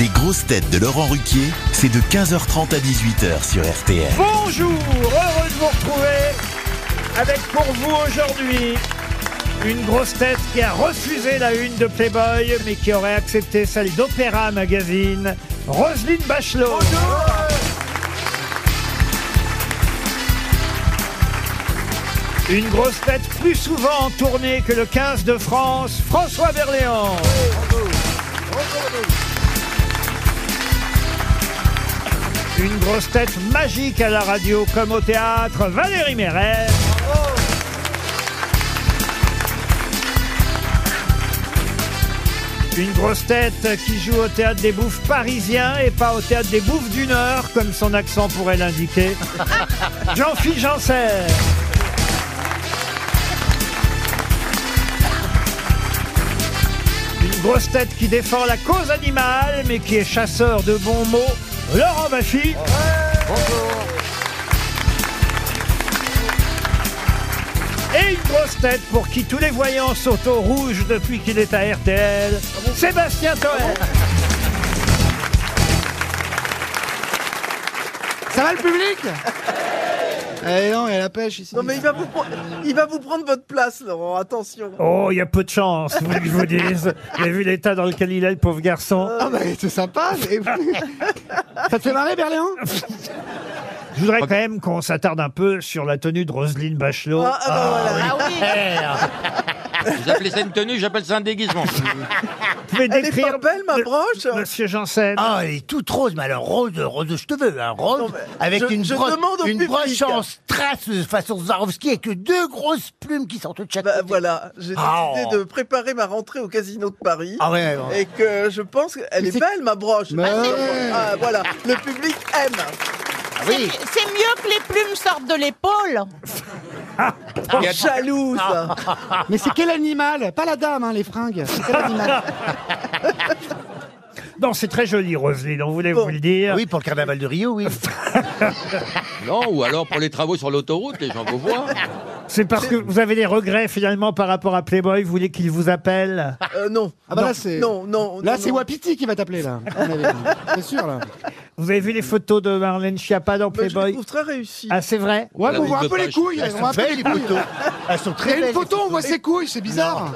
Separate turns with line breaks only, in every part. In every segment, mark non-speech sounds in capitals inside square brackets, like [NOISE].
Les grosses têtes de Laurent Ruquier, c'est de 15h30 à 18h sur RTL.
Bonjour, heureux de vous retrouver avec pour vous aujourd'hui une grosse tête qui a refusé la une de Playboy mais qui aurait accepté celle d'Opéra Magazine, Roselyne Bachelot. Une grosse tête plus souvent en tournée que le 15 de France, François Berléand. Une grosse tête magique à la radio comme au théâtre, Valérie Mérez. Une grosse tête qui joue au théâtre des bouffes parisiens et pas au théâtre des bouffes du Nord, comme son accent pourrait l'indiquer. Jean-Philippe Janssen. Une grosse tête qui défend la cause animale, mais qui est chasseur de bons mots, Laurent Baffy. Et une grosse tête pour qui tous les voyants sont au rouge depuis qu'il est à RTL, Sébastien Toer.
Ça va le public Eh non, il y a la pêche ici.
Non mais il va vous prendre, il va vous prendre votre place, Laurent. Attention.
Oh, il y a peu de chance, vous voulez que je vous dise. Vous avez vu l'état dans lequel il est, le pauvre garçon.
Ah bah c'est sympa.
[LAUGHS]
mais- Ça te fait marrer, Berléand
Je voudrais quand même qu'on s'attarde un peu sur la tenue de Roselyne Bachelot.
Ah, ah, bah, voilà. Ah,
Vous appelez ça une tenue, j'appelle ça un déguisement.
Vous pouvez
Elle est
décrire
pas belle, ma
le-
broche.
Monsieur Janssen.
Ah, elle est toute rose, mais alors rose, rose cheveux, hein, rose,
Non, mais
avec
je-
une,
je
broche,
demande au
une
public.
broche en strass euh, façon Swarovski avec deux grosses plumes qui sortent de chaque
Bah,
côté.
voilà. J'ai
Ah,
décidé
oh.
de préparer ma rentrée au casino de Paris.
Ah ouais, ouais.
Et que je pense qu'elle
Mais
est
c'est-
belle, ma broche.
Mais
Ah,
ouais.
ah, voilà. Le public aime.
Ah
C'est
oui.
mi- C'est mieux que les plumes sortent de l'épaule.
Oh,
Jaloux, ça.
[LAUGHS] Mais c'est quel animal Pas la dame, hein, les fringues. C'est quel
[LAUGHS]
animal
Non, c'est très joli, Roselyne, on voulait
Bon.
vous le dire.
Oui, pour le carnaval de Rio,
[LAUGHS]
oui.
Non, ou alors pour les travaux sur l'autoroute, les gens vous voient.
[LAUGHS] C'est parce que vous avez des regrets, finalement, par rapport à Playboy. Vous voulez qu'il vous appelle
Euh, non.
Ah bah
non.
là, c'est-
Non, non.
Là,
non,
c'est
non.
Wapiti qui va t'appeler, là. à mon avis. C'est sûr, là.
Vous avez vu les photos de Marlène Schiappa dans
Mais Bah, je les
Playboy
trouve très réussi.
Ah, c'est vrai
Ouais, mais
la
on voit
mise
un
de
peu les
page.
couilles.
Elles
On voit
sont
un peu
belles,
les
les
couilles.
photos. Elles sont
Il y
très
a
belles.
une photo, on voit ses couilles, c'est bizarre.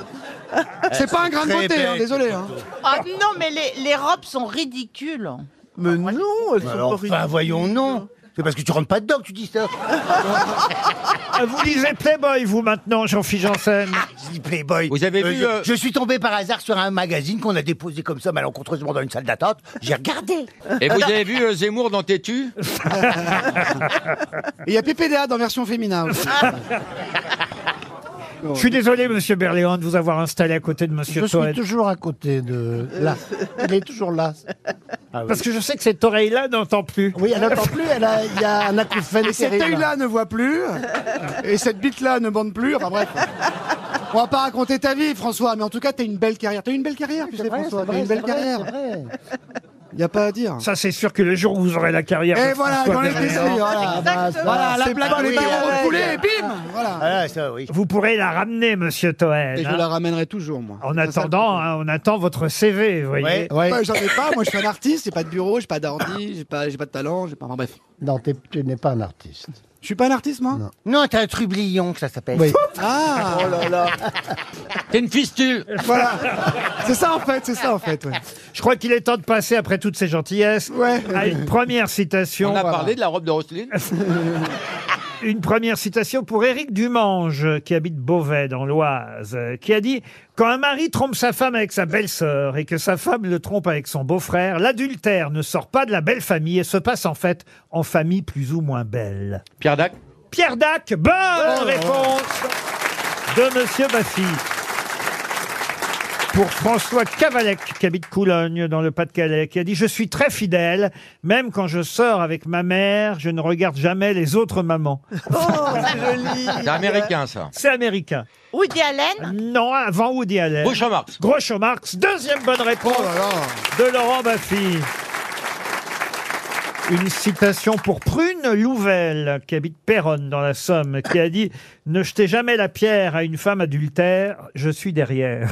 [LAUGHS] C'est pas un grain de
Très
beauté, hein,
belles.
désolé. hein.
Ah non, mais les, les robes sont ridicules.
[LAUGHS]
Mais non, elles sont
Alors,
pas
enfin,
ridicules.
voyons, non. C'est parce que tu rentres pas dedans que tu dis
[LAUGHS]
ça.
Ah, Vous lisez Playboy, vous, maintenant, Jean-Philippe Janssen
Ah, Je dis Playboy.
Vous avez
Euh,
vu,
je,
euh,
je suis tombé par hasard sur un magazine qu'on a déposé comme ça malencontreusement dans une salle d'attente. J'ai regardé.
Et vous avez vu euh, Zemmour dans Tétu
Et il y a PPDA dans version féminin
[LAUGHS]
aussi.
Je suis désolé, monsieur Berléand, de vous avoir installé à côté de monsieur Toen.
toujours à côté de là. Elle est toujours là.
ah Parce que je sais que cette oreille-là n'entend plus.
Oui, elle n'entend plus. Elle a, il y a un acouphène
Et cet œil-là ne voit plus. Et cette bite-là ne bande plus. Enfin bref. On va pas raconter ta vie, François, mais en tout cas, t'as une belle carrière. T'as eu une belle carrière, tu sais, François. T'as eu une belle carrière. Y a pas à dire.
Ça, c'est sûr que le jour où vous aurez la carrière.
Et
de
voilà,
François
dans les
Berléand,
essais, voilà. bah, Voilà, la
C'est
blague
pas
dans les
oui, euh,
barreaux
la
refoulés,
blague.
et bim Voilà.
Ah, ça, oui.
Vous pourrez la ramener, monsieur Toen.
Et je
hein.
la ramènerai toujours, moi.
En
C'est ça,
attendant, hein, on attend votre CV, vous voyez.
Ouais,
le
ouais.
problème. Bah, J'en ai
[LAUGHS]
pas, moi je suis un artiste, j'ai pas de bureau, j'ai pas d'ordi, j'ai pas, j'ai pas de talent, j'ai pas. Enfin bref.
Non, t'es- tu n'es pas un artiste.
Je suis pas un artiste, moi
Non, t'as un trublion que ça s'appelle.
Oui.
Ah
Oh là là.
T'es une fistule
Voilà C'est ça en fait, c'est ça en fait, ouais.
Je crois qu'il est temps de passer, après toutes ces gentillesses,
Ouais.
à une première citation.
On a parlé de la robe de Roselyne.
[LAUGHS] Une première citation pour Éric Dumange, qui habite Beauvais, dans l'Oise, euh, qui a dit « Quand un mari trompe sa femme avec sa belle-sœur et que sa femme le trompe avec son beau-frère, l'adultère ne sort pas de la belle famille et se passe en fait en famille plus ou moins belle.
Pierre Dac »
Pierre Dac, bonne réponse de Monsieur Baffy. Pour François Cavalec, qui habite Coulogne, dans le Pas-de-Calais, qui a dit « Je suis très fidèle, même quand je sors avec ma mère, je ne regarde jamais les autres mamans. »
Oh, c'est joli.
C'est américain, ça.
C'est américain.
Woody Allen,
Non, avant Woody Allen.
Gaucho Marx. Oh
Groucho Marx, deuxième bonne réponse de Laurent Baffy. Une citation pour Prune Louvel, qui habite Péronne dans la Somme, qui a dit Ne jetez jamais la pierre à une femme adultère, je suis derrière.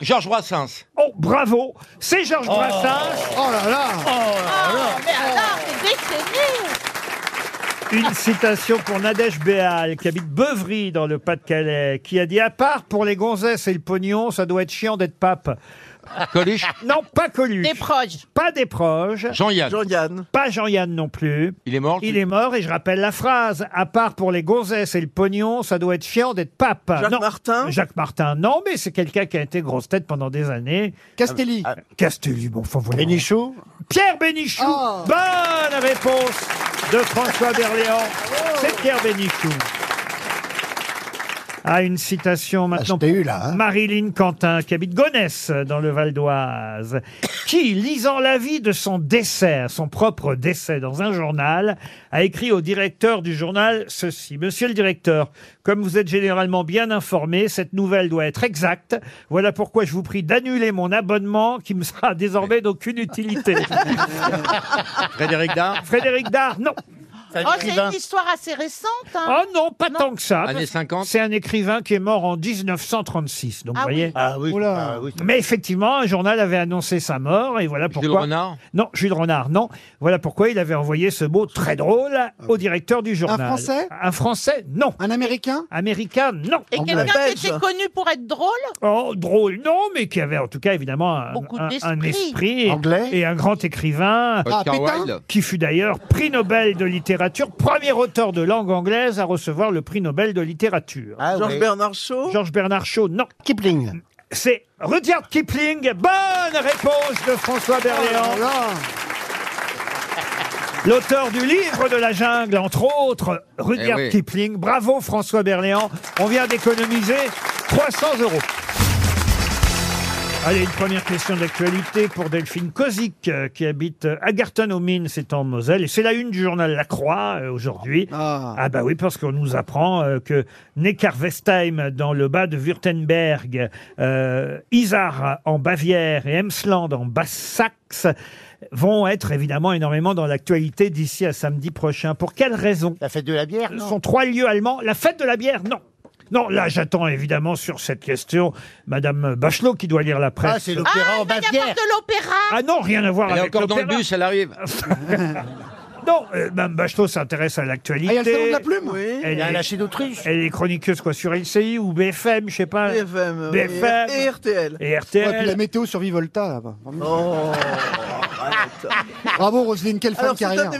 Georges Brassens.
Oh, bravo C'est Georges Brassens,
Oh là là
Mais alors, c'est déchaîné
une citation pour Nadège Béal, qui habite Beuvry dans le Pas-de-Calais, qui a dit « À part pour les gonzesses et le pognon, ça doit être chiant d'être pape.
Coluche. »
Non, pas Coluche,
Des proches.
pas des proches,
Jean-Yann.
Jean-Yann.
pas Jean-Yann non plus.
Il est mort.
Il est mort et je rappelle la phrase. À part pour les gonzesses et le pognon, ça doit être chiant d'être pape.
Jacques
Non.
Martin.
Jacques Martin, non, mais c'est quelqu'un qui a été grosse tête pendant des années. Ah,
Castelli
Castelli, bon, enfin voilà.
Bénichou
Pierre Bénichou.
Oh.
Bonne réponse de François Berléand. C'est Pierre Bénichou. Ah, une
Ah,
citation
Je
maintenant.
t'ai eu là. hein.
Marilyn Quentin, qui habite Gonesse, dans le Val
[COUGHS]
d'Oise, qui, lisant l'avis de son décès, son propre décès dans un journal, a écrit au directeur du journal ceci. Monsieur le directeur, comme vous êtes généralement bien informé, cette nouvelle doit être exacte. Voilà pourquoi je vous prie d'annuler mon abonnement qui me sera désormais d'aucune
[LAUGHS]
utilité.
Frédéric Dard.
[LAUGHS] Frédéric Dard, non.
C'est un
Oh, c'est
écrivain.
une histoire assez récente. Hein.
Oh non, pas
Non.
tant que ça.
Années 50.
C'est un écrivain qui est mort en 1936. Donc,
Ah
vous
oui.
voyez.
Ah oui.
Oula.
ah oui.
Mais effectivement, un journal avait annoncé sa mort et voilà
Jules
pourquoi.
Renard.
Non, Jules Renard, non. Voilà pourquoi il avait envoyé ce mot très drôle au directeur du journal.
Français
Un Français, non.
Un Américain
Américain, non.
Et
Anglais.
quelqu'un
Belge.
qui était connu pour être drôle
Oh, drôle, non, mais qui avait en tout cas évidemment un,
Beaucoup
un- un
d'esprit.
esprit et,
Anglais
et un grand écrivain.
Ah,
Oscar
putain.
Wilde.
Qui fut d'ailleurs prix Nobel de littérature, premier auteur de langue anglaise à recevoir le prix Nobel de littérature.
Ah oui.
Georges Bernard Shaw.
Georges Bernard Shaw, non.
Kipling.
C'est Rudyard Kipling. Bonne réponse de François Berléand.
Oh là
L'auteur du livre de la jungle, entre autres, Rudyard
Eh oui.
Kipling. Bravo François Berléand. On vient d'économiser 300 euros. Allez, une première question d'actualité pour Delphine Kozik, euh, qui habite euh, Agarton aux Mines, c'est en Moselle. Et c'est la une du journal La Croix euh, aujourd'hui.
Ah.
Ah bah oui, parce qu'on nous apprend euh, que Neckarwestheim, dans le bas de Württemberg, euh, Isar en Bavière et Emsland en Basse-Saxe vont être évidemment énormément dans l'actualité d'ici à samedi prochain. Pour quelles raisons
La fête de la bière
Ce
non
sont trois lieux allemands. La fête de la bière, non. Non, là j'attends évidemment sur cette question Madame Bachelot qui doit lire la presse.
Ah, c'est l'opéra en
Il va y avoir
Bavière.
de l'opéra.
Ah non, rien à voir
Elle est
avec
encore dans le
l'opéra.
bus, elle arrive.
[LAUGHS] Non, euh, Madame Bachelot s'intéresse à
Ah, il y a le salon
l'actualité.
de la plume
Oui.
Elle
Il y a un
est-
lâcher d'autruche.
Elle est chroniqueuse quoi sur LCI ou BFM, je sais pas.
BFM. oui.
BFM.
Et RTL.
Et
Ouais, puis la
RTL.
météo sur Vivolta, là-bas.
Oh. arrête.
Bravo, Roselyne, quelle fin
Alors,
de
c'est
carrière.
un é-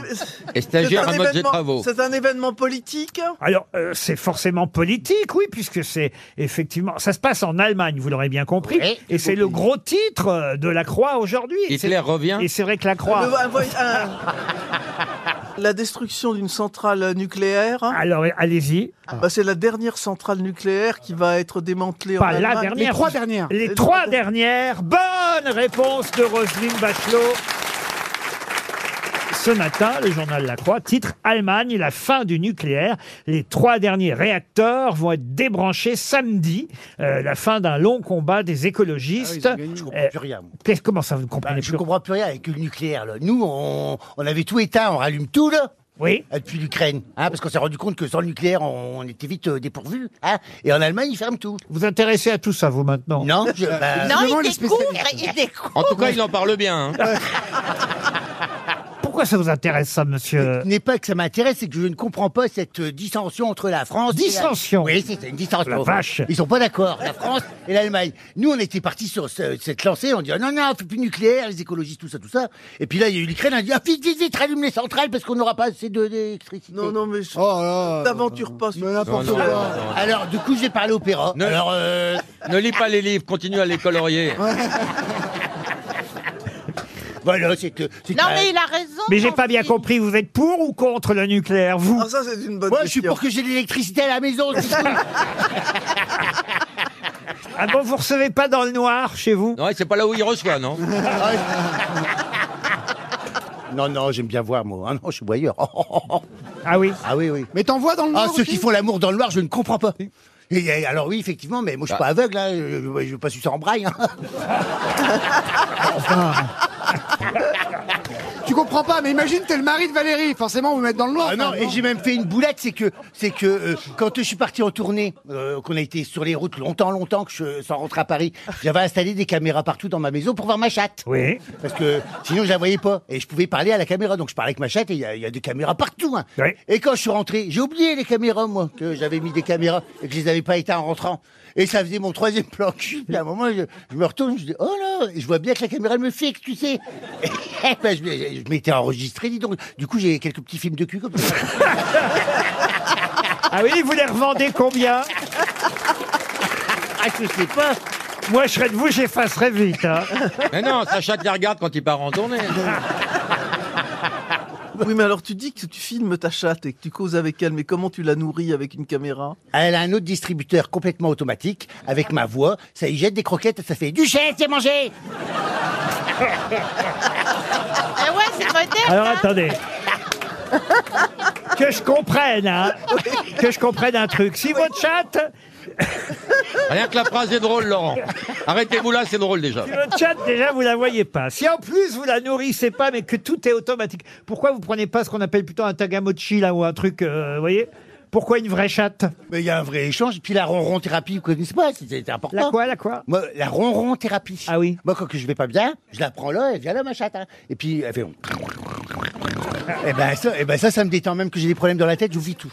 c'est
Et stagiaire
un
à mode des
événement-
travaux.
C'est un événement politique.
Alors, euh, c'est forcément politique, oui, puisque c'est effectivement... Ça se passe en Allemagne, vous l'aurez bien compris.
Oui.
et c'est le gros titre euh, de la Croix aujourd'hui. Et
Hitler
c'est-
revient.
Et c'est vrai que la
Le-
Croix...
un voy-
euh,
un- La destruction d'une centrale nucléaire.
Alors, allez-y.
Bah, c'est la dernière centrale nucléaire qui va être démantelée en
Pas la
Allemagne.
dernière.
Les trois dernières.
Les
Euh,
trois
non.
dernières. Bonne réponse de Roselyne Bachelot. Ce matin, le journal La Croix titre Allemagne, la fin du nucléaire. Les trois derniers réacteurs vont être débranchés samedi. Euh, la fin d'un long combat des écologistes.
Ah oui, ils ont gagné.
Je comprends
Euh,
plus rien. moi.
qu'est-ce- comment ça, vous ne
Bah,
comprenez
je
plus
comprends plus rien avec le nucléaire. Là. Nous, on, on avait tout éteint, on rallume tout là.
Oui.
euh, Depuis l'Ukraine, hein, parce qu'on s'est rendu compte que sans le nucléaire, on, on était vite euh, dépourvu. Hein, et en Allemagne, ils ferment tout.
Vous intéressez à tout ça, vous, maintenant
Non, je, bah,
Non,
Évidemment, les
il découvre, il découvre.
En tout cas, il en parle bien. hein.
[LAUGHS] Pourquoi ça vous intéresse, ça, monsieur
ce n'est pas que ça m'intéresse, c'est que je ne comprends pas cette euh, dissension entre la France. et la-
Dissension.
Oui, c'est c'est une dissension.
La vache.
Ils sont pas d'accord, la France et l'Allemagne. Nous, on était partis sur ce- cette lancée, on dit oh non, non, on fait plus de nucléaire, les écologistes, tout ça, tout ça. Et puis là, il y a eu l'Ukraine, on a dit ah, vite, vite, vite, rallume les centrales parce qu'on n'aura pas assez de- d'électricité.
Non, non, mais je
Oh là là.
t'aventure pas sur
Mais
Non,
n'importe
non,
quoi.
non,
Alors, du coup, j'ai parlé opéra.
Ne-
Alors, euh,
non. [LAUGHS] Ne lis pas les livres, continue à les colorier.
voilà, Bah, c'est que. c'est
Non,
que-
mais il a raison.
Mais j'ai pas bien
Francis.
compris, vous êtes pour ou contre le nucléaire, vous
Ah, ça, c'est une bonne
Moi, je suis
question.
pour que j'ai de l'électricité à la maison. c'est tout.
[LAUGHS] Ah bon, vous recevez pas dans le noir, chez vous
Non, c'est pas là où il reçoit,
[LAUGHS]
non
non, non, j'aime bien voir, moi. Ah non, je suis voyeur. [LAUGHS]
Ah oui
ah oui, oui.
Mais t'en vois dans le
Ah,
Nord
ceux
aussi
qui font l'amour dans le noir, je ne comprends pas. Et, et, alors oui, effectivement, mais moi je suis pas aveugle, hein, je ne vais
[LAUGHS]
pas sucer en braille. hein.
Tu comprends pas, mais imagine, t'es le mari de Valérie. Forcément, vous mettre dans le noir.
Ah non,
enfin,
et j'ai même fait une boulette, c'est que, c'est que euh, quand je suis parti en tournée, euh, qu'on a été sur les routes longtemps, longtemps, que je, sans rentrer à Paris, j'avais installé des caméras partout dans ma maison pour voir ma chatte.
Oui.
Parce que sinon, je la voyais pas. Et je pouvais parler à la caméra. Donc, je parlais avec ma chatte et il y, a- il y a des caméras partout. hein.
Oui.
Et quand je suis rentré, j'ai oublié les caméras, moi, que j'avais mis des caméras et que je les avais pas éteintes en rentrant. Et ça faisait mon troisième plan cul. Puis à un moment, je, je me retourne, je dis Oh là Et je vois bien que la caméra, elle me fixe, tu sais. Et [LAUGHS] ben, je, m'ai- je m'étais enregistré, dis donc. Du coup, j'ai quelques petits films de cul comme ça.
Ah oui, vous les revendez combien
Ah, je sais pas.
Moi, je serais de vous, j'effacerais vite. hein.
Mais non, Sacha te les regarde quand il part en tournée.
Oui, mais alors tu dis que tu filmes ta chatte et que tu causes avec elle, mais comment tu la nourris avec une caméra
Elle a un autre distributeur complètement automatique, avec ma voix. Ça y jette des croquettes et ça fait du chef, viens manger
Ah ouais, c'est moderne.
Alors attendez. Que je comprenne, hein. Que je comprenne un truc. Si votre chatte,
Rien que la phrase est drôle, Laurent. Arrêtez-vous là, c'est drôle déjà.
si votre chatte, déjà, vous la voyez pas. Si en plus, vous la nourrissez pas, mais que tout est automatique. Pourquoi vous prenez pas ce qu'on appelle plutôt un tagamochi, là, ou un truc, euh, vous voyez? Pourquoi une vraie chatte?
Mais il y a un vrai échange. Puis la ronron thérapie, vous connaissez pas, c'était important.
La quoi, la quoi?
Moi, la ronron thérapie.
Ah oui.
Moi, quand que je vais pas bien, je la prends là, elle vient là, ma chatte. hein. Et puis, elle fait. et ben ça, eh ben ça, ça me détend même que j'ai des problèmes dans la tête, j'oublie tout.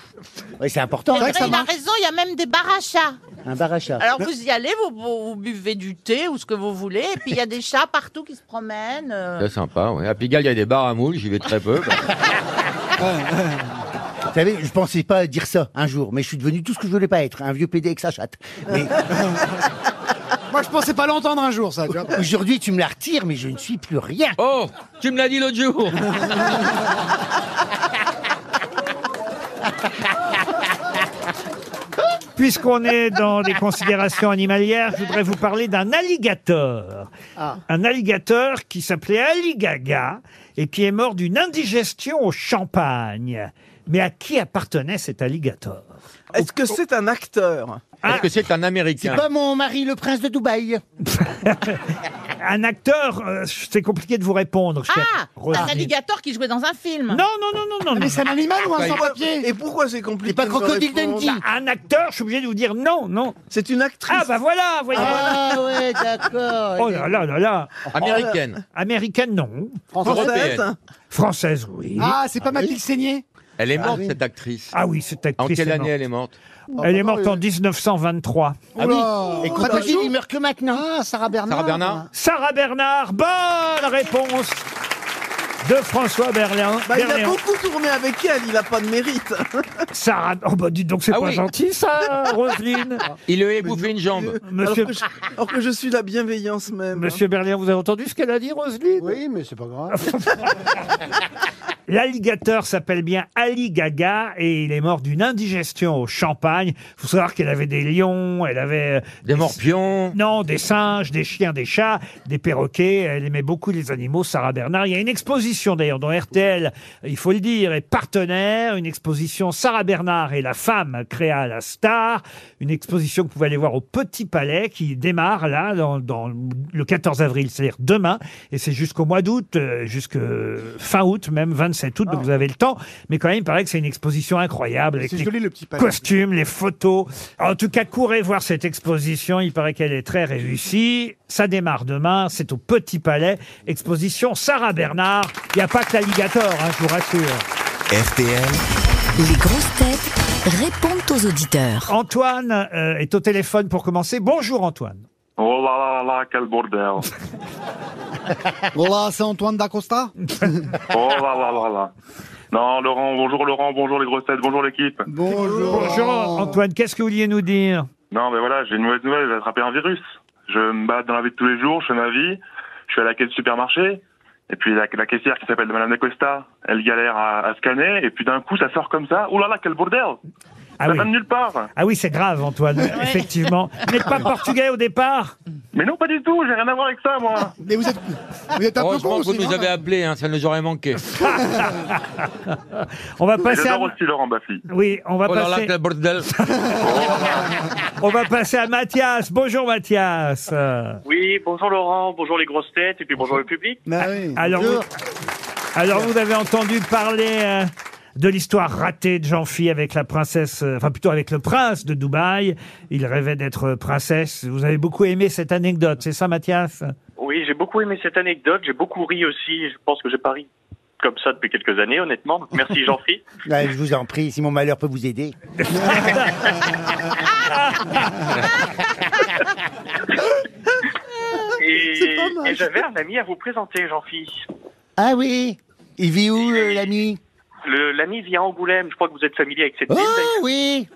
Oui, c'est important.
C'est
hein,
vrai,
ça
il a
marche.
raison, il y a même des bars à chats.
Un bar à chat.
Alors vous y allez, vous, vous, vous buvez du thé ou ce que vous voulez, et puis il y a des chats partout qui se promènent. euh.
C'est sympa, ouais. À Pigalle, il y a des bars à moules, j'y vais très peu. bah.
Vous savez, je pensais pas dire ça un jour, mais je suis devenu tout ce que je voulais pas être, un vieux PD avec sa chatte. Mais
[LAUGHS] Moi, je pensais pas l'entendre un jour, ça. Tu vois.
aujourd'hui, tu me la retires, mais je ne suis plus rien.
Oh, tu me l'as dit
[LAUGHS]
l'autre jour.
Puisqu'on est dans les considérations animalières, je voudrais vous parler d'un alligator. Un alligator qui s'appelait Alligaga et qui est mort d'une indigestion au champagne. Mais à qui appartenait cet alligator Ah.
Est-ce que c'est un acteur
Est-ce que c'est un Américain
Pas mon mari, le prince de
[LAUGHS]
Dubaï.
Un acteur, euh, c'est compliqué de vous répondre. cher
Ah, un
Roselyne.
alligator qui jouait dans un film.
Non, non, non, non, non. non.
Ah, Mais c'est un animal ou un
Ouais.
sans-papier
Et pourquoi c'est compliqué
Et pas
de
Crocodile
répondre
Dundee.
Bah, Un acteur, je suis obligé de vous dire non, non.
C'est une actrice.
Ah bah voilà, voyez.
Ah ouais, d'accord.
Oh là là là là.
Américaine
Américaine, non.
Française
Européenne.
Française, oui. Ah,
Ah, c'est pas Mathilde Seigné
Elle
Ah
est morte, cette actrice.
oui, cette
En
actrice.
quelle
est
année
morte.
elle est morte
Oh,
Elle est
bah
morte en 1923.
Oula.
Ah oui. Et
Oh. Pas
Crocodile,
toujours
il meurt que maintenant.
Ah, Sarah Bernard.
Sarah Bernard
Sarah Bernard, bonne réponse de François Berlin.
Bah, il a
Berléand.
beaucoup tourné avec elle, il a pas de mérite. [LAUGHS]
Sarah, oh bah dis donc, c'est
Ah
pas
oui. [LAUGHS]
gentil ça, Roselyne.
Il lui a bouffé une jambe.
Monsieur,
Alors, que je, alors que je suis la bienveillance même.
Monsieur Berlin, vous avez entendu ce qu'elle a dit, Roselyne
hein. Oui, mais c'est pas grave.
[LAUGHS] L'alligator s'appelle bien Ali Gaga et il est mort d'une indigestion au champagne. Faut savoir qu'elle avait des lions, elle avait euh,
Des morpions.
Non, des singes, des chiens, des chats, des perroquets. Elle aimait beaucoup les animaux, Sarah Bernard. Il y a une exposition d'ailleurs dont RTL, il faut le dire, est partenaire. Une exposition Sarah Bernard et la femme créa la star. Une exposition que vous pouvez aller voir au Petit Palais qui démarre là dans, dans le 14 avril, c'est-à-dire demain. Et c'est jusqu'au mois d'août, euh, jusque fin août même, 27 août. Donc vous avez le temps. Mais quand même, il paraît que c'est une exposition incroyable. avec
Ah. C'est
les
joli le petit palais.
costumes, les photos. En tout cas, courez voir cette exposition. Il paraît qu'elle est très réussie. Ça démarre demain. C'est au Petit Palais. Exposition Sarah Bernard. Il n'y a pas que l'alligator, hein, je vous rassure.
RTL,
Les grosses têtes répondent aux auditeurs.
Antoine euh, est au téléphone pour commencer. Bonjour Antoine.
[LAUGHS]
Oh là là là, quel bordel.
Voilà, c'est Antoine d'Acosta.
Oh là là là là. Non, Laurent, bonjour Laurent, bonjour les grosses têtes, bonjour l'équipe.
Bonjour.
[LAUGHS] Bonjour Antoine. Qu'est-ce que vous vouliez nous dire
Non, mais voilà, j'ai une mauvaise nouvelle, j'ai attrapé un virus. Je me bats dans la vie de tous les jours, je fais ma vie, je suis à la caisse du supermarché, et puis la, la caissière qui s'appelle Madame Dacosta, elle galère à, à scanner, et puis d'un coup, ça sort comme ça. Oh là là, quel bordel
ah
Ça
oui.
va de nulle part
Ah oui, c'est grave, Antoine, effectivement. Vous n'êtes pas portugais au départ
Mais non, pas du tout, j'ai rien à voir avec ça, moi
Mais vous êtes, vous êtes un peu
Heureusement
con
que vous nous avez appelés, hein, ça nous aurait manqué.
On va passer à...
J'adore aussi Laurent Baffy.
Oui, on va,
Oh là là,
passer...
quel
[LAUGHS]
bordel
on va passer à Mathias. Bonjour Mathias. Euh, Ah,
Oui, bonjour Laurent, bonjour les grosses têtes, et puis bonjour le public.
Bah oui.
Alors, vous, Alors, vous avez entendu parler euh, de l'histoire ratée de Jean-Phi avec la princesse, euh, enfin plutôt avec le prince de Dubaï. Il rêvait d'être princesse. Vous avez beaucoup aimé cette anecdote, c'est ça, Mathias
Oui, j'ai beaucoup aimé cette anecdote, j'ai beaucoup ri aussi, je pense que j'ai pas ri comme ça depuis quelques années, honnêtement. Donc, Merci
[LAUGHS]
Jean-Philippe.
Là, je vous en prie, si mon malheur peut vous aider. [LAUGHS]
Et, et j'avais un ami à vous présenter, Jean-Philippe.
Ah oui Il vit où, euh, l'ami
Le- L'ami vit à Angoulême, je crois que vous êtes familier avec cette ville.
Oh oui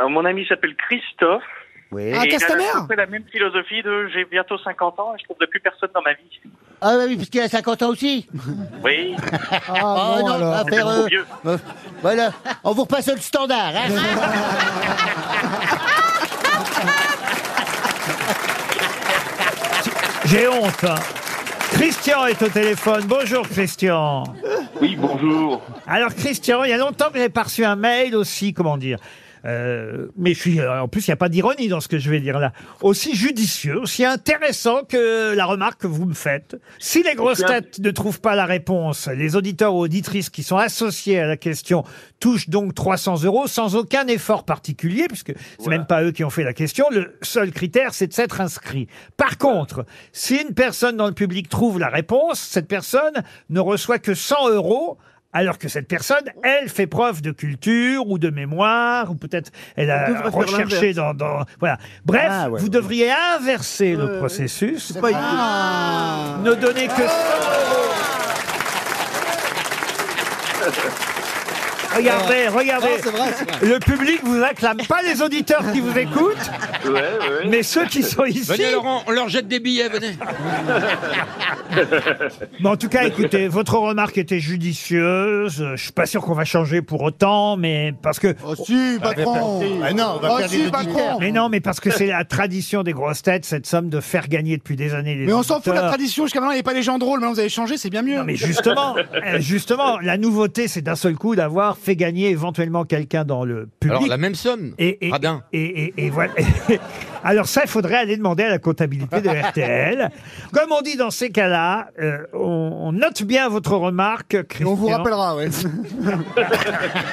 Euh, mon ami s'appelle Christophe.
Oui.
Et
Ah,
il a à peu près la même philosophie de j'ai bientôt 50 ans et je trouve plus personne dans ma vie.
Ah oui, parce qu'il a 50 ans aussi [LAUGHS]
Oui.
Ah
bon,
non,
alors.
va faire,
Trop
euh,
vieux.
euh, voilà, on vous repasse le standard. hein.
J'ai honte. hein. Christian est au téléphone. Bonjour Christian.
Oui, bonjour.
Alors Christian, il y a longtemps que j'ai pas reçu un mail aussi, comment dire. euh, mais je suis, euh, en plus, il n'y a pas d'ironie dans ce que je vais dire là. Aussi judicieux, aussi intéressant que la remarque que vous me faites. Si les grosses têtes ne trouvent pas la réponse, les auditeurs ou auditrices qui sont associés à la question touchent donc 300 euros sans aucun effort particulier, puisque c'est même pas eux qui ont fait la question. Le seul critère, c'est de s'être inscrit. Par contre, si une personne dans le public trouve la réponse, cette personne ne reçoit que 100 euros alors que cette personne, elle, fait preuve de culture ou de mémoire, ou peut-être elle
On
a
devrait faire
recherché dans,
l'inverse.
Euh, dans- Voilà. Bref,
Ah, ouais,
vous
ouais.
devriez inverser le processus. Ah.
pas idiot.
Ah.
Ne donner que 100 euros. Regardez,
Ah.
Ouais.
regardez.
Non, c'est vrai, c'est vrai.
Le public vous acclame pas les auditeurs qui vous écoutent, mais ceux qui sont ici.
Venez, Laurent, on leur jette des billets,
[LAUGHS]
venez.
Mais en tout cas, écoutez, votre remarque était judicieuse. Euh, Je suis pas sûr qu'on va changer pour autant, mais parce que. Oh
si, patron. Ah non, on va Oh faire si, des auditeurs. patron.
Mais non, mais parce que c'est la tradition des grosses têtes, cette somme de faire gagner depuis des années les
Mais on s'en fout de la
auditeurs.
tradition, jusqu'à maintenant, il n'y avait pas les gens drôles, maintenant vous avez changé, c'est bien mieux. [LAUGHS]
Mais justement, euh, justement, la nouveauté, c'est d'un seul coup d'avoir fait gagner éventuellement quelqu'un dans le public.
Alors, la même somme.
Et, et,
Radin.
et, et- et voilà. [LAUGHS] Alors ça, il faudrait aller demander à la comptabilité de RTL. Comme on dit dans ces cas-là, euh, on, on note bien votre remarque, Christian.
On vous rappellera,
[LAUGHS]
ouais.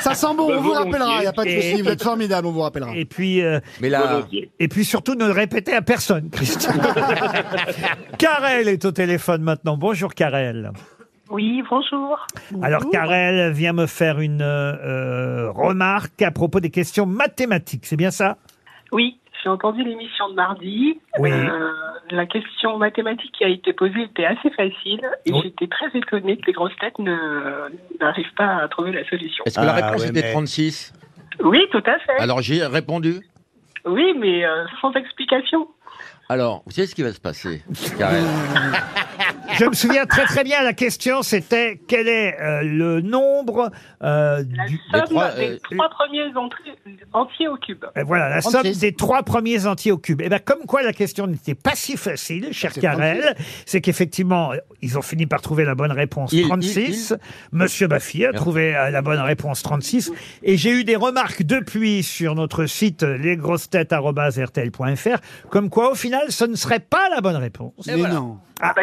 Ça sent bon,
Bah,
on vous
volontiers.
rappellera, il n'y a pas de
Et-
souci, vous êtes formidable, on vous rappellera.
Et puis, euh,
Mais là- Volontiers.
et puis surtout, ne le répétez à personne,
[LAUGHS]
Christian. Karel est au téléphone maintenant. Bonjour, Karel.
Oui, bonjour.
Alors, Karel vient me faire une euh, remarque à propos des questions mathématiques. C'est bien ça
Oui, j'ai entendu l'émission de mardi.
Oui.
Euh, la question mathématique qui a été posée était assez facile et
Oui.
j'étais très étonnée que les grosses têtes ne- n'arrivent pas à trouver la solution.
Est-ce que la réponse était 36
Oui, tout à fait.
Alors, j'ai répondu.
Oui, mais euh, sans explication.
Alors, vous savez ce qui va se passer, Karel
[LAUGHS] Je me
[LAUGHS]
souviens très très bien, la question c'était quel est euh, le nombre euh, du...
Somme des trois euh, premiers entrées- entiers au cube.
Euh, Voilà, la somme des trois premiers entiers au cube. Et bien, comme quoi la question n'était pas si facile, cher
C'est
Carrel,
36.
c'est qu'effectivement, euh, ils ont fini par trouver la bonne réponse
Il, il,
36. Monsieur Baffy a trouvé euh, la bonne réponse 36. Et j'ai eu des remarques depuis sur notre site euh, lesgrossetêtes.rtl.fr, comme quoi au final, ce ne serait pas la bonne réponse.
Et Mais voilà. non.
Ah,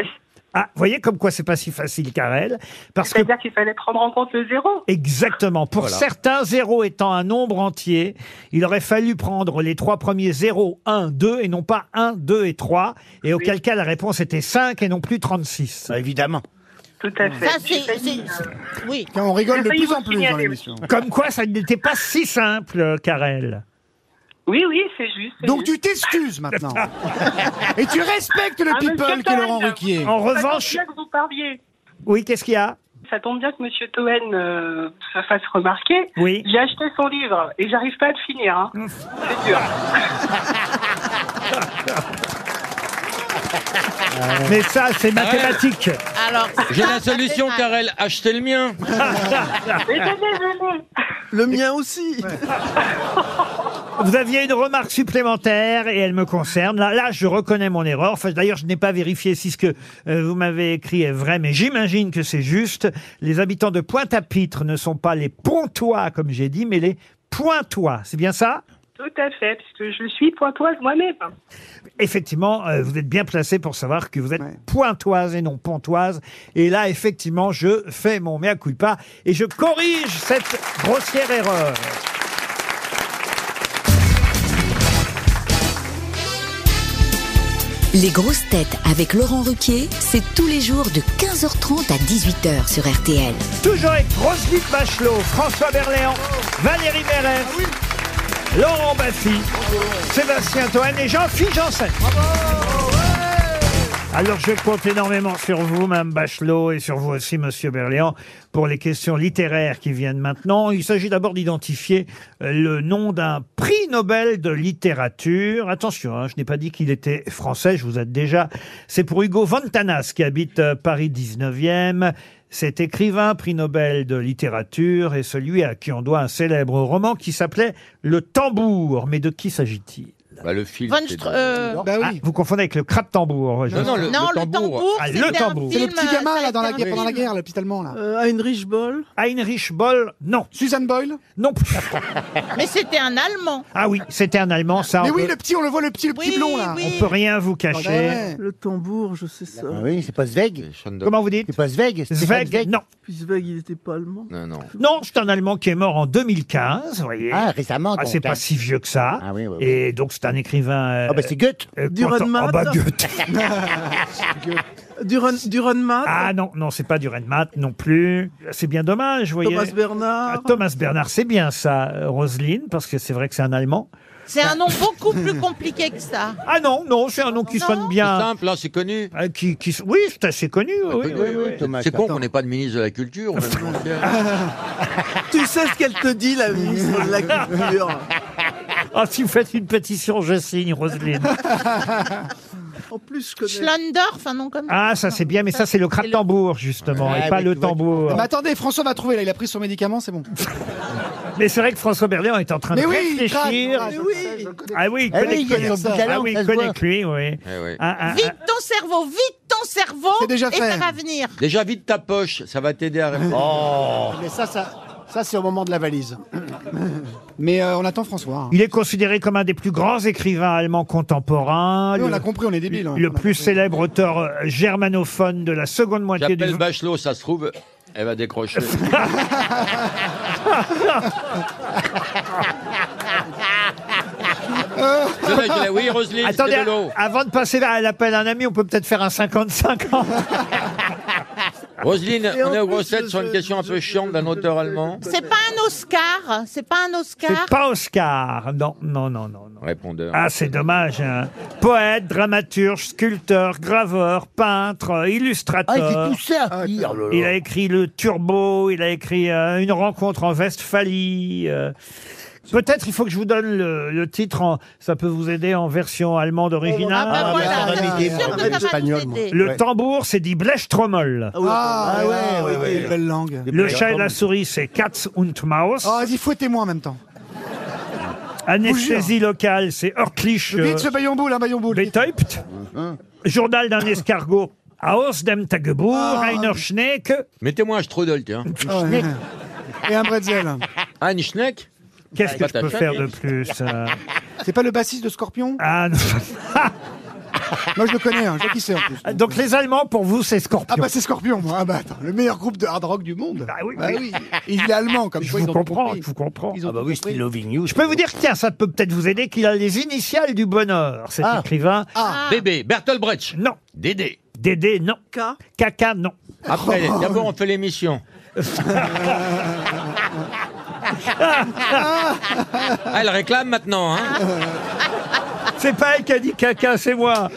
ah, voyez comme quoi c'est pas si facile, Carrel. Parce que
C'est-à-dire qu'il fallait prendre en compte le zéro.
Exactement. Pour
Voilà.
certains, zéro étant un nombre entier, il aurait fallu prendre les trois premiers 0, 1, 2 et non pas 1, 2 et 3. Et auquel cas, la réponse était 5 et non plus 36.
Bah,
évidemment.
Tout à
Ça, c'est. c'est-
euh,
Oui.
On rigole de
J'ai failli
plus en
vous
plus dans
signaler.
l'émission.
Comme quoi, ça n'était pas si simple, euh, Carrel.
Oui, oui, c'est juste.
Donc tu t'excuses
[LAUGHS]
maintenant. Et tu respectes le
Ah, monsieur
people qu'est Laurent
Toen,
Ruquier.
En
ça tombe
revanche-
bien que vous parliez.
Oui, qu'est-ce qu'il y a
Ça tombe bien que Monsieur Toen euh, se fasse remarquer.
Oui.
J'ai acheté son livre et j'arrive pas à le finir. hein. C'est dur.
[LAUGHS] Mais ça, c'est mathématique.
Alors.
J'ai la solution, Karel. Achetez le
[LAUGHS]
mien.
Mais tenez, venez.
Le mien aussi. Vous aviez une remarque supplémentaire et elle me concerne. Là, là je reconnais mon erreur. Enfin, d'ailleurs, je n'ai pas vérifié si ce que euh, vous m'avez écrit est vrai, mais j'imagine que c'est juste. Les habitants de Pointe-à-Pitre ne sont pas les Pontois, comme j'ai dit, mais les Pointois. C'est bien ça
Tout à fait, puisque je suis pointoise moi-même.
Effectivement, euh, vous êtes bien placé pour savoir que vous êtes pointoise et non pontoise. Et là, effectivement, je fais mon mea culpa et je corrige cette grossière erreur.
Les grosses têtes avec Laurent Ruquier, c'est tous les jours de 15h30 à 18h sur RTL.
Toujours avec Roselyne Bachelot, François Berléand, Valérie Mérès, Laurent Baffy, Sébastien Toine et Jean-Philippe Janssen. Alors je compte énormément sur vous, Mme Bachelot, et sur vous aussi, Monsieur Berléand, pour les questions littéraires qui viennent maintenant. Il s'agit d'abord d'identifier euh, le nom d'un prix Nobel de littérature. Attention, hein, je n'ai pas dit qu'il était français, je vous aide déjà. C'est pour Hugo Vantanas, qui habite euh, Paris 19e. Cet écrivain, prix Nobel de littérature, est celui à qui on doit un célèbre roman qui s'appelait Le Tambour. Mais de qui s'agit-il
Bah, le film.
Von
c'est
Str-
de-
euh,
Ah, vous confondez avec le crabe tambour.
Non, non, le- Non, le le tambour. tambour,
Ah,
c'était
le
un euh,
tambour.
C'est le petit gamin
ça a
là, dans la,
été un
pendant la
film.
guerre, le petit allemand là.
Heinrich Boll Heinrich Boll, non.
Suzanne Boyle
Non.
[LAUGHS] Mais c'était un Allemand.
ah oui, c'était un Allemand, ça.
Mais
on
oui,
peut-
le petit, on le voit, le petit, le petit
Oui,
blond là.
oui.
On peut rien vous cacher.
Le tambour, je sais ça.
Ah oui, c'est pas Zweig.
Comment vous dites
C'est pas Zweig. Stéphane
Zweig, non.
Puis Zweig, il était pas allemand.
Non, non.
Non, c'est un Allemand qui est mort en 2015, vous voyez.
Ah, récemment.
Ah,
donc,
c'est
hein.
pas si vieux que ça.
Ah oui, oui, oui.
Et donc, c'est un écrivain.
Ah, bah, c'est Goethe.
Dürrenmatt.
Ah, bah,
[LAUGHS]
Goethe.
Duran, Duranmat,
Ah non, non, c'est pas du Renmat non plus. C'est bien dommage, vous voyez.
Thomas Bernard.
Ah, Thomas Bernard, c'est bien ça, euh, Roselyne, parce que c'est vrai que c'est un Allemand.
C'est un nom beaucoup plus compliqué que ça.
Ah non, non, c'est un nom qui sonne
C'est
bien.
simple, hein, c'est connu.
Euh, qui, qui, oui, c'est assez connu. Oui, oui, oui.
Thomas,
C'est con
attends.
qu'on n'ait pas de ministre de la Culture. même.
[LAUGHS]
Ah.
[LAUGHS] Tu sais ce qu'elle te dit, la ministre de la Culture.
Ah, si vous faites une pétition, je signe, Roselyne.
[LAUGHS]
En plus, je connais.
Schlendorf, un nom comme ça.
Ah, ça c'est bien, mais ça c'est le crabe tambour justement,
Ah,
et pas
oui,
le
tu vois, tu-
tambour.
Mais attendez, François va trouver là, il a pris son médicament,
[LAUGHS]
c'est bon.
Mais c'est vrai que François Berléand est en train
Mais
de
oui, il craque,
réfléchir.
ah, je le sais, je le connais.
Ah oui, il
Ah oui,
connaît
il y a
que-
son bout
Ah
galant,
oui,
ça
il
se
connaît
voit.
que lui, oui.
Eh oui.
Ah, ah,
Vite ton cerveau, vite ton cerveau.
C'est déjà
et
fait.
ça va venir.
Déjà, vide ta poche, ça va t'aider à répondre.
Mais ça, ça, ça c'est au moment de la valise.
Mais euh, on attend François. hein.
Il est considéré comme un des plus grands écrivains allemands contemporains,
Oui, on
Ah, le,
a compris, on est débile. hein.
le plus célèbre auteur euh, germanophone de la seconde moitié du
J'appelle Bachelot, ça se trouve, elle va décrocher. Le mec, il a- oui, Roselyne, c'est
Attendez,
de l'eau.
avant de passer là à l'appel à un ami, on peut peut-être faire un 50-50.
Roselyne,
Et en
on est aux
plus,
grosses têtes
je-
sur une question un
je-
peu
je-
chiante d'un
je-
auteur
je-
allemand.
je-
C'est pas un Oscar. C'est pas un Oscar. [LAUGHS]
C'est pas Oscar. Non, non, non, non. non.
Répondeur.
Ah, c'est dommage. hein. Poète, dramaturge, sculpteur, graveur, peintre, euh, illustrateur.
Ah, il fait tout ça. Il- oh là là.
Il a écrit Le Turbo, il a écrit euh, Une rencontre en Westphalie. euh. Peut-être il faut que je vous donne le, le titre, en- ça peut vous aider en version allemande
Ah,
originale.
bah
Ah,
voilà,
mais ça va
je suis
m'aider,
sûre
moi,
que
je
ça va
espagnol,
nous
moi.
aider.
Le
Ouais.
tambour, c'est dit Blechtrommel.
Ah,
Ah,
ouais,
ouais,
ouais,
ouais, ouais.
quelle belle langue.
Le chat et la souris, c'est Katz und Maus.
Oh, vas-y, fouettez-moi en même temps.
Anesthésie locale, c'est Örtlich.
Vite, ce baillon boule, un baillon boule. vite.
Betäubt. Journal d'un escargot. Aus dem Tagebuch, Rainer Schneck.
Mettez-moi un Strudel, tiens.
Ah, ouais. Et un bretzel.
Ah, une Schneck Ah,
Qu'est-ce que je peux
Patachak.
faire de plus euh
[LAUGHS] C'est pas le bassiste de Scorpion
Ah, non.
[LAUGHS] Moi, je le connais, hein, je vois qui c'est en plus.
Donc les Allemands, pour vous, c'est Scorpion.
Ah bah c'est Scorpion, moi. Ah bah attends, le meilleur groupe de hard rock du monde.
Bah oui,
Bah
oui.
oui. Il est allemand, comme
je
quoi,
vous
ils ont
comprends,
compris.
je vous comprends.
Ils ont
Ah, bah
tout
oui,
compris.
Still Loving You.
Je peux vous dire, tiens, ça peut peut-être vous aider, qu'il a les initiales du bonheur, cet
Ah.
écrivain.
Ah,
Bébé, Bertolt Brecht.
Non.
Dédé.
Dédé, non.
K.
Ah,
Caca, non.
Après, d'abord, on fait l'émission. Ah, elle réclame maintenant, hein
C'est pas elle qui a dit caca, c'est moi.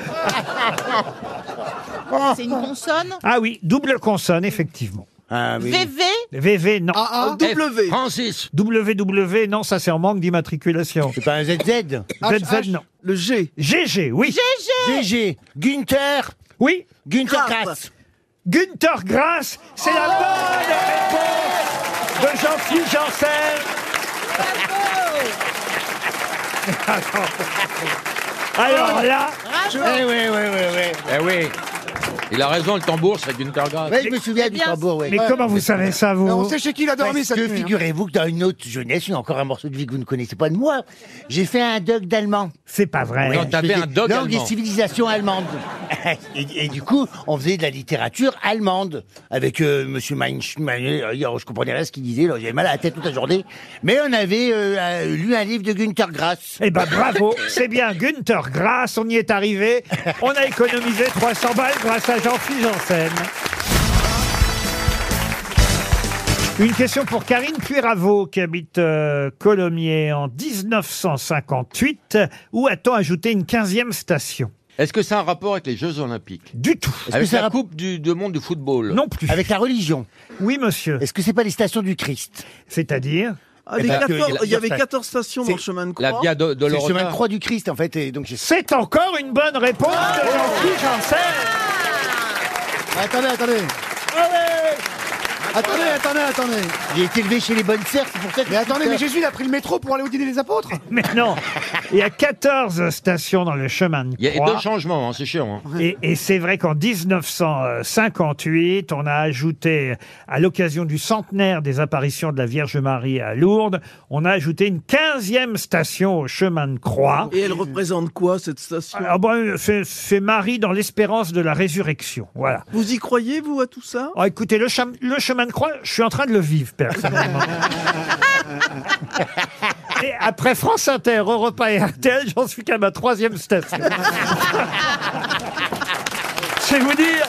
C'est une consonne.
Ah oui, double consonne, effectivement.
Ah, oui.
VV.
VV, non.
ah, ah.
W.
F. Francis.
WW, non, ça c'est en manque d'immatriculation.
C'est pas un ZZ.
ZZ, non.
Le G.
GG, oui.
GG.
GG. Günther.
Oui.
Günther
Grass.
Grass.
Gunther Grass, c'est la
Ah.
bonne réponse de Jean-Philippe Janssen. Alors là, [LAUGHS]
Eh oui, oui, oui, oui.
Eh oui. Il a raison, le tambour, c'est d'une terre grasse.
Ouais, je me souviens du tambour, ouais.
Mais comment vous savez ça, vous
Non,
sait chez qui il a dormi,
Parce
cette
que
nuit, hein.
figurez-vous que dans une autre jeunesse, il y a encore un morceau de vie que vous ne connaissez pas de moi. J'ai fait un dog d'allemand.
C'est pas vrai.
Non, t'avais un dog
Langue
allemand.
et civilisation allemande. [LAUGHS] et, et du coup, on faisait de la littérature allemande avec euh, Monsieur Meinschmann. Je comprenais rien à ce qu'il disait. là, J'avais mal à la tête toute la journée. Mais on avait euh, euh, lu un livre de Günther Grass.
Eh ben bravo, c'est bien Günther Grass, on y est arrivé. On a économisé 300 balles grâce à Jean-Philippe Janssen. Une question pour Karine Puiraveau qui habite euh, Colomiers en 1958. Où a-t-on ajouté une 15e station
Est-ce que c'est un rapport avec les Jeux Olympiques
Du tout.
Avec la Coupe du, du monde du football
Non plus.
Avec la religion.
Oui, monsieur.
Est-ce que c'est pas les stations du Christ
C'est-à-dire
Eh ben,
Ah, les 14 il y avait 14 stations dans le chemin de croix.
C'est le chemin de croix du Christ, en fait. Et donc, j'ai- Ah,
C'est encore une bonne réponse de Jean-Philippe Janssen.
Attendez, attendez. Attendez, attendez, attendez.
J'ai été élevé chez les bonnes sœurs,
Ah,
c'est pour ça que.
Mais attendez, mais Jésus, il a pris le métro pour aller au dîner des
[LAUGHS]
apôtres
Mais non, il y a 14 stations dans le chemin de
Il y a
croix.
deux changements, hein, c'est chiant. hein.
Et, et c'est vrai qu'en 1958, on a ajouté, à l'occasion du centenaire des apparitions de la Vierge Marie à Lourdes, on a ajouté une 15e station au chemin de croix.
Et elle représente quoi, cette station
Alors bon, Ah, bah, c'est c'est Marie dans l'espérance de la résurrection. Voilà.
Vous y croyez, vous, à tout ça
Oh, écoutez, le, cham- le chemin de croix, je suis en train de le vivre,
[LAUGHS]
personnellement. Et après France Inter, Europa et RTL, j'en suis qu'à ma
[LAUGHS]
troisième station. C'est vous dire.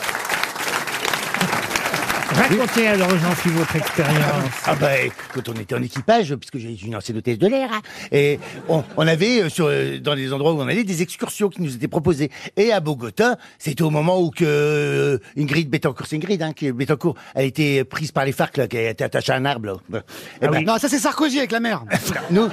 Racontez alors aux gens qui votre expérience.
Ah ben, quand on était en équipage, puisque j'ai une ancienne hôtesse de l'air, hein, et on, on avait euh, sur, euh, dans les endroits où on allait des excursions qui nous étaient proposées. Et à Bogota, c'était au moment où que euh, Ingrid Betancourt, c'est Ingrid, hein, qui Betancourt a été prise par les FARC, là, qui a été attachée à un arbre. là.
Ah
Bon. Eh ben,
Non, ça c'est Sarkozy avec la mère.
[LAUGHS] nous,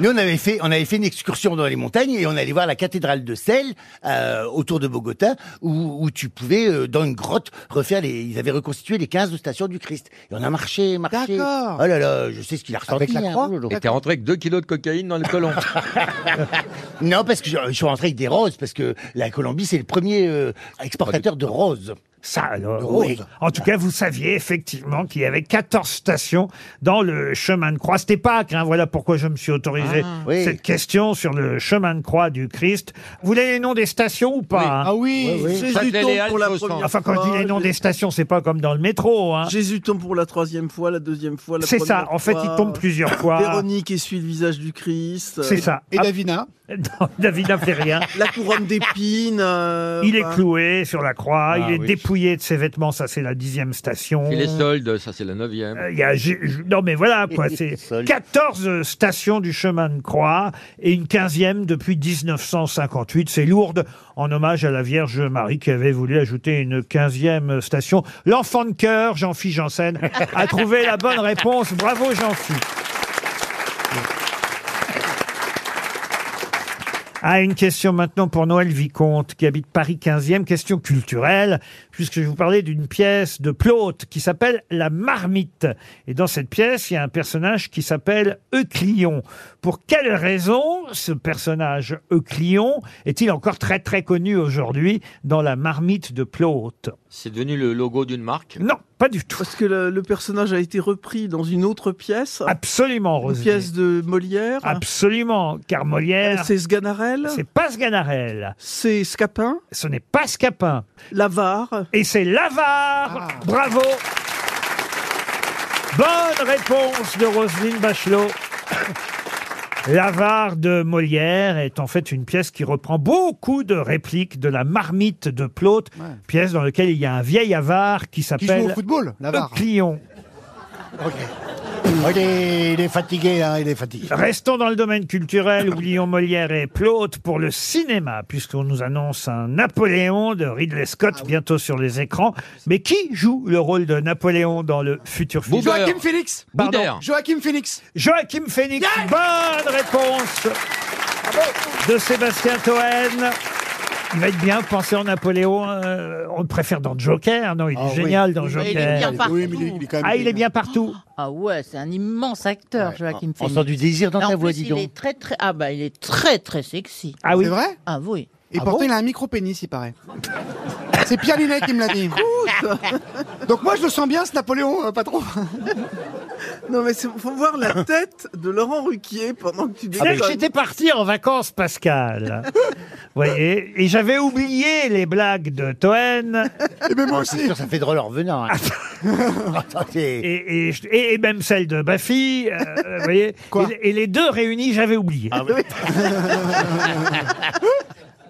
nous, on avait fait, on avait fait une excursion dans les montagnes et on allait voir la cathédrale de Sel euh, autour de Bogota, où, où tu pouvais euh, dans une grotte refaire les, ils avaient reconstitué les 15 stations du Christ. Et on a marché, marché.
D'accord.
Oh là là, je sais ce qu'il a ressenti.
Avec la
hein.
croix
Oh là là.
Et t'es rentré avec 2 kilos de cocaïne dans le colon.
[LAUGHS] Non, parce que je, je suis rentré avec des roses, parce que la Colombie c'est le premier euh, exportateur de roses.
Ça alors.
Rose.
oui. En tout cas, vous saviez effectivement qu'il y avait 14 stations dans le chemin de croix. C'était Pâques, hein, voilà pourquoi je me suis autorisé
Ah.
oui.
cette question sur le chemin de croix du Christ. Vous voulez les noms des stations ou pas hein
Ah oui,
Oui, oui.
Jésus
Châtelet,
tombe
Léal,
pour la
Faustin.
première
Enfin, quand je dis les noms des stations, c'est pas comme dans le métro. Hein.
Jésus tombe pour la troisième fois, la deuxième fois, la
C'est
première
ça. En fait, il
fois.
tombe plusieurs fois.
Véronique essuie le visage du Christ. euh,
C'est ça.
Et
Ah,
Davina
[LAUGHS] non, David n'a fait rien.
La couronne d'épines. euh,
Il est
enfin,
cloué sur la croix. il est
oui.
dépouillé de ses vêtements. Ça, c'est la dixième station.
Et les soldes, ça c'est la neuvième.
Euh, il y a J- J- non, mais voilà, quoi. C'est
Sol.
14 stations du chemin de croix et une 15e depuis 1958. C'est Lourdes, en hommage à la Vierge Marie qui avait voulu ajouter une 15e station. L'enfant de cœur, Jean-Philippe Janssen, a trouvé la bonne réponse. Bravo, Jean-Philippe. Ah, une question maintenant pour Noël Vicomte, qui habite Paris 15e, question culturelle, puisque je vais vous parler d'une pièce de Plaut qui s'appelle La Marmite. Et dans cette pièce, il y a un personnage qui s'appelle Euclion. Pour quelle raison ce personnage Euclion est-il encore très très connu aujourd'hui dans La Marmite de Plaut
C'est devenu le logo d'une marque.
Non, pas du tout.
Parce que le, le personnage a été repris dans une autre pièce.
Absolument,
Une
Roselyne.
pièce de Molière.
Absolument, car Molière,
C'est Sganarelle.
c'est pas Sganarelle,
C'est Scapin.
ce n'est pas Scapin.
L'avare.
Et c'est
Ah.
l'avare. Bravo. Bonne réponse de Roselyne Bachelot. L'avare de Molière est en fait une pièce qui reprend beaucoup de répliques de la marmite de Plaute, pièce dans laquelle il y a un vieil avare qui
qui joue au
s'appelle
football, l'avare.
Euclion.
Oh, il, est, il est fatigué, hein, il est fatigué.
[LAUGHS]
Restons dans le domaine culturel, oublions Molière et Plaute pour le cinéma, puisqu'on nous annonce un Napoléon de Ridley
Ah
Scott bientôt sur les écrans. Mais qui joue le rôle de Napoléon dans le futur film
Bouvard.
Joachim Félix
Pardon.
Boudère.
Joachim Félix
Joachim Phoenix, bonne réponse de Sébastien Toen. Il va être bien pensé en Napoléon. euh, on le préfère dans Joker, non Il est
Ah oui.
génial dans
Oui, mais
Joker.
il est bien partout.
Oui, mais il est, il est quand même.
Ah, il est bien partout.
Ah ouais, c'est un immense acteur, Joachim
On
Phoenix.
sent du désir dans
Et en
ta voix,
plus,
dis
Il
donc.
est très très ah bah il est très très sexy.
Ah oui.
C'est vrai
Ah oui.
Et
Ah
pourtant,
bon
il a un micro-pénis, il paraît. C'est Pierre Lunet qui me l'a
[LAUGHS]
dit. Donc moi, je le sens bien, ce Napoléon, euh, patron.
[LAUGHS] Non, mais c'est- faut voir la tête de Laurent Ruquier pendant que tu
C'est vrai que
déconnes.
Ah, j'étais parti en
[LAUGHS]
vacances, Pascal. Vous voyez, et j'avais oublié les blagues de Toen. Ah,
Et même
Eh ben, moi aussi. Ça fait drôle en [LAUGHS] revenant. hein.
et, et je- et- et même celle de Baffy. euh, vous voyez. et, et les deux réunis, j'avais oublié.
Ah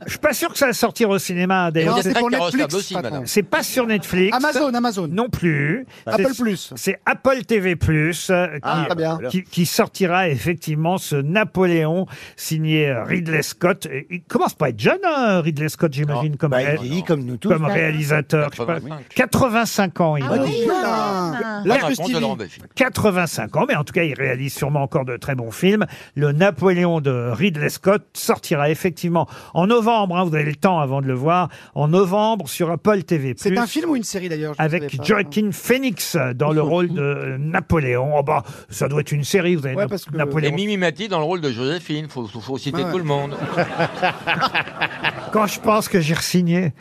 Je suis pas sûr que ça va sortir au cinéma. d'ailleurs.
Non, c'est pour Netflix, patron.
C'est pas sur Netflix.
Amazon, Amazon.
Non plus.
Apple
C'est-
Plus.
C'est Apple TV Plus euh, qui,
Ah, très bien.
qui, qui sortira effectivement ce Napoléon signé euh, Ridley Scott. Et Il commence pas à être jeune, hein, Ridley Scott, j'imagine, comme,
bah, il
ré-
vieillit comme nous tous. hein.
comme réalisateur. Je sais pas. 85 ans, il
Ah
a.
oui,
dit.
Putain. Là,
La-
raconte de Laurent Baffy.
85 ans, mais en tout cas, il réalise sûrement encore de très bons films. Le Napoléon de Ridley Scott sortira effectivement en novembre. hein, vous avez le temps avant de le voir. En novembre sur Apple TV.
C'est un film ou une série d'ailleurs je ne savais
avec
pas.
Joaquin Phoenix dans le rôle de
[LAUGHS]
euh, Napoléon. Oh bah, ça doit être une série, vous avez Na-
Et
Napoléon.
Mimi Mati dans le rôle de Joséphine, faut, faut, faut citer
Ah ouais.
tout le
[LAUGHS]
monde.
Quand je pense que j'ai re-signé.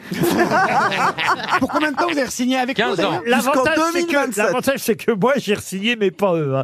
Ah, Pour combien de temps vous avez signé avec nous
15 ans.
d'ailleurs Jusqu'en
L'avantage, c'est que,
2027.
l'avantage, c'est que moi, j'ai re-signé, mais pas
[LAUGHS]
eux. hein.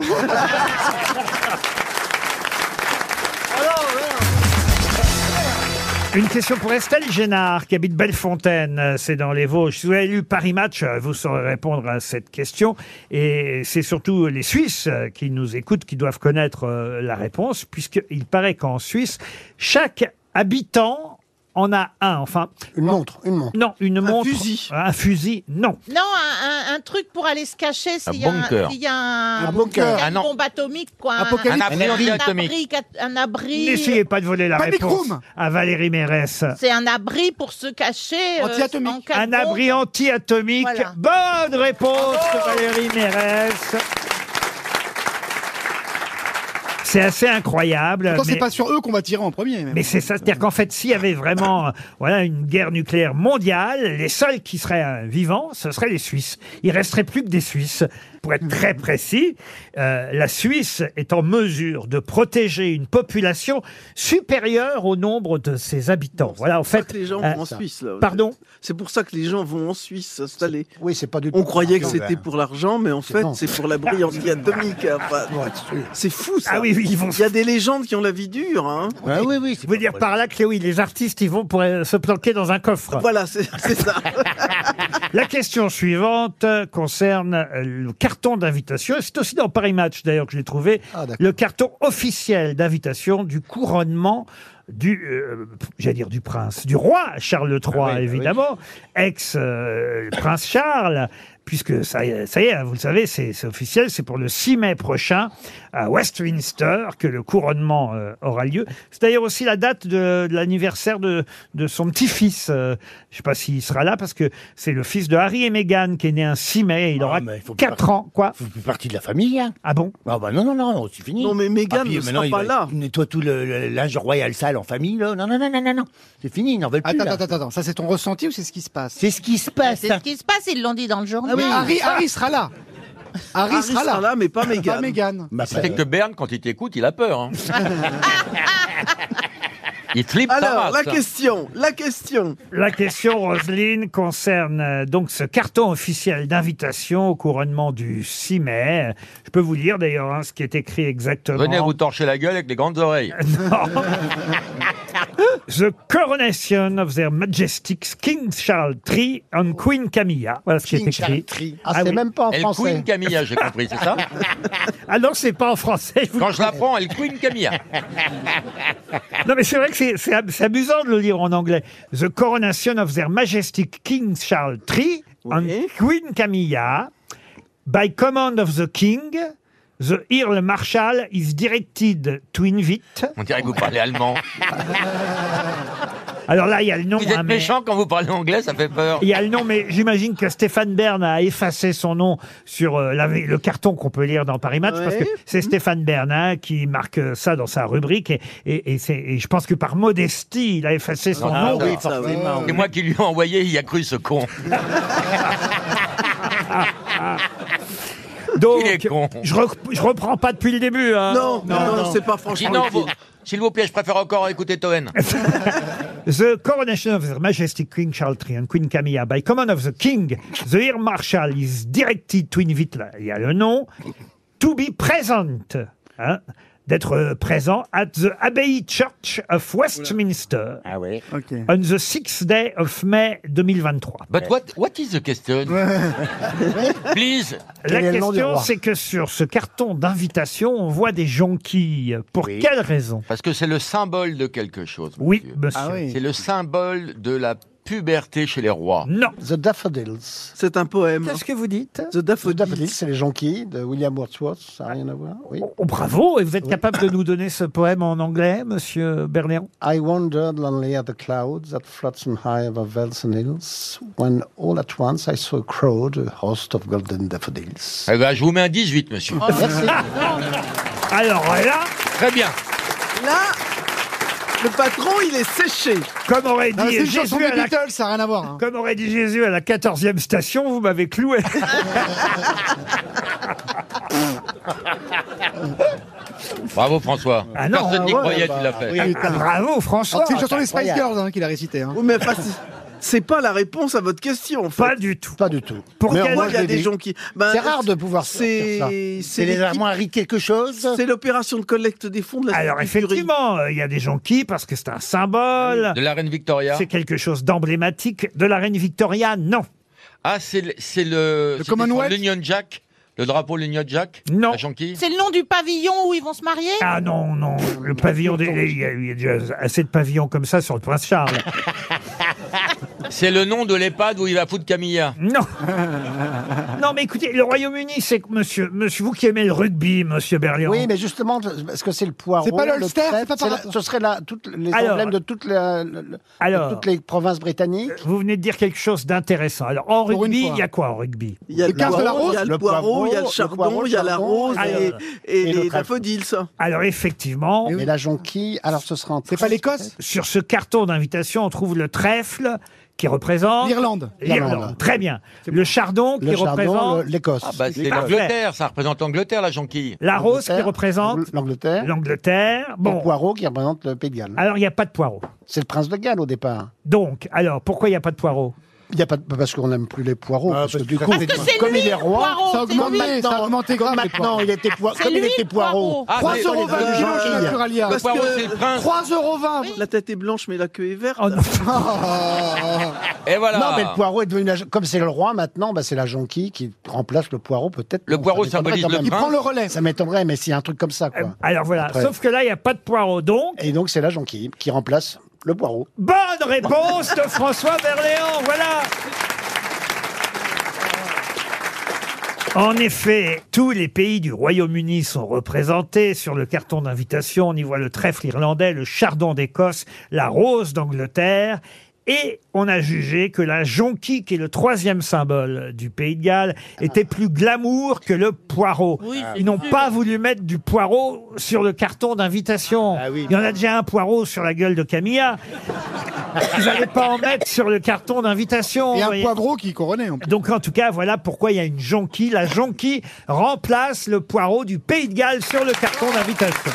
Une question pour Estelle Génard, qui habite Bellefontaine, euh, c'est dans les Vosges. Si vous avez lu Paris Match, euh, vous saurez répondre à cette question. Et c'est surtout les Suisses euh, qui nous écoutent, qui doivent connaître euh, la réponse, puisqu'il paraît qu'en Suisse, chaque habitant en a un, enfin. Une montre, une montre. Non, une montre. Un fusil. Un fusil, non.
Non, un, un- un truc pour aller se cacher s'il y, a
bunker.
un- s'il y a un,
Un bunker.
s'il y a
Ah
une
non.
bombe atomique, quoi.
Apocalypse.
Un,
Un abri
abri,
anti-atomique.
cat- un abri.
N'essayez pas de voler la
Panic
réponse
room.
à Valérie Mérès.
C'est un abri pour se cacher. euh, en cas
Un
de bombe.
abri anti-atomique.
Voilà.
Bonne réponse, de Valérie Mérès. C'est assez incroyable.
Pourtant, c'est
mais-
pas sur eux qu'on va tirer en premier.
mais c'est ça, c'est-à-dire qu'en fait, s'il y avait vraiment euh, voilà, une guerre nucléaire mondiale, les seuls qui seraient euh, vivants, ce seraient les Suisses. Il resterait plus que des Suisses. Pour être très précis, euh, la Suisse est en mesure de protéger une population supérieure au nombre de ses habitants. Voilà, en fait.
Les gens
euh,
vont en Suisse, là.
Pardon
C'est pour ça que les gens vont en Suisse s'installer.
Oui, c'est pas du
On croyait que
Non,
c'était
ouais.
pour l'argent, mais en fait,
bon.
c'est pour
[LAUGHS]
la brillante atomique. hein. Enfin, c'est fou, ça.
Ah oui, oui, ils vont-
Il y a des légendes qui ont la vie dure. Hein.
Ah oui,
oui.
Vous dire par là que oui, les artistes, ils vont pour euh, se planquer dans un coffre.
Voilà, c'est c'est ça.
La question suivante concerne euh, le carton d'invitation. C'est aussi dans Paris Match d'ailleurs que je l'ai trouvé. le carton officiel d'invitation du couronnement du, euh, j'allais dire du prince, du roi Charles III évidemment, ex euh, prince Charles. Puisque ça, y est- ça y est, vous le savez, c'est c'est officiel, c'est pour le 6 mai prochain à Westminster que le couronnement euh, aura lieu. C'est d'ailleurs aussi la date de, de l'anniversaire de, de son petit-fils. euh, je ne sais pas s'il sera là parce que c'est le fils de Harry et Meghan qui est né un 6 mai.
Ah,
Il aura 4 ans, quoi.
Il fait partie de la famille. hein.
Ah bon
Ah bah non, non, non, c'est fini. Ah,
Non, mais Meghan ne
maintenant,
sera
il
pas là.
Il nettoie tout le- le linge royal sale en famille. Là. Non, non, non, non, non, non. C'est fini, ils n'en veulent plus.
Attends, attends, attends, ça c'est ton ressenti ou c'est ce qui se passe
C'est ce qui se passe.
Ah,
C'est ce qui se passe, ils l'ont dit dans le journal.
Ah Harry, Harry sera là. Harry, sera, là.
mais pas
Meghan. Pas Ah, Meghan.
Bah,
C'était que Berne, quand il t'écoute, il a peur.
[LAUGHS]
hein. il flippe sa
Alors,
race,
la
hein.
question, la question.
La question, Roselyne, concerne euh, donc ce carton officiel d'invitation au couronnement du 6 mai. Je peux vous lire d'ailleurs hein, ce qui est écrit exactement.
Venez vous torcher la gueule avec les grandes
[LAUGHS]
oreilles.
[GASPS] The Coronation of Their Majesties King Charles III and Queen Camilla. Voilà ce qui est écrit.
Ah,
Ah oui.
Elle Queen Camilla, j'ai compris, c'est ça
[LAUGHS] Ah non, c'est pas en français. je vous
Quand
le
je la prends, elle Queen Camilla.
Non, mais c'est vrai que c'est- c'est ab- c'est amusant de le lire en anglais. The Coronation of Their Majestic King Charles III and Queen Camilla, by command of the King, the Earl Marshal is directed to invite.
On dirait que vous parlez allemand.
Alors là, il y a le nom.
Vous êtes
hein, mais-
méchant quand vous parlez anglais, ça fait peur.
Il y a le nom, mais j'imagine que Stéphane Bern a effacé son nom sur euh, la- le carton qu'on peut lire dans Paris Match, parce que
Ouais.
c'est Stéphane Bern hein, qui marque euh, ça dans sa rubrique, et, et- et c'est- et je pense que par modestie, il a effacé son
Ah,
nom.
oui, forcément. C'est moi qui lui ai envoyé, il y a cru ce
[LAUGHS]
con.
Donc,
Il est con.
Je, rep- je reprends pas depuis le début. hein.
Non, non, non, c'est pas franchement.
[LAUGHS]
Sinon, vous- s'il vous plaît, je préfère encore écouter Toen.
The Coronation of Her Majesty Queen Charles III and Queen Camilla by command of the King, the Air Marshal is directed to invite, là, il y a le nom, to be present, hein, d'être euh, présent at the Abbey Church of Westminster
Ah
on the sixth day of May 2023.
But what, what is the question Please
[LAUGHS] La question, c'est que sur ce carton d'invitation, on voit des jonquilles. Pour quelle raison
Parce que c'est le symbole de quelque chose.
Oui, monsieur. Ah oui.
C'est le symbole de la puberté chez les rois.
Non.
The Daffodils.
C'est un poème.
Qu'est-ce que vous dites
The Daffodils. c'est les jonquilles de William Wordsworth. Ça n'a rien à voir. Oui.
Oh, bravo Et vous êtes capable de nous donner ce poème en anglais, monsieur Berléon
I wandered lonely at the clouds that flotsam high above velds and hills, when all at once I saw a crowd, a host of golden daffodils.
Eh ben, je vous mets un 18, monsieur.
Oh, Alors là.
Très bien.
Là, le patron, il est séché.
Comme aurait
Ah, C'est
dit
une chanson
Jésus
des
à la...
Beatles, ça n'a rien à voir. hein.
Comme aurait dit Jésus à la 14e station, vous m'avez
[LAUGHS]
cloué.
Bravo, François.
Ah non,
Personne n'y
ah ouais,
croyait
bah,
qu'il l'a fait.
oui. Ah, bravo,
Oh,
François.
C'est une chanson des Spice
Incroyable.
Girls hein, qu'il a récitée. hein.
Oui, mais enfin, c'est- c'est pas la réponse à votre question. en fait.
Pas du tout.
Pas du tout.
Pour
Mais
quelle-
moi,
Moi, il y a
je l'ai
des
dit.
gens qui. Ben,
C'est rare de pouvoir
C'est
faire ça.
c'est
les
l'équipe-
armoiries quelque chose
C'est l'opération de collecte des fonds de la
Alors
Société du Ah Riz.
effectivement, euh, il y a des jonquilles parce que c'est un symbole.
De la reine Victoria.
C'est quelque chose d'emblématique. De la reine Victoria, non.
Ah, c'est le, c'est le, c'était sur
Commonwealth
l'Union Jack, le drapeau l'Union Jack,
Non.
la jonquille.
C'est le nom du pavillon où ils vont se marier
Ah non,
[LAUGHS]
non. Le pavillon des... Il y a, il y a déjà assez de pavillons comme ça sur le
[LAUGHS]
prince Charles.
Ah,
C'est le nom de l'EHPAD où il va foutre Camilla.
Non. [LAUGHS] non, mais écoutez, le Royaume-Uni, c'est que monsieur, monsieur, vous qui aimez le rugby, monsieur Berlion.
Oui, mais justement, est-ce que c'est le poireau
C'est pas
le
l'Ulster,
trèfle,
c'est pas par
la-
rapport-
Ce serait là, toutes les
Alors-
emblèmes de toutes les, le- le-
Alors-
de toutes les provinces britanniques.
Euh, Vous venez de dire quelque chose d'intéressant. Alors, en
Pour une
rugby,
fois.
il y a quoi en rugby
Il y a le,
Le quinze de la
poireau, il y a
rose
le poireau, il y a
le
le
poireau,
chardon,
le
il y a la
chardon,
rose
et-
et, et
et le
les
trèfle.
daffodils.
Ah, euh, Alors, effectivement,
Mais la jonquille, alors ce sera en
C'est pas
Corse,
l'Écosse
sur ce carton d'invitation, on trouve le trèfle qui représente
L'Irlande.
l'Irlande. Très bien. Le chardon qui
Le chardon,
représente
le- l'Écosse.
Ah bah c'est
Parfait.
l'Angleterre, ça représente l'Angleterre la jonquille.
la rose qui
L'Angleterre,
représente
l'Angleterre.
l'Angleterre.
Bon.
Bon,
poireau qui représente le Pays de Galles.
alors il n'y a pas de poireau.
C'est le prince de Galles au départ.
Donc, alors pourquoi il n'y a pas de poireau
Il y a pas de- parce qu'on n'aime plus les poireaux.
Ah,
parce que du coup,
Parce que Ah, c'est
comme
lui,
il est
le
roi,
ça
poireau, c'est
augmente
lui.
maintenant, ça a augmenté grave. les poireaux.
maintenant il était poireau.
C'est
Comme il
lui,
était
le
poireau.
poireau.
Ah, c'est-
3,20 euros
Euh,
chez la Pluralia.
Le
Parce
poireau
que-
c'est le prince.
3,20 euros
La tête est blanche, mais la queue est verte. [LAUGHS]
Oh non.
Et voilà.
Non, mais le poireau est devenu la... Comme c'est le roi maintenant, bah, c'est la jonquille qui remplace le poireau peut-être.
Le
Non,
poireau
ça m'étonnerait
symbolise
quand
le
même.
prince.
Prends le relais.
Ça m'étonnerait, mais c'est un truc comme ça, quoi.
Alors voilà,
Après.
sauf que là, Euh, il n'y a pas de poireau. Donc,
Et donc c'est la jonquille qui remplace le poireau.
bonne réponse de François Berléand, voilà En effet, tous les pays du Royaume-Uni sont représentés. Sur le carton d'invitation, on y voit le trèfle irlandais, le chardon d'Écosse, la rose d'Angleterre. Et on a jugé que la jonquille, qui est le troisième symbole du pays de Galles, était plus glamour que le poireau.
Oui, c'est
Ils n'ont
sûr.
pas voulu mettre du poireau sur le carton d'invitation.
Ah oui.
Il y en a déjà un poireau sur la gueule de Camilla. Ils n'allaient pas en mettre sur le carton d'invitation.
Et
vous
un
voyez.
poivreau qui couronnait en plus.
Donc en tout cas, voilà pourquoi il y a une jonquille. La jonquille remplace le poireau du Pays de Galles sur le carton d'invitation.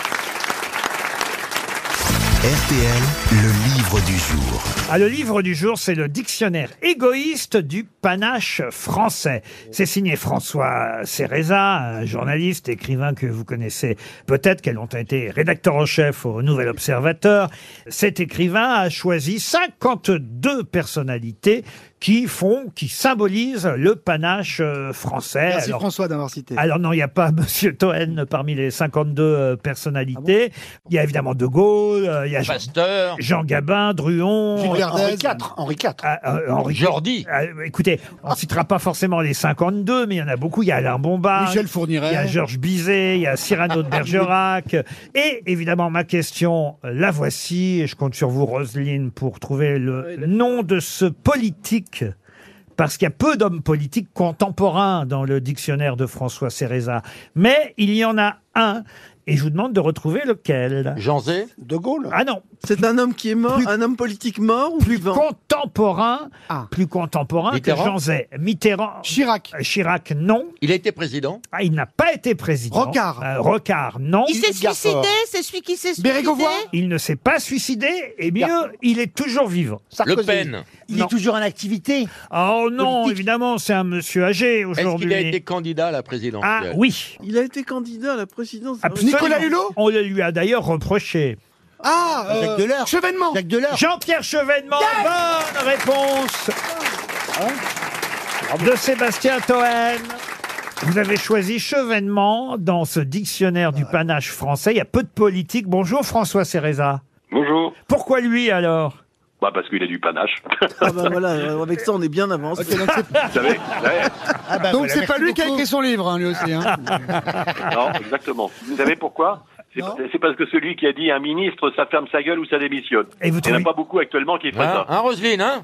RTL, le livre du jour.
Ah, le livre du jour, c'est le dictionnaire égoïste du panache français. C'est signé François Cereza, un journaliste, écrivain que vous connaissez peut-être, qui a longtemps été rédacteur en chef au Nouvel Observateur. Cet écrivain a choisi 52 personnalités qui font, qui symbolisent le panache euh, français.
Merci
Alors,
François d'avoir cité.
Alors non, il n'y a pas [LAUGHS] Monsieur Toen parmi les 52 euh, personnalités.
Ah
il y a évidemment De Gaulle, euh, il y a Jean,
Pasteur,
Jean Gabin, Druon,
Gilbert
Henri
Dez.
IV.
[LAUGHS]
Henri IV.
ah, euh, Henri
Jordi.
Ah, écoutez, on citera pas forcément les 52, mais il y en a beaucoup. Il y a Alain Bombard,
Michel
il y a
Fourniret.
Georges Bizet, il y
[LAUGHS]
a Cyrano de Bergerac. Et évidemment, ma question, euh, la voici. Et je compte sur vous, Roselyne, pour trouver le nom de ce politique. Parce qu'il y a peu d'hommes politiques contemporains dans le dictionnaire de François Cereza. Mais il y en a un. Et je vous demande de retrouver lequel. Jean Zé De Gaulle Ah non. C'est un homme qui est mort, un homme politique mort ou plus contemporain, plus contemporain
Mitterrand
que Jean Zay. Mitterrand. Chirac. Chirac, non.
Il a été président.
Ah, il n'a pas été président.
Rocard.
Euh, Rocard, non.
Il s'est suicidé, c'est celui qui s'est suicidé.
Il ne s'est pas suicidé, et mieux,
Gar-
il est toujours vivant.
Sarkozy. Le Pen.
Il est toujours en activité. Oh non, évidemment, c'est un monsieur âgé
Est-ce
aujourd'hui.
qu'il a été candidat à la
Ah
présidentielle
oui.
Il a été candidat à la présidence.
Ah,
Absolument. On le lui a d'ailleurs reproché.
Ah,
euh, Jacques Delors.
Chevènement.
Jean-Pierre Chevènement, bonne réponse de Sébastien Toen. Vous avez choisi Chevènement dans ce dictionnaire du panache français. Il y a peu de politique. Bonjour François Cereza.
Bonjour.
Pourquoi lui alors
Bah parce qu'il a du panache.
Ah bah voilà, euh, avec ça on est bien avancé.
Vous
[LAUGHS]
savez ouais.
Ah, bah,
bah
Donc c'est pas lui qui a écrit son livre, hein, lui aussi. hein.
Non, exactement. Vous savez pourquoi C'est c'est parce que celui qui a dit un ministre, ça ferme sa gueule ou ça démissionne.
Et vous
Il n'y en a pas beaucoup actuellement qui feraient
Hein,
ça.
hein, Roselyne, hein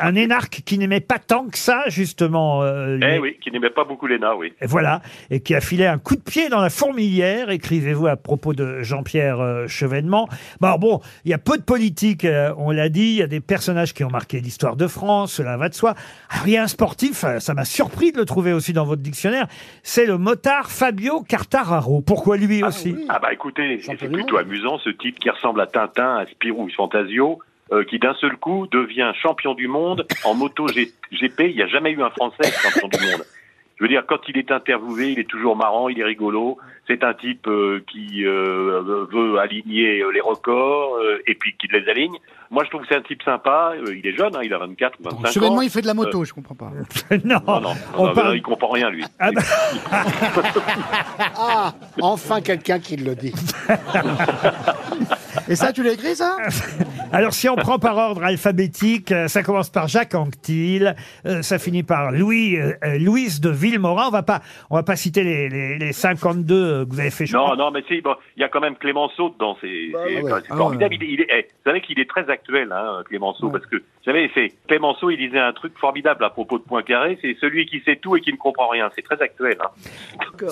Un énarque qui n'aimait pas tant que ça, justement. euh,
Eh
les-
oui, qui n'aimait pas beaucoup l'ENA, oui.
Et voilà, et qui a filé un coup de pied dans la fourmilière, écrivez-vous à propos de Jean-Pierre euh, Chevènement. Bah, alors bon, il y a peu de politique, euh, on l'a dit, il y a des personnages qui ont marqué l'histoire de France, cela va de soi. Alors, il y a un sportif, euh, ça m'a surpris de le trouver aussi dans votre dictionnaire, c'est le motard Fabio Cartararo. Pourquoi lui aussi
Ah bah écoutez, c'est plutôt amusant ce type qui ressemble à Tintin, à Spirou, Fantasio, euh, qui d'un seul coup devient champion du monde en moto G- GP. Il n'y a jamais eu un Français champion du monde. Je veux dire, quand il est interviewé, il est toujours marrant, il est rigolo. C'est un type euh, qui euh, veut aligner euh, les records euh, et puis qui les aligne. Moi, je trouve que c'est un type sympa. Euh, il est jeune, hein, il a 24 ou 25 ans.
Chevènement, il fait de la
Euh,
moto, je comprends pas.
[LAUGHS] non,
non, non,
on
non,
parle-
il comprend rien, lui.
Ah, enfin quelqu'un qui le dit.
Et ça, tu l'as écrit, ça
[LAUGHS] Alors si on prend par ordre alphabétique, euh, ça commence par Jacques Anquetil, euh, ça finit par Louis, euh, euh, Louise de Villemorin. On va pas, on va pas citer les, les, les 52 que vous avez fait. je
Non,
crois.
non, mais si, bon, il y a quand même Clémenceau dedans. C'est c'est-
ouais.
enfin, c'est
Ah
formidable. Il est- il est- eh, vous savez qu'il est très actuel, hein, Clémenceau, parce que, vous savez, c'est Clémenceau, il disait un truc formidable à propos de Poincaré, c'est celui qui sait tout et qui ne comprend rien. C'est très actuel. hein.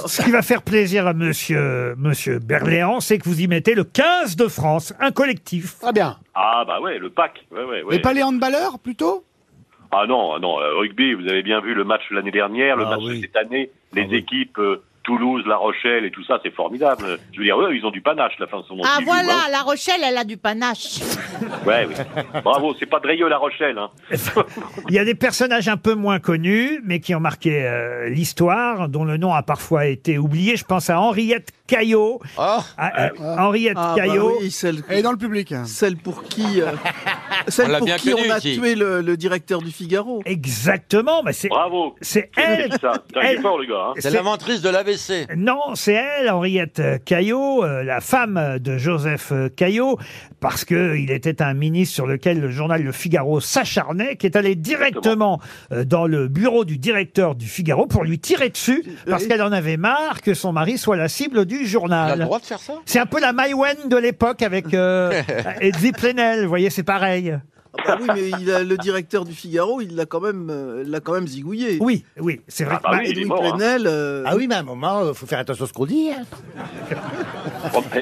Ce qui va faire plaisir à monsieur, monsieur Berléand, c'est que vous y mettez le 15 de France, un collectif.
Très bien.
Ah bah ouais, le pack. Ouais, ouais, ouais.
Mais pas les handballeurs, plutôt
Ah non, ah non, euh, rugby, vous avez bien vu le match l'année dernière, le
Ah
match de cette année, les équipes euh, Toulouse, La Rochelle et tout ça, c'est formidable. Je veux dire, eux, ils ont du panache, la fin de son
Ah
ils jouent,
voilà,
hein.
La Rochelle, elle a du panache.
Ouais, oui. Bravo, c'est pas Dreyeux, La Rochelle.
[LAUGHS]
Hein.
Il y a des personnages un peu moins connus, mais qui ont marqué euh, l'histoire, dont le nom a parfois été oublié. Je pense à Henriette Caillot. À, euh, Henriette
Ah, bah
Caillot.
oui, celle...
Elle est dans le public. hein.
Celle pour qui, euh,
On
celle
l'a
pour
bien
qui
connue
on a
ici.
tué le, le directeur du Figaro.
Exactement, bah c'est
Bravo.
c'est
Qui
elle.
dit ça Putain, il est
elle-
fort, le gars, hein.
C'est l'inventrice de l'AVC.
Non, c'est elle, Henriette Caillot, euh, la femme de Joseph Caillot, parce que il était un ministre sur lequel le journal Le Figaro s'acharnait, qui est allé directement euh, dans le bureau du directeur du Figaro pour lui tirer dessus, parce qu'elle en avait marre que son mari soit la cible du journal.
Elle a le droit de faire ça
C'est un peu la Maïwen de l'époque avec euh,
[LAUGHS]
Edwy Plenel, vous voyez, c'est pareil.
Ah bah oui, mais il a- le directeur du Figaro, il l'a quand même, euh, l'a quand même zigouillé.
Oui, oui, c'est vrai.
Ah bah oui, il est Edoui mort, hein. Plenel,
Ah oui, mais à un moment, euh, faut faire attention à ce qu'on dit. hein.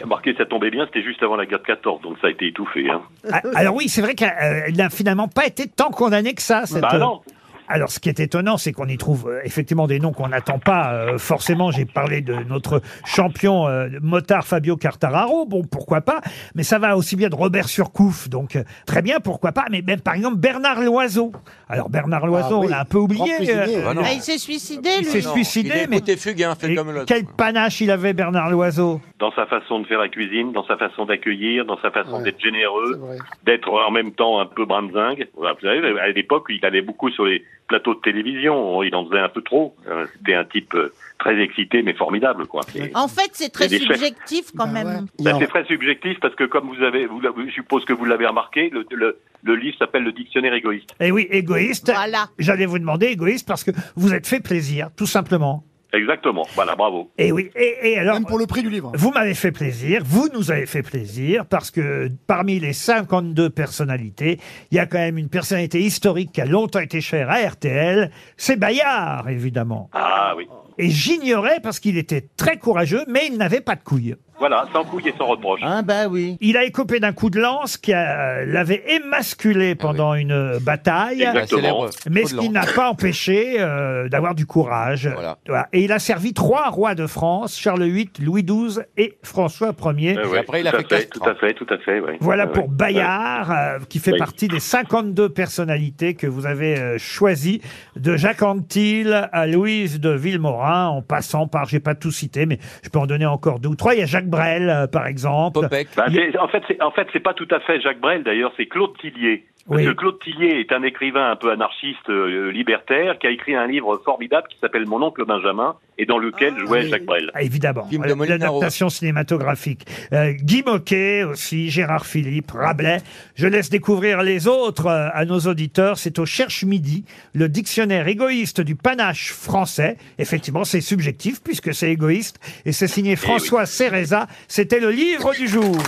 Marqué, Oh, ça tombait bien, c'était juste avant la guerre de 14, donc ça a été étouffé. Hein.
Ah, Alors oui, c'est vrai qu'elle n'a finalement pas été tant condamnée que ça. Cette... euh,
Bah non.
Alors, ce qui est étonnant, c'est qu'on y trouve euh, effectivement des noms qu'on n'attend pas. euh, forcément, j'ai parlé de notre champion euh, motard Fabio Cartararo. Bon, pourquoi pas Mais ça va aussi bien de Robert Surcouf. Donc, euh, très bien, pourquoi pas Mais même, par exemple, Bernard Loiseau. Alors, Bernard Loiseau, on l'a un peu oublié. euh,
Bah
Ah, il s'est suicidé,
il
lui.
s'est suicidé, mais...
fugain,
Et quel panache il avait, Bernard Loiseau
Dans sa façon de faire la cuisine, dans sa façon d'accueillir, dans sa façon d'être généreux, d'être en même temps un peu brindezingue. Voilà, Vous savez, à l'époque, il allait beaucoup sur les plateaux de télévision, il en faisait un peu trop. Euh, C'était un type euh, très excité, mais formidable, quoi. Et-
En fait, c'est très
Il y a des chefs.
subjectif quand même.
Bah, c'est très subjectif parce que comme vous avez, vous, l'avez- je suppose que vous l'avez remarqué, le, le- le livre s'appelle Le Dictionnaire égoïste.
Eh oui, égoïste. J'allais vous demander égoïste parce que vous êtes fait plaisir, tout simplement.
Exactement. Voilà, bravo.
Et Eh oui, et, et alors.
pour le prix du livre.
Vous m'avez fait plaisir, vous nous avez fait plaisir, parce que parmi les 52 personnalités, il y a quand même une personnalité historique qui a longtemps été chère à RTL, c'est Bayard, évidemment.
Ah oui.
Et j'ignorais parce qu'il était très courageux, mais il n'avait pas de couilles.
Voilà, sans couille et sans reproche.
Ah bah oui. Il a écopé d'un coup de lance qui a- euh, l'avait émasculé pendant une euh, bataille.
Exactement.
Mais ce qui n'a pas empêché euh, d'avoir du courage. Voilà. Et il a servi trois rois de France, Charles VIII, Louis XII et François
[LAUGHS]
Ier.
Eh oui, tout à Tout à fait, tout à fait, oui.
Voilà
Ouais,
pour
ouais.
Bayard, euh, qui fait
Oui.
partie des 52 personnalités que vous avez euh, choisies, de Jacques Anquetil à Louise de Villemorin, en passant par, j'ai pas tout cité, mais je peux en donner encore deux ou trois. Il y a Jacques Brel, euh, par exemple.
Bah,
Il y a-
c'est- en fait, c'est en fait, c'est pas tout à fait Jacques Brel d'ailleurs, c'est Claude Tillier. Parce
Oui.
que Claude Tillier est un écrivain un peu anarchiste euh, libertaire qui a écrit un livre formidable qui s'appelle Mon oncle Benjamin et dans lequel jouait Jacques Brel.
Ah, Évidemment, Euh, l'adaptation cinématographique. Euh, Guy Moquet aussi, Gérard Philippe, Rabelais. Je laisse découvrir les autres euh, à nos auditeurs. C'est au Cherche Midi, le dictionnaire égoïste du panache français. Effectivement, c'est subjectif puisque c'est égoïste et c'est signé François Cereza. C'était le livre du jour.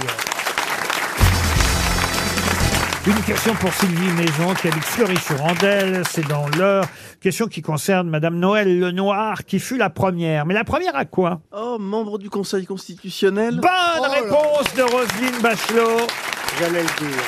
Une question pour Sylvie Maison qui habite Fleury-sur-Andelle, c'est dans l'heure. Question qui concerne Madame Noël Lenoir qui fut la première. Mais la première à quoi
Oh, membre du Conseil constitutionnel.
Bonne
Oh
réponse de Roselyne Bachelot.
J'allais le dire.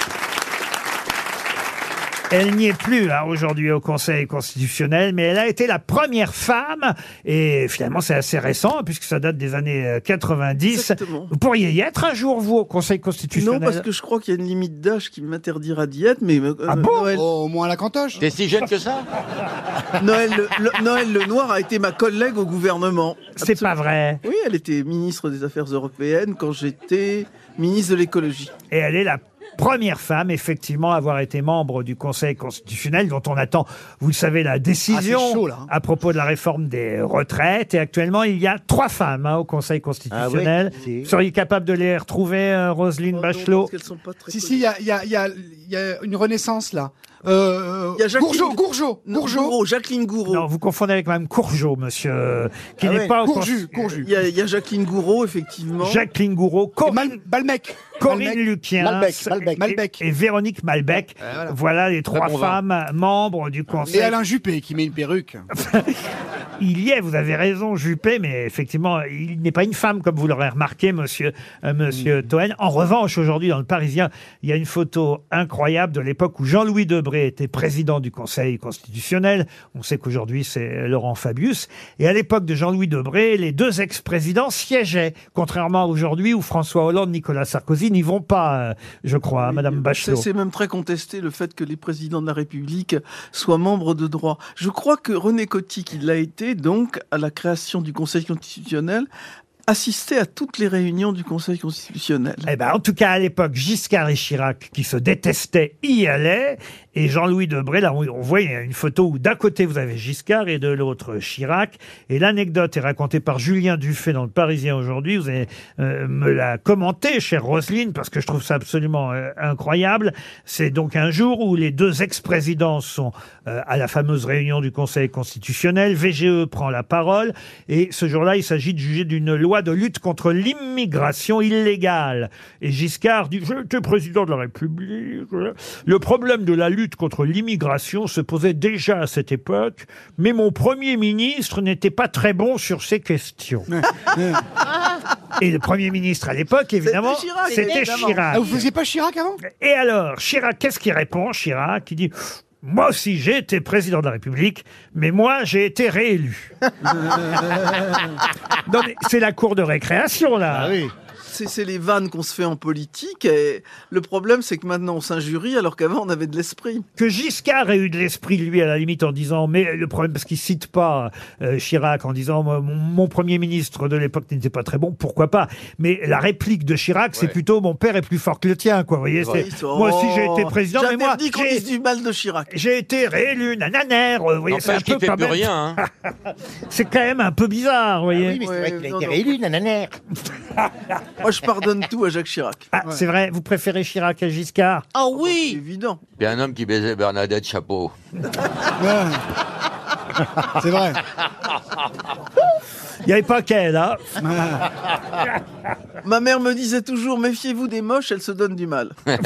Elle n'y est plus hein, aujourd'hui au Conseil constitutionnel, mais elle a été la première femme, et finalement c'est assez récent, puisque ça date des années euh, 90. Vous pourriez y être un jour, vous, au Conseil
Non,
constitutionnel
parce que je crois qu'il y a une limite d'âge qui m'interdira d'y être, mais. euh,
Ah bon
Noël...
Oh, au moins à la cantoche.
T'es si jeune que ça [LAUGHS] Noël le, le- Noël Le Noir a été ma collègue au gouvernement.
C'est pas vrai.
Oui, elle était ministre des Affaires européennes quand j'étais ministre de l'écologie.
Et elle est la première femme, effectivement, à avoir été membre du Conseil constitutionnel, dont on attend, vous le savez, la décision
chaud, là, hein.
à propos de la réforme des retraites. Et actuellement, il y a trois femmes hein, au Conseil constitutionnel.
Ah ouais,
vous seriez capable de les retrouver, euh, Roselyne Bachelot
Si, si, il y a, il y a- il y a- il y a une renaissance là. Euh,
Il y a Jacqueline-
Gourgeot, Gourgeot,
Non,
Gourgeot.
Gouraud, Jacqueline Ah Gouraud.
Non, vous confondez avec Mme Courgeot, monsieur, euh, qui n'est pas au Conseil-
Il y, a- il y a Jacqueline Gouraud, effectivement.
Jacqueline Gouraud, Corinne,
Balmec,
Corinne
Malbec.
Lucien
Malbec,
et,
Malbec. Malbec.
et Véronique Malbec. voilà. les trois
bon vin.
femmes membres
Ah,
du conseil.
Et Alain Juppé qui met une perruque.
[LAUGHS] Il y est, vous avez raison, Juppé, mais effectivement, il n'est pas une femme, comme vous l'aurez remarqué, monsieur, euh, monsieur Toen. En revanche, aujourd'hui, dans le Parisien, il y a une photo incroyable de l'époque où Jean-Louis Debré était président du Conseil constitutionnel. On sait qu'aujourd'hui, c'est Laurent Fabius. Et à l'époque de Jean-Louis Debré, les deux ex-présidents siégeaient, contrairement à aujourd'hui où François Hollande, Nicolas Sarkozy n'y vont pas, euh, je crois, hein, Madame
C'est
Bachelot.
c'est même très contesté le fait que les présidents de la République soient membres de droit. Je crois que René Coty, qui l'a été donc à la création du Conseil constitutionnel, assistait à toutes les réunions du Conseil constitutionnel.
Eh ben, en tout cas, à l'époque, Giscard et Chirac, qui se détestaient, y allaient. Et Jean-Louis Debré, là, on on voit il y a une photo où d'un côté, vous avez Giscard et de l'autre, Chirac. Et l'anecdote est racontée par Julien Dufay dans Le Parisien aujourd'hui. Vous allez euh, me la commenter, chère Roselyne, parce que je trouve ça absolument euh, incroyable. C'est donc un jour où les deux ex-présidents sont euh, à la fameuse réunion du Conseil constitutionnel. VGE prend la parole. Et ce jour-là, il s'agit de juger d'une loi de lutte contre l'immigration illégale. Et Giscard dit, j'étais président de la République. Le problème de la lutte contre l'immigration se posait déjà à cette époque, mais mon Premier ministre n'était pas très bon sur ces [LAUGHS] questions. [LAUGHS] Et le Premier ministre à l'époque, évidemment, c'était Chirac.
Ah, vous faisiez pas Chirac avant
Et alors, Chirac, qu'est-ce qu'il répond Chirac, qui dit Moi aussi, j'ai été président de la République, mais moi, j'ai été réélu. non, mais c'est la cour de récréation, là.
Ah
C'est c'est les vannes qu'on se fait en politique. Et le problème, c'est que maintenant, on s'injurie alors qu'avant, on avait de l'esprit.
Que Giscard ait eu de l'esprit, lui, à la limite, en disant, mais le problème, parce qu'il cite pas euh, Chirac, en disant, Moi, mon, mon premier ministre de l'époque n'était pas très bon, pourquoi pas Mais la réplique de Chirac, c'est
Ouais.
plutôt, mon père est plus fort que le tien, quoi, vous voyez c'est, Moi aussi, j'ai
Oh.
été président, mais
Oh,
moi,
J'interdis qu'on
j'ai-
dise du mal de Chirac. Ah
j'ai été réélu, nananère, euh, vous voyez, c'est un
N'empêche qu'il
peu
fait
quand
plus
même-
rien. hein.
[LAUGHS] C'est quand même un peu bizarre, vous voyez.
Ah oui, mais c'est vrai qu'il a été
réélu, nananère. [LAUGHS] Moi, je pardonne tout à Jacques Chirac.
Ah, C'est vrai, vous préférez Chirac à Giscard
Ah oui Évident.
Il y a un homme qui baisait Bernadette Chapeau.
[LAUGHS]
C'est vrai.
n'y avait pas qu'elle, hein
Ma mère me disait toujours méfiez-vous des moches, elles se donnent du
[LAUGHS]
mal. Ah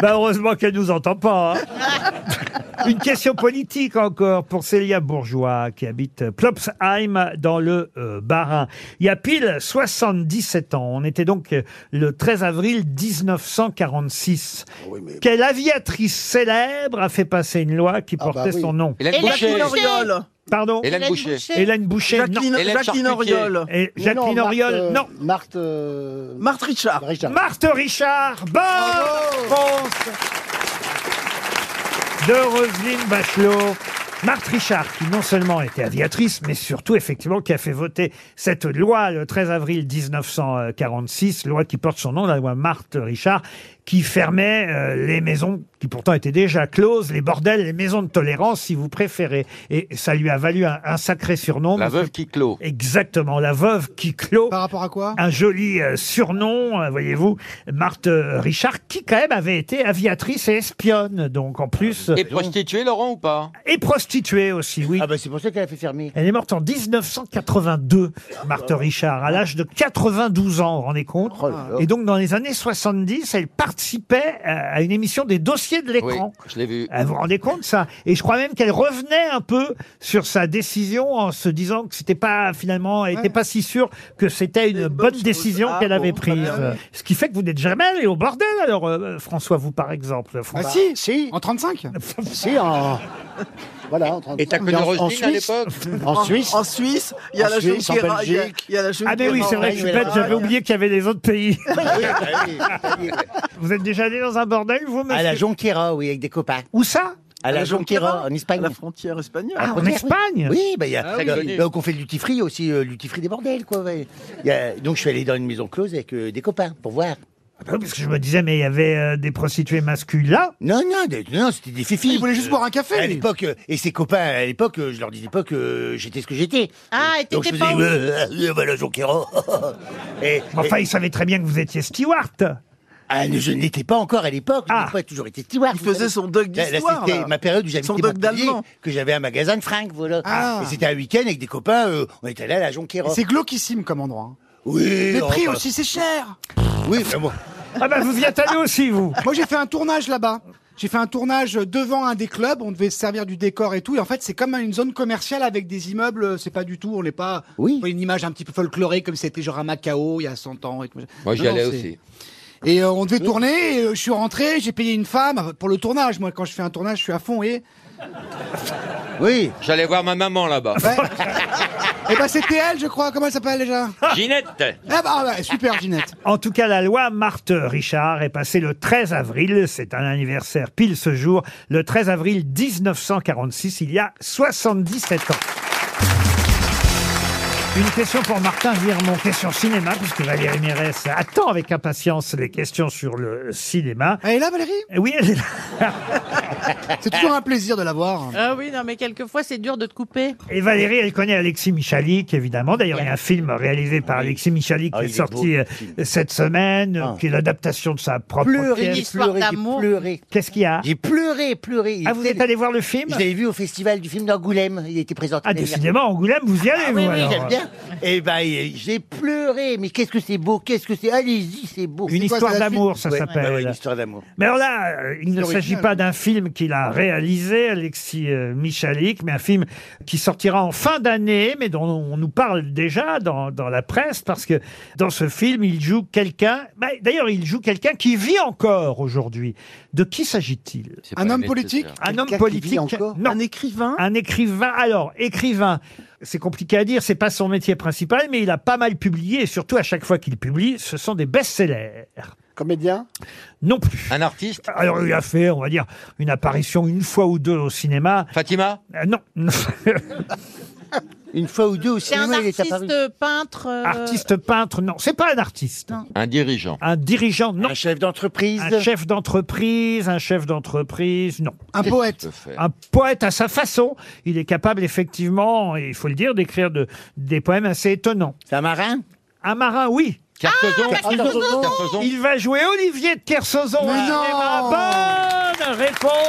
Bah, heureusement qu'elle nous entend pas. hein. Une question politique encore pour Célia Bourgeois qui habite Plopsheim dans le euh, Bas-Rhin. Il y a pile 77 ans, on était donc euh, le 13 avril 1946.
Ah
Quelle aviatrice célèbre a fait passer une loi qui portait
Ah bah oui.
son nom
Hélène Hélène Boucher. Boucher. Oriol.
Pardon
Hélène Hélène Boucher. Boucher.
Hélène Boucher, non.
Jacqueline- Hélène Jacqueline Charcutier. Auriol.
Et Jacqueline
Non, Marthe,
Auriol,
euh,
non.
Marthe.
euh,
Marthe Richard.
Marthe Richard, bonne
Oh,
réponse de Roselyne Bachelot. Marthe Richard, qui non seulement était aviatrice, mais surtout, effectivement, qui a fait voter cette loi le 13 avril 1946, loi qui porte son nom, la loi Marthe Richard, qui fermait euh, les maisons qui pourtant étaient déjà closes, les bordels, les maisons de tolérance, si vous préférez. Et ça lui a valu un, un sacré surnom.
La
monsieur-
veuve qui clôt.
Exactement, la veuve qui clôt. Par rapport à quoi Un joli euh, surnom, euh, voyez-vous, Marthe euh, Richard, qui quand même avait été aviatrice et espionne, donc en plus.
Et prostituée, Laurent, ou pas
Et prostituée aussi, oui. Ah bah c'est pour ça qu'elle a fait fermer. Ah Elle est morte en 1982, Marthe Richard, à l'âge de 92 ans, vous vous rendez compte Et donc dans les années 70, elle participait à à une émission des dossiers de
Oui,
l'écran.
je l'ai vu.
Ah, Vous vous rendez compte ça Et je crois même qu'elle revenait un peu sur sa décision en se disant que c'était pas finalement, elle n'était pas si sûre que c'était une bonne décision
Ah,
qu'elle
bon,
avait
très
prise.
bien, oui.
Ce qui fait que vous n'êtes jamais allé au bordel alors, euh, François, vous par exemple. François.
si, si. En 35
Bah Si, en-
Voilà, en train de- Mais en- en Suisse. En Suisse.
En Suisse, il y a
En
la
Suisse, en
Jonquera, il y a-
Belgique.
il y a la
Ah mais oui,
Jonquera.
c'est vrai que je suis bête, j'avais oublié qu'il y avait les autres pays.
bah
vous êtes déjà allé dans un bordel, vous, monsieur
À la Jonquera, oui, avec des copains.
Où ça Ah,
À la Jonquera, en Espagne.
À la frontière espagnole.
À la frontière, oui. Oui, bah, il y a,
Ah oui.
euh, donc on fait le duty free aussi, euh, le duty free des bordels, quoi. ouais. Il y a- donc je suis allé dans une maison close avec euh, des copains pour voir.
Ah, Parce que je me disais, mais il y avait euh, des prostituées masculines là
Non, non, des- non, c'était des fifis.
Il voulait juste boire un café,
À
lui.
l'époque, euh, et ses copains, à l'époque, euh, je leur disais pas que euh, j'étais ce que j'étais.
Ah, et
Donc je
t'étais
faisais,
pas.
euh, euh, euh, voilà,
[LAUGHS]
Jonquera. et,
Mais Enfin,
et-
ils savaient très bien que vous étiez steward.
Ah, je n'étais pas encore à l'époque. Je
Ah.
n'ai pas toujours été steward.
Il
vous
faisait
savez.
son dog
Là, là,
d'histoire,
c'était
là.
ma période où j'habitais
Son doc
Montpellier,
d'allemand.
que j'avais un magasin de fringues, voilà.
Ah.
Et c'était un week-end avec des copains, euh, on était allés à la Jonquera.
Et C'est glauquissime comme endroit. hein.
Oui.
Les prix
oh, bah,
aussi, c'est cher.
Oui, mais bon.
Ah bah vous y êtes allé aussi, vous
[LAUGHS] Moi, j'ai fait un tournage là-bas. J'ai fait un tournage devant un des clubs, on devait se servir du décor et tout. Et en fait, c'est comme une zone commerciale avec des immeubles, c'est pas du tout, on n'est pas. Oui. Une image un petit peu folklorique comme c'était genre à Macao il y a 100 ans. Et tout.
Moi, j'y
Non,
allais
non, c'est-
aussi.
Et euh, on devait tourner, et, euh, je suis rentré, j'ai payé une femme pour le tournage. Moi, quand je fais un tournage, je suis à fond et.
Oui.
J'allais voir ma maman là-bas.
Et bah, c'était elle, je crois, comment elle s'appelle déjà
[LAUGHS] Ginette
Ah bah, ah bah, super, Ginette.
En tout cas, la loi Marthe Richard est passée le 13 avril, c'est un anniversaire pile ce jour, le 13 avril 1946, il y a 77 ans. Une question pour Martin Virmont, question cinéma, puisque Valérie Mérès attend avec impatience les questions sur le cinéma.
Elle est là, Valérie
Oui, elle est là.
C'est toujours un plaisir de la voir.
Ah oui, non, mais quelquefois, c'est dur de te couper.
Et Valérie, elle connaît Alexis Michalik, évidemment. D'ailleurs, il y a un film réalisé par Alexis Michalik
Ah,
qui est
il est beau,
sorti
le
euh, cette semaine,
Ah.
euh, qui est l'adaptation de sa propre
Pleurer,
pièce.
j'ai pleuré, j'ai pleuré.
Qu'est-ce qu'il y a
J'ai pleuré, pleuré.
Ah, vous êtes allé voir le film
Je l'avais vu au festival du film d'Angoulême. Il était présenté.
Ah,
l'année
décidément, Angoulême, vous y allez,
Ah
vous,
oui, oui,
alors.
j'aime bien. Et ben, et j'ai pleuré. Mais qu'est-ce que c'est beau, qu'est-ce que c'est. Allez-y, c'est beau.
Une
C'est quoi,
histoire
c'est la
d'amour,
suite
ça
Ouais.
s'appelle.
Ouais, ouais, une histoire d'amour.
Mais alors là, euh, il ne
L'original.
s'agit pas d'un film qu'il
Ah.
a réalisé, Alexis euh, Michalik, mais un film qui sortira en fin d'année, mais dont on nous parle déjà dans, dans la presse, parce que dans ce film, il joue quelqu'un, bah, d'ailleurs, il joue quelqu'un qui vit encore aujourd'hui. De qui s'agit-il
Un homme politique
Un homme
Quelqu'un qui vit
politique
encore
Un écrivain Un écrivain. Alors, écrivain, c'est compliqué à dire, c'est pas son métier principal, mais il a pas mal publié, et surtout à chaque fois qu'il publie, ce sont des best-sellers.
Comédien
Non plus.
Un artiste
Alors, il a fait, on va dire, une apparition une fois ou deux au cinéma.
Fatima
Euh, Non. [LAUGHS]
Une fois ou deux au
C'est un
cinéma, il est apparu.
artiste peintre. euh,
artiste peintre, non. C'est pas un artiste.
Ah,
Un dirigeant.
Un dirigeant, non.
Un chef d'entreprise.
Un chef d'entreprise, un chef d'entreprise, non.
Un poète.
Un poète à sa façon, il est capable effectivement, et il faut le dire, d'écrire de, des poèmes assez étonnants.
C'est un marin
Un marin, oui. Ah,
Cartezon
Cartezon.
Cartezon
Il va jouer Olivier de Kersauzon. Eh ben, au
Mais non
cinéma. Bonne réponse [COUGHS]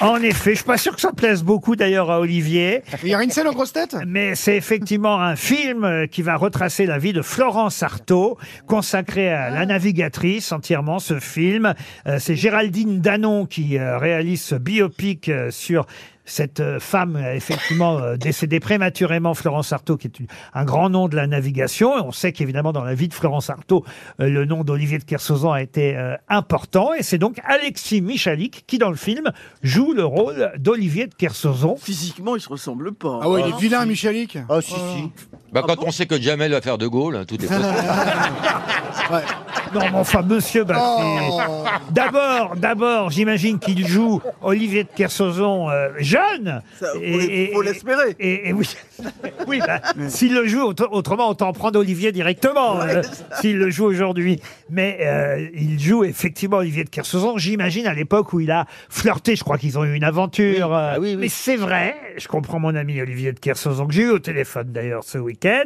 En effet, je suis pas sûr que ça plaise beaucoup d'ailleurs à Olivier.
Il y a une scène en grosse tête
Mais c'est effectivement un film euh, qui va retracer la vie de Florence Artaud, consacré à la navigatrice entièrement, ce film. Euh, C'est Géraldine Danon qui euh, réalise ce biopic euh, sur cette euh, femme euh, effectivement euh, décédée prématurément, Florence Artaud, qui est une- un grand nom de la navigation. Et on sait qu'évidemment, dans la vie de Florence Artaud, euh, le nom d'Olivier de Kersauzon a été euh, important. Et c'est donc Alexis Michalik qui, dans le film, joue le rôle d'Olivier de Kersauzon.
Physiquement, ils se ressemblent pas.
Ah ouais, il est vilain, Michalik.
Ah si, si.
Bah, quand on sait que Jamel va faire De Gaulle, tout est possible.
Non, mais enfin, monsieur Baffy.
Oh.
D'abord, d'abord, j'imagine qu'il joue Olivier de Kersauzon euh, jeune. et, faut l'espérer. Et, et oui, [LAUGHS] oui bah, s'il le joue, autre- autrement, autant prendre Olivier directement, euh, s'il le joue aujourd'hui. Mais euh, il joue effectivement Olivier de Kersauzon, j'imagine, à l'époque où il a flirté. Je crois qu'ils ont eu une aventure. euh,
Ah
Mais c'est vrai, je comprends mon ami Olivier de Kersauzon, que j'ai eu au téléphone d'ailleurs ce week-end.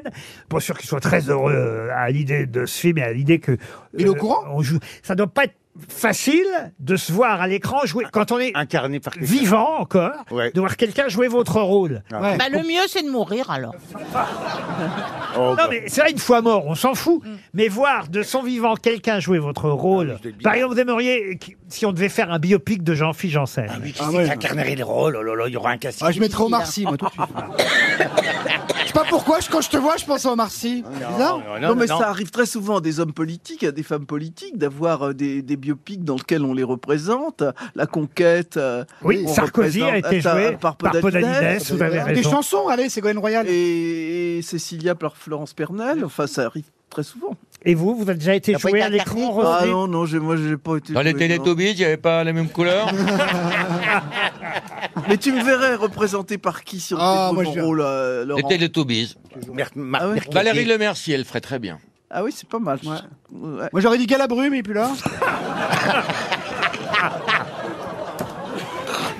Pas sûr qu'il soit très heureux euh, à l'idée de ce film et à l'idée que.
Il est au
euh,
courant
on joue. Ça doit pas être facile de se voir à l'écran jouer quand on est
incarné par quelqu'un.
vivant encore,
Ouais. Ah.
de voir quelqu'un jouer votre rôle. Oh.
Bah, le mieux, c'est de mourir alors.
Oh,
Non
bah.
mais c'est vrai une fois mort, on s'en fout.
Mm.
Mais voir de son vivant quelqu'un jouer
Ah,
votre rôle. Par exemple, vous aimeriez qui- si on devait faire un biopic de Jean-Philippe Janssen.
Qui Ah, c'est qui incarnerait le rôle Oh là là, il y aura un casting.
Ah, je mettrai Omar Sy, moi, tout de suite. Je sais pas pourquoi, je- quand je te vois, je pense à Omar Sy. Bizarre.
Non, mais ça arrive très souvent à des hommes politiques, à des femmes politiques, d'avoir euh, des, des biopics dans lesquels on les représente. La conquête. euh,
Oui,
on
Sarkozy a
représente-
été
Atta-
joué par Podalides, vous avez
Des
raison.
chansons, allez, Ségolène Royal.
Et, et Cécilia par Florence Pernel. Enfin, ça arrive très souvent.
Et vous, vous avez déjà été joué à l'écran
Ah
Roselyne
non, non, j'ai- moi, j'ai pas été.
Dans les
joué, non.
Télétobies, il n'y avait pas la même couleur
Mais tu me verrais représenté par qui si on
Ah,
fait
moi,
mon
je-
rôle, euh,
Les
Laurent
Télétobies.
Ah ouais
Valérie Lemercier, elle ferait très bien.
Ah oui, c'est pas mal. Ouais.
Moi, j'aurais dit Galabru, mais il est plus là.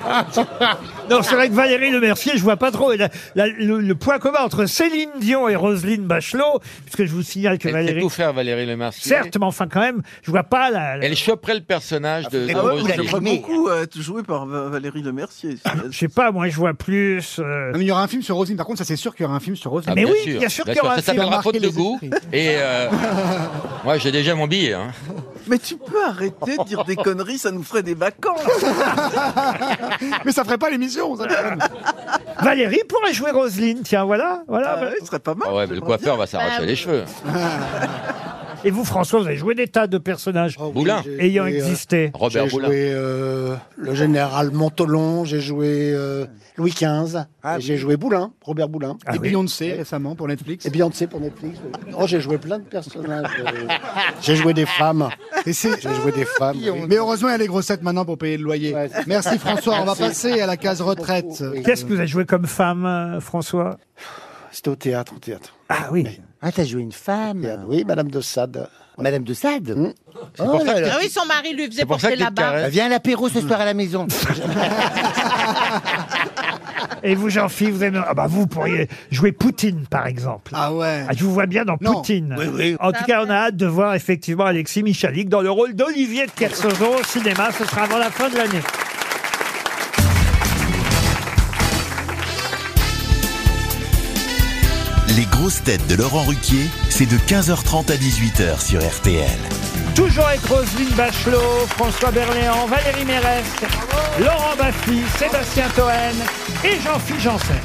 [LAUGHS] Non, c'est vrai que Valérie Le Mercier, je vois pas trop Et la- la- le, le point commun entre Céline Dion et Roselyne Bachelot, puisque je vous signale que
Elle sait
Valérie,
tout faire, Valérie Lemercier.
certes, mais enfin quand même, je vois pas la. la-
Elle choperait le personnage de.
Ah
de
ouais,
Roselyne.
vous l'aimeriez beaucoup euh, être joué par Va- Valérie Lemercier.
Je sais pas, moi je vois plus. euh,
Non, mais il y aura un film sur Rosine. Par contre, ça, c'est sûr qu'il y aura un film sur Rosine.
Ah,
Mais
bien
oui,
sûr,
bien sûr
bien
qu'il y aura
Ça
un film.
s'appellera
marqué
faute de
les
goût. Et euh, moi, j'ai déjà mon billet. hein.
Mais tu peux arrêter de dire des conneries, ça nous ferait des vacances.
[LAUGHS] mais ça ferait pas l'émission, ça.
Valérie pourrait jouer Roselyne, tiens, voilà, voilà.
Ah ouais, ce serait pas mal.
Ah ouais, mais le coiffeur va s'arracher les cheveux.
Et vous, François, vous avez joué des tas de personnages
Oh Boulin,
ayant
Et, euh,
existé.
Robert
J'ai
Boulin.
joué euh, le général Montolon, j'ai joué euh, Louis XV, et j'ai joué Boulin, Robert Boulin.
Ah
Ah Et
oui.
Beyoncé récemment pour Netflix.
Et Beyoncé pour Netflix. Oh, j'ai joué plein de personnages. euh, j'ai joué des femmes.
Et c'est-
J'ai joué des femmes. oui.
Mais heureusement, il y a les grossettes maintenant pour payer le loyer.
Ouais, c'est-
Merci François, on va
Merci.
passer à la case retraite.
Oui.
Qu'est-ce que vous avez joué comme femme, euh, François
C'était au théâtre, au théâtre.
Ah oui.
Ah, t'as joué une femme
Oui, Madame de Sade.
Madame de Sade
Hmm.
Oh là là.
Ah oui, son mari lui faisait
C'est pour ça
porter
que
la
t'es
barre.
carré.
Bah,
Mmh.
Viens à l'apéro ce soir à la
[LAUGHS]
maison. [LAUGHS]
Et vous, Jean-Philippe, vous aimez... Ah bah vous pourriez jouer Poutine, par exemple.
Ah ouais.
Ah, je vous vois bien dans
Non.
Poutine. En tout cas, on a hâte de voir effectivement Alexis Michalik dans le rôle d'Olivier de Kersauzon au cinéma. Ce sera avant la fin de l'année.
Les grosses têtes de Laurent Ruquier, c'est de 15h30 à 18h sur RTL.
Toujours avec Roselyne Bachelot, François Berléand, Valérie Mérès, Laurent Baffy, Sébastien Toen et Jean-Philippe Janssen.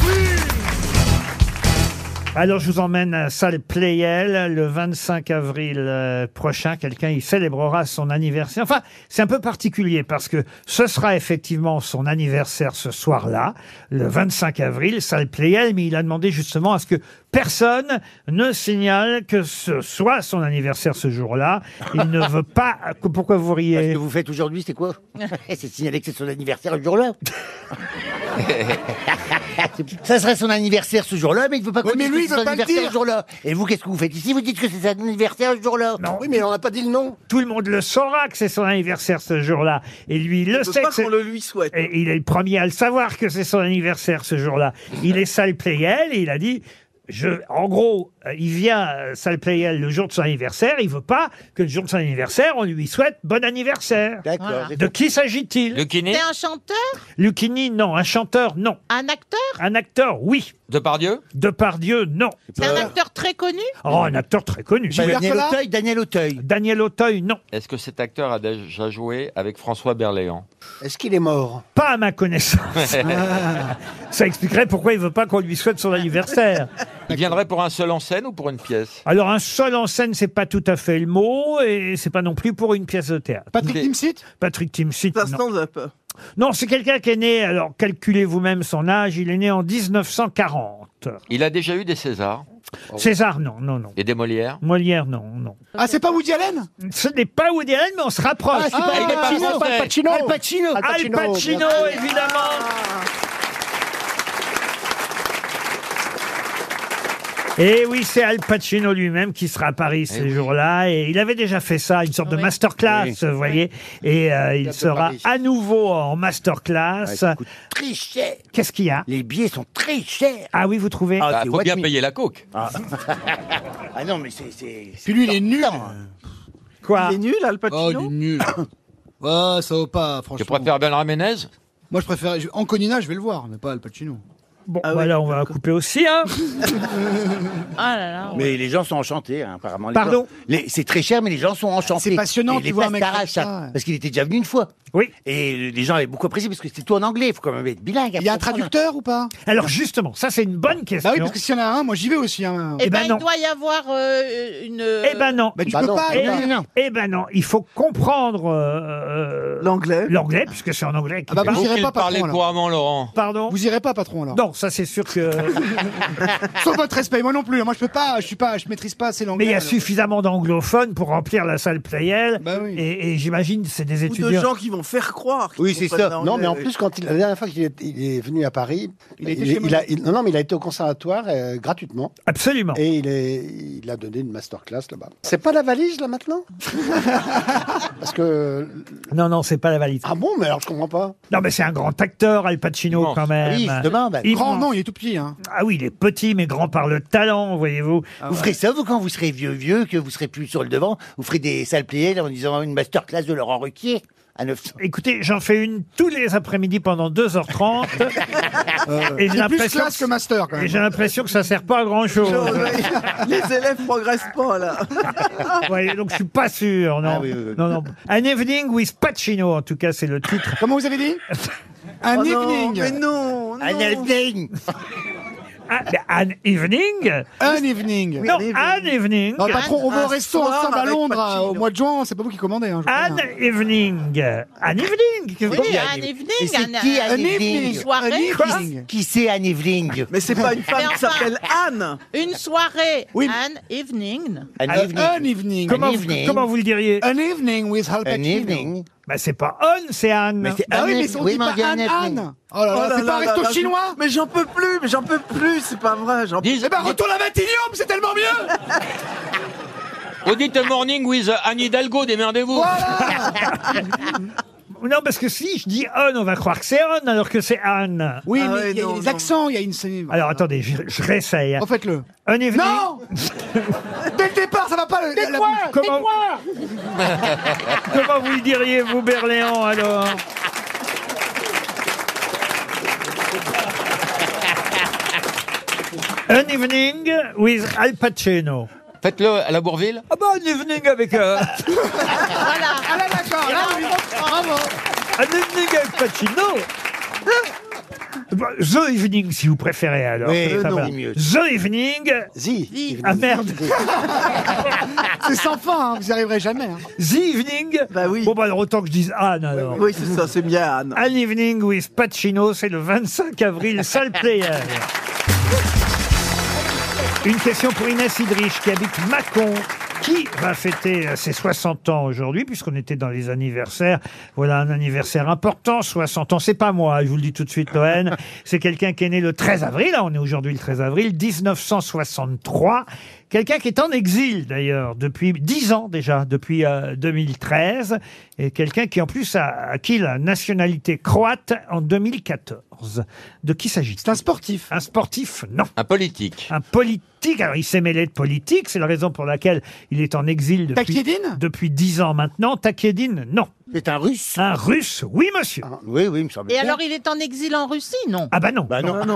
Alors, je vous emmène à Salle Playel le 25 avril euh, prochain. Quelqu'un y célébrera son anniversaire. Enfin, c'est un peu particulier parce que ce sera effectivement son anniversaire ce soir-là, le 25 avril, Salle Playel. Mais il a demandé justement à ce que personne ne signale que ce soit son anniversaire ce jour-là. Il ne veut pas. Pourquoi vous
Ce que
riez
vous faites aujourd'hui, c'est quoi [LAUGHS] C'est signaler que c'est son anniversaire le jour-là. Ça serait son anniversaire ce jour-là, mais il ne veut pas qu'on
Oui, mais
dise
lui, il
que c'est
veut
son
pas le
anniversaire
dire.
ce jour-là. Et vous, qu'est-ce que vous faites ici Vous dites que c'est son anniversaire ce jour-là.
Non.
Oui, mais on n'a pas dit le nom.
Tout le monde le saura que c'est son anniversaire ce jour-là. Et lui, il le
Je ne
sait.
pas
que c'est-
qu'on le lui souhaite.
Et il est le premier à le savoir que c'est son anniversaire ce jour-là. Il est salle Playel et il a dit, je, en gros, euh, il vient à Salle Playel le jour de son anniversaire, il veut pas que le jour de son anniversaire, on lui souhaite bon anniversaire.
Voilà. j'ai
De qui s'agit-il
T'es un chanteur
Lucchini, non. Un chanteur, non.
Un acteur
Un acteur, oui. Depardieu Depardieu, non.
C'est un acteur très connu
Oh, un acteur très connu.
Gilbert Daniel Collard Auteuil,
Daniel Auteuil. Daniel Auteuil, non.
Est-ce que cet acteur a déjà joué avec François Berléand
Est-ce qu'il est mort Pas à
[LAUGHS]
ma connaissance. Ah. Ça expliquerait pourquoi il veut pas qu'on lui souhaite
[LAUGHS]
son anniversaire.
Il viendrait pour un seul en scène ou pour une pièce
Alors, un seul en scène, c'est pas tout à fait le mot, et c'est pas non plus pour une pièce de théâtre.
Patrick
Timsit Patrick Timsit,
Ça
non.
stand-up.
Non, c'est quelqu'un qui est né, alors calculez vous-même son âge, il est né en 1940.
Il a déjà eu des Césars
César, non, non, non.
et des Molières.
Molière, non, non.
Ah, c'est pas Woody Allen
Ce n'est pas Woody Allen, mais on se rapproche.
Ah, c'est pas Al Pacino,
Al
pas Al Pacino.
Al Pacino.
Al Pacino,
Al Pacino,
bien sûr.
évidemment. Et Eh oui, c'est Al Pacino lui-même qui sera à
Eh
Paris ces jours-là. Et il avait déjà fait ça, une sorte de masterclass, vous voyez. Et euh, il sera à nouveau en masterclass.
Très cher.
Qu'est-ce qu'il y a
Les billets sont très chers.
Ah oui, vous trouvez
Ah, faut bien payer la coke.
[LAUGHS] Ah non, mais c'est- c'est.
Puis lui, il est nul. hein.
Quoi
Il est nul, Al Pacino
Oh, il est
[COUGHS]
nul. Ouais, ça vaut pas,
Tu
franchement.
préfères Ben Ramenez
Moi, je préfère. je- Anconina, je vais le voir, mais pas Al Pacino.
Bon,
Ah
voilà, on va couper aussi. Hein
Ah là là.
Mais les gens sont enchantés, hein, apparemment. Les
Pardon
gens- les- C'est très cher, mais les gens sont enchantés.
C'est passionnant,
Et
tu
les
vois un
places
mec comme
s'arrachent,
ça,
hein,
ouais.
Parce qu'il était déjà venu une fois.
Oui.
Et les gens avaient beaucoup apprécié, parce que c'était tout en anglais, il faut quand même être bilingue.
Il y a un traducteur ou pas
Alors justement, ça c'est une bonne question.
Bah oui, parce que s'il y en a un, moi j'y vais aussi.
[LAUGHS]
Hein.
Eh
Eh ben
ben,
non.
il doit y avoir euh, une.
Eh ben non.
Bah, tu peux pas.
Eh,
non.
eh ben non, il faut comprendre euh, euh,
L'anglais
l'anglais, puisque c'est en anglais. qu'il
Ah bah,
parle.
vous irez
Il
pas,
parlait
patron. alors.
couramment, Laurent.
Pardon
Vous irez pas, patron, alors.
Non, ça c'est sûr que.
[LAUGHS] Sauf votre respect, moi non plus. hein. Moi, je peux pas, je suis pas, je maîtrise pas assez l'anglais.
Mais il y a
alors.
suffisamment d'anglophones pour remplir la salle Playel.
Bah oui.
Et, et j'imagine c'est des
Ou de
étudiants.
gens qui vont faire croire. qu'ils
Oui, c'est
comprennent
ça.
l'anglais.
Non, mais en plus, quand il, la dernière fois qu'il est, il est venu à Paris,
Il
il,
a été chez
il a, il- non, non, mais il a été au conservatoire euh, gratuitement
Absolument.
et il, est, il a donné une masterclass là-bas. C'est pas la valise là maintenant Parce que
Non, non, c'est pas la valise.
ah bon, mais alors je comprends pas.
Non, mais c'est un grand acteur, Al Pacino,
Immense.
quand même.
Oui, demain, bah,
Il-
Grand, non, il est tout petit. Hein. Ah
Ah oui, il est petit, mais grand par le talent, voyez-vous.
Vous ferez ça, vous, Oh, quand vous serez vieux, vieux, que vous serez plus sur le devant, vous ferez des salles pliées en disant une masterclass de Laurent Ruquier à 900.
Écoutez, j'en fais une tous les après-midi
[LAUGHS]
pendant 2h30. et j'ai
Euh. C'est plus
l'impression
classe que master quand
et
même.
j'ai l'impression que ça sert pas à grand chose.
Les élèves progressent pas, là.
donc je suis pas sûr, non.
Ah oui, oui, oui.
non, non. An evening with Pacino, en tout cas, c'est le titre.
Comment vous avez dit Un
Oh non,
evening. Oh
mais non, non.
Un evening
Ah, mais an evening
Un evening.
Non, an evening.
Non, patron, on va
Un
au resto
soir
ensemble à
avec
Londres
Pacino.
euh, au mois de juin. C'est pas vous qui commandez. Hein, je
An
crois, hein.
evening. An evening. que vous
Oui,
dites
un
Et
evening,
c'est
un,
qui,
Un
un evening
evening.
soirée.
Un
Quoi
evening.
Qui c'est un evening
Mais c'est pas une femme qui s'appelle Anne.
une soirée,
Oui,
un evening.
Un
Un
evening.
evening.
Comment, vous,
evening.
comment vous le diriez
An evening with Al
Un
Pacino.
evening.
bah, C'est pas on, c'est an.
Mais c'est
Ah
un
oui, mais on
oui,
dit
mais on
pas
dit un
Anne,
evening.
Anne. Oh là
Oh
là,
là
c'est pas
là
un
là là,
resto chinois
je- Mais j'en peux plus, mais j'en peux plus, c'est pas vrai. j'en-
Dis-
Eh ben, retourne à Matignon, c'est tellement mieux
Vous dites Morning with euh, Anne Hidalgo, démerdez-vous.
[LAUGHS] Non, parce que si je dis on, on va croire que c'est on, alors que c'est an.
Oui,
Ah
mais
ouais,
il y a
non,
les
non.
accents, il y a une... c'est-
Alors attendez, je, je réessaye. hein.
Refaites-le.
Un
[LAUGHS]
evening.
Non Dès le départ, ça va pas le... la- la-
Comment, Euh, [LAUGHS] comment vous le diriez, vous, Berléand, alors Un evening with Al Pacino.
Faites-le à la Bourville.
Ah bah, un evening avec... euh, [LAUGHS]
Voilà.
Ah là, d'accord, là, oui. Bravo
un evening avec Pacino Bah, The Evening, si vous préférez, alors.
Oui,
Ça
non,
va.
c'est mieux.
The Evening...
Zi.
Ah merde
[LAUGHS] C'est sans fin, hein, vous y arriverez jamais. hein.
[LAUGHS] The Evening
Bah oui.
Bon, bah alors autant que je dise Anne, alors.
Oui, c'est ça, c'est bien Anne.
An Evening with Pacino, c'est le 25 avril, salle Player. Une question pour Inès Idrich qui habite Mâcon. Qui va fêter euh, ses 60 ans aujourd'hui, puisqu'on était dans les anniversaires. Voilà un anniversaire important, 60 ans. C'est pas moi, je vous le dis tout de suite, Loen. C'est quelqu'un qui est né le 13 avril, hein, on est aujourd'hui le 13 avril, 1963. Quelqu'un qui est en exil d'ailleurs depuis 10 ans déjà, depuis euh, 2013, et quelqu'un qui en plus a acquis la nationalité croate en 2014. De qui s'agit-il C'est un sportif. Un sportif, non.
Un politique.
Un politique. Alors il s'est mêlé de politique, c'est la raison pour laquelle il est en exil depuis, depuis 10 ans maintenant. Takedine, non.
C'est un russe
Un russe, oui monsieur.
Oui, oui, il me semble.
Et
bien.
alors, il est en exil en Russie, non
Ah bah non.
Bah non, non.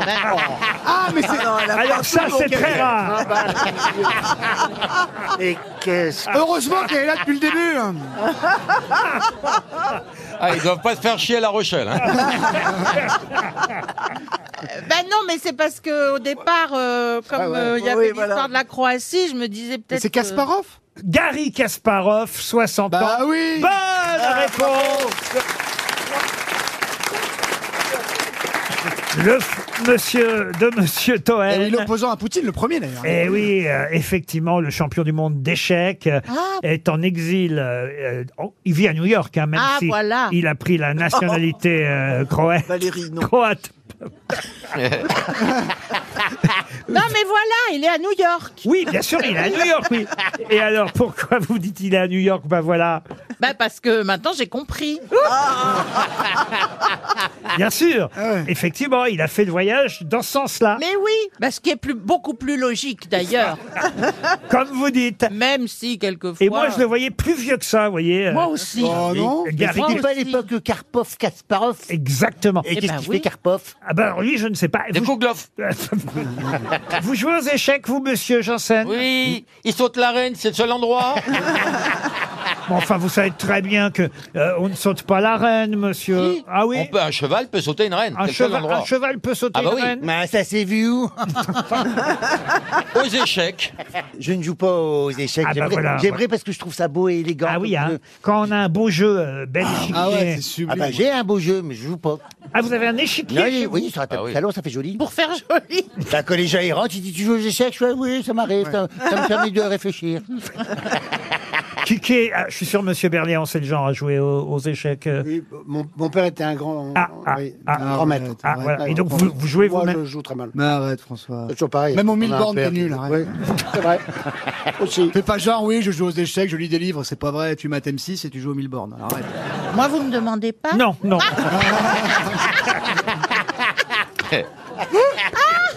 Ah,
mais c'est-
Alors ça c'est très rare.
bah,
Et qu'est-ce
Heureusement qu'elle est là depuis le début. hein.
Ah, ils doivent pas se faire chier à La Rochelle.
[LAUGHS]
hein.
Ben non, mais c'est parce que au départ, euh, comme
Ah
euh,
ouais.
il y avait
Oui,
l'histoire
voilà.
de la Croatie, je me disais peut-être. euh, que-
Gary Kasparov, 60 ans.
Bah
oui
Bonne réponse Le f- monsieur de Monsieur Toel.
Et l'opposant à Poutine, le premier d'ailleurs.
Eh oui, euh, effectivement, le champion du monde d'échecs
Ah.
euh, est en exil. euh, euh, oh, il vit à New York, hein, même
Ah,
si
voilà.
il a pris la
[LAUGHS]
nationalité euh, croate. Croate. [LAUGHS]
Non, mais voilà, il est à New York.
Oui, bien sûr, il est à New York,
[LAUGHS]
oui. Et alors, pourquoi vous dites il est à New York Ben voilà.
Ben parce que maintenant j'ai compris.
Bien sûr.
Ah
Effectivement, il a fait le voyage dans ce sens-là.
Mais oui, ben, ce qui est plus, beaucoup plus logique d'ailleurs.
[LAUGHS] Comme vous dites.
Même si quelquefois.
Et moi, je le voyais plus vieux que ça, vous voyez. euh.
Moi aussi. Oh,
Oui,
non.
Gary-
Moi
C'était pas à l'époque Karpov, Kasparov.
Exactement.
Eh
Et
ben
qu'est-ce qu'il fait Karpov
Ah ben alors, lui, je ne [LAUGHS] sais pas. Des vous... vous jouez aux échecs, vous, monsieur Janssen
Oui, il saute la reine, c'est le seul
[LAUGHS]
endroit.
Mais enfin, vous savez très bien que euh, on ne saute pas la reine, monsieur. Ah oui
On peut- un cheval peut sauter une reine.
un
c'est le seul
cheval,
endroit.
un cheval peut sauter
Ah bah
une
oui.
reine
Mais ça s'est vu où
Aux échecs.
Je ne joue pas aux échecs.
Ah bah
J'aimerais
voilà.
j'aimerais parce que je trouve ça beau et élégant.
Ah oui,
comme
hein.
jeu.
quand on a un beau jeu euh, bel échiquier.
Ah ouais, c'est Ah bah, j'ai un beau jeu, mais je joue pas.
Ah, vous avez un échiquier
Oui,
chez
oui,
vous
sur la table
Ah
de
oui.
salon, ça fait joli.
Pour faire joli.
La collègue il rentre, il dit Tu joues aux échecs Je fais Oui, ça m'arrive, ça, ça me permet de réfléchir.
Kiké, ah, je suis sûr, monsieur Berléand, c'est le genre à jouer aux, aux échecs. euh.
Mon, mon père était un grand,
Ah, ah,
oui,
ah,
un grand maître.
ah, voilà. Et donc, vous- vous jouez
Moi, je
vous-même
joue très mal.
Mais arrête, François.
C'est toujours pareil.
Même au
On
mille
a un
bornes,
père
t'es
qui-
nul. arrête. [LAUGHS]
C'est vrai. Aussi.
Fais pas genre, oui, je joue aux échecs, je lis des livres, c'est pas vrai. Tu mates M6 et tu joues aux mille bornes. Alors, arrête.
Moi, vous me demandez pas. Ah
Non, non. [LAUGHS]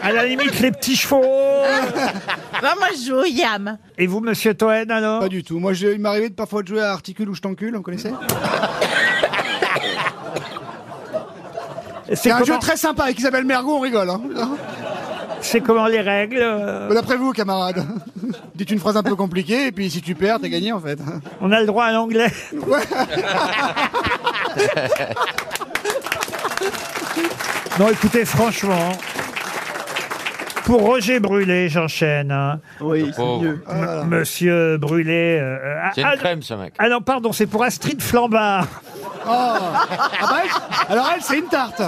à la limite, les petits chevaux.
Ben, moi, je joue au yam.
Et vous, monsieur Toen, alors
Pas du tout. Moi, j'ai- il m'est arrivé de parfois de jouer à Articule ou Je t'encule, vous connaissez C'est un
comment-
jeu très sympa avec Isabelle Mergo, on rigole. Hein.
C'est comment les règles euh,
Mais D'après vous, camarade, [LAUGHS] dites une phrase un peu compliquée et puis si tu perds, t'as gagné en fait.
On a le droit à l'anglais
[LAUGHS]
Non, écoutez, franchement. Pour Roger Brûlé, j'enchaîne. hein.
Oui,
c'est mieux.
Oh
M- Monsieur Brûlé. euh, euh,
Oh. C'est une
ah,
crème, ce mec.
Ah non, pardon, c'est pour Astrid Flambard.
[LAUGHS] Oh. Ah bah, elle- alors elle, c'est une tarte.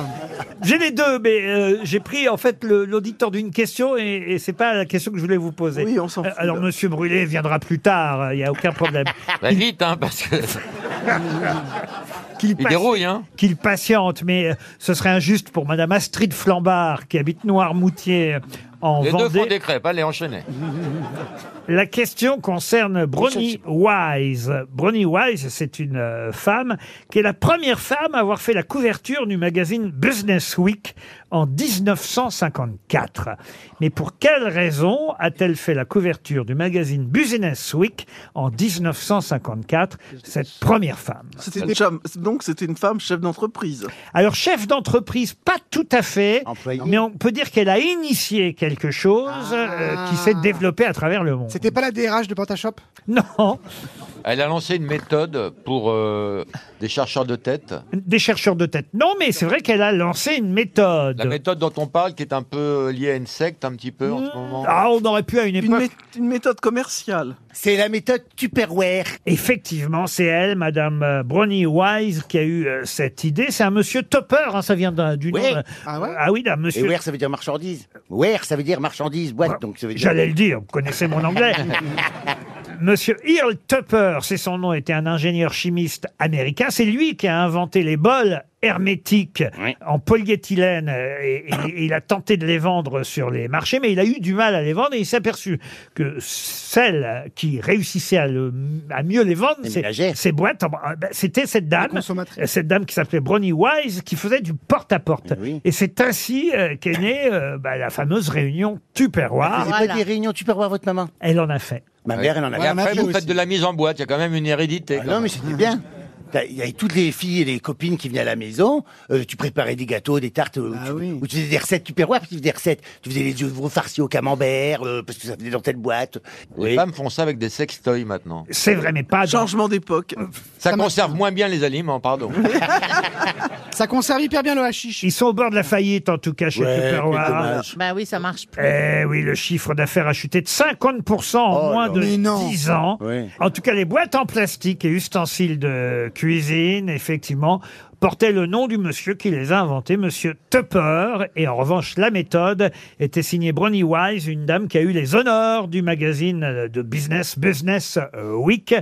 J'ai les deux, mais euh, j'ai pris en fait le- l'auditeur d'une question et, et c'est pas la question que je voulais vous poser.
Oui, on s'en fout,
Euh, Alors
là.
Monsieur Brûlé viendra plus tard, euh, il n'y a aucun problème.
[LAUGHS] Bah, vite, hein, parce que.
[LAUGHS] Qu'il
Il
passe-
dérouille, hein.
Qu'il patiente, mais euh, ce serait injuste pour Madame Astrid Flambard qui habite Noirmoutier euh, en
Les deux
Vendée.
font des crêpes, allez, enchaînez.
La question concerne Bronnie
Recherche.
Wise. Bronnie Wise, c'est une euh, femme qui est la première femme à avoir fait la couverture du magazine Business Week en 1954. Mais pour quelle raison a-t-elle fait la couverture du magazine Business Week en 1954, cette première femme
C'était une femme- Donc, c'était une femme chef d'entreprise.
Alors, chef d'entreprise, pas tout à fait,
Employée.
mais on peut dire qu'elle a initié quelque chose
Ah.
euh, qui s'est développé à travers le monde.
C'était pas la DRH de Pantashop
Non
Elle a lancé une méthode pour euh, des chercheurs de tête.
Des chercheurs de tête. Non, mais c'est vrai qu'elle a lancé une méthode.
La méthode dont on parle, qui est un peu euh, liée à une secte, un petit peu en ce moment.
Ah, on aurait pu à une
Une,
époque.
mé- une méthode commerciale.
C'est la méthode Tupperware.
Effectivement, c'est elle, Madame euh, Bronnie Wise, qui a eu euh, cette idée. C'est un Monsieur Topper, hein, ça vient d'un- du
Oui.
nom. euh,
Ah ouais
Ah oui, d'un
Et
Monsieur. Ah,
ware, ça veut dire marchandise. Ware, ça veut dire marchandise, boîte. Donc ça veut dire. [LAUGHS]
J'allais le dire, vous connaissez mon anglais. Monsieur Earl Tupper, c'est son nom, était un ingénieur chimiste américain. C'est lui qui a inventé les bols hermétiques en polyéthylène euh, et, et- et il a tenté de les vendre sur les marchés, mais il a eu du mal à les vendre et il s'est aperçu que celle qui réussissait à, le- à mieux les vendre, c'est- ces boîtes, en- ah, ben, c'était cette dame, cette dame qui s'appelait Bronnie Wise, qui faisait du porte-à-porte. Et c'est ainsi euh, qu'est née euh, bah, la fameuse réunion Tupperware.
Vous avez Ah, pas des réunions, tu peux revoir votre maman
Ah. Elle en a fait.
Ma mère, elle en avait
Mais après,
fait
vous faites de la mise en boîte, il y a quand même une hérédité.
Ah non, mais c'était bien. T'as- Il y avait toutes les filles et les copines qui venaient à la maison. euh, tu préparais des gâteaux, des tartes,
Ah
euh, tu, ou tu faisais des recettes tupperware, puis tu faisais des recettes. Tu faisais les œufs gros farcis au camembert, euh, parce que ça venait dans telle boîte.
Les femmes font ça avec des sextoys maintenant.
C'est vrai, mais pas. Euh,
Changement d'époque. Ça conserve moins bien les aliments, pardon.
Ah. Ça conserve hyper bien le hashish. Ils sont au bord de la faillite, en tout cas, chez Tupperware.
Bah oui, ça marche plus.
Eh oui, le chiffre d'affaires a chuté de 50% en moins de
Mais non.
10 ans.
Oui.
En tout cas, les boîtes en plastique et ustensiles de cuisine, effectivement, portaient le nom du monsieur qui les a inventés, monsieur Tupper. Et en revanche, la méthode était signée Bronnie Wise, une dame qui a eu les honneurs du magazine de business, Business euh, Week.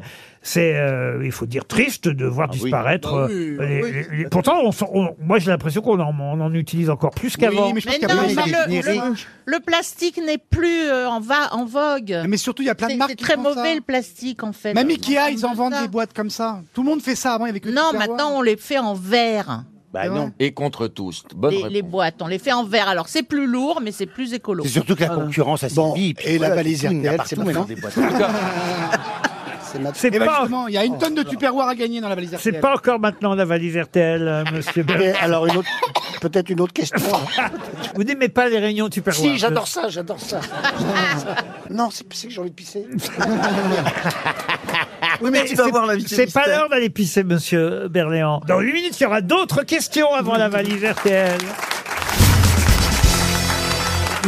C'est, euh, il faut dire, triste de voir disparaître.
Bah oui,
euh,
bah
les-
oui.
les- les- pourtant, on s'en- on- moi j'ai l'impression qu'on en, on en utilise encore plus qu'avant.
mais non, mais le, le- le plastique n'est plus euh, en, va, en vogue.
Mais surtout, il y a plein de
C'est-
marques
C'est
qui
très
font
mauvais
ça.
le plastique en fait.
Même Ikea, ils en vendent des boîtes comme ça. Tout le monde fait ça avant, il y avait que
Non,
Tupperware.
maintenant on les fait en verre.
Bah non. Et contre tous. Bonne
Les,
réponse.
les boîtes, on les fait en verre. Alors c'est plus lourd, mais c'est plus écolo.
C'est surtout que la concurrence a bon, Et la valise RTL, c'est maintenant des boîtes.
C'est
Eh ben
pas-
justement, il y a une tonne de Tupperware à gagner dans la valise
C'est
RTL.
pas encore maintenant la valise RTL, euh, monsieur
Et alors, une
autre, peut-être une autre question. [LAUGHS] Vous n'aimez pas les réunions Tupperware
Si, j'adore ça,
[LAUGHS]
[LAUGHS]
j'adore ça. non, c'est c'est que j'ai envie de pisser. [LAUGHS]
Oui,
mais tu vas
c'est-
voir l'invité
C'est pas
mystère.
l'heure d'aller pisser, monsieur Berléand. Dans 8 minutes, il y aura d'autres questions avant la valise RTL.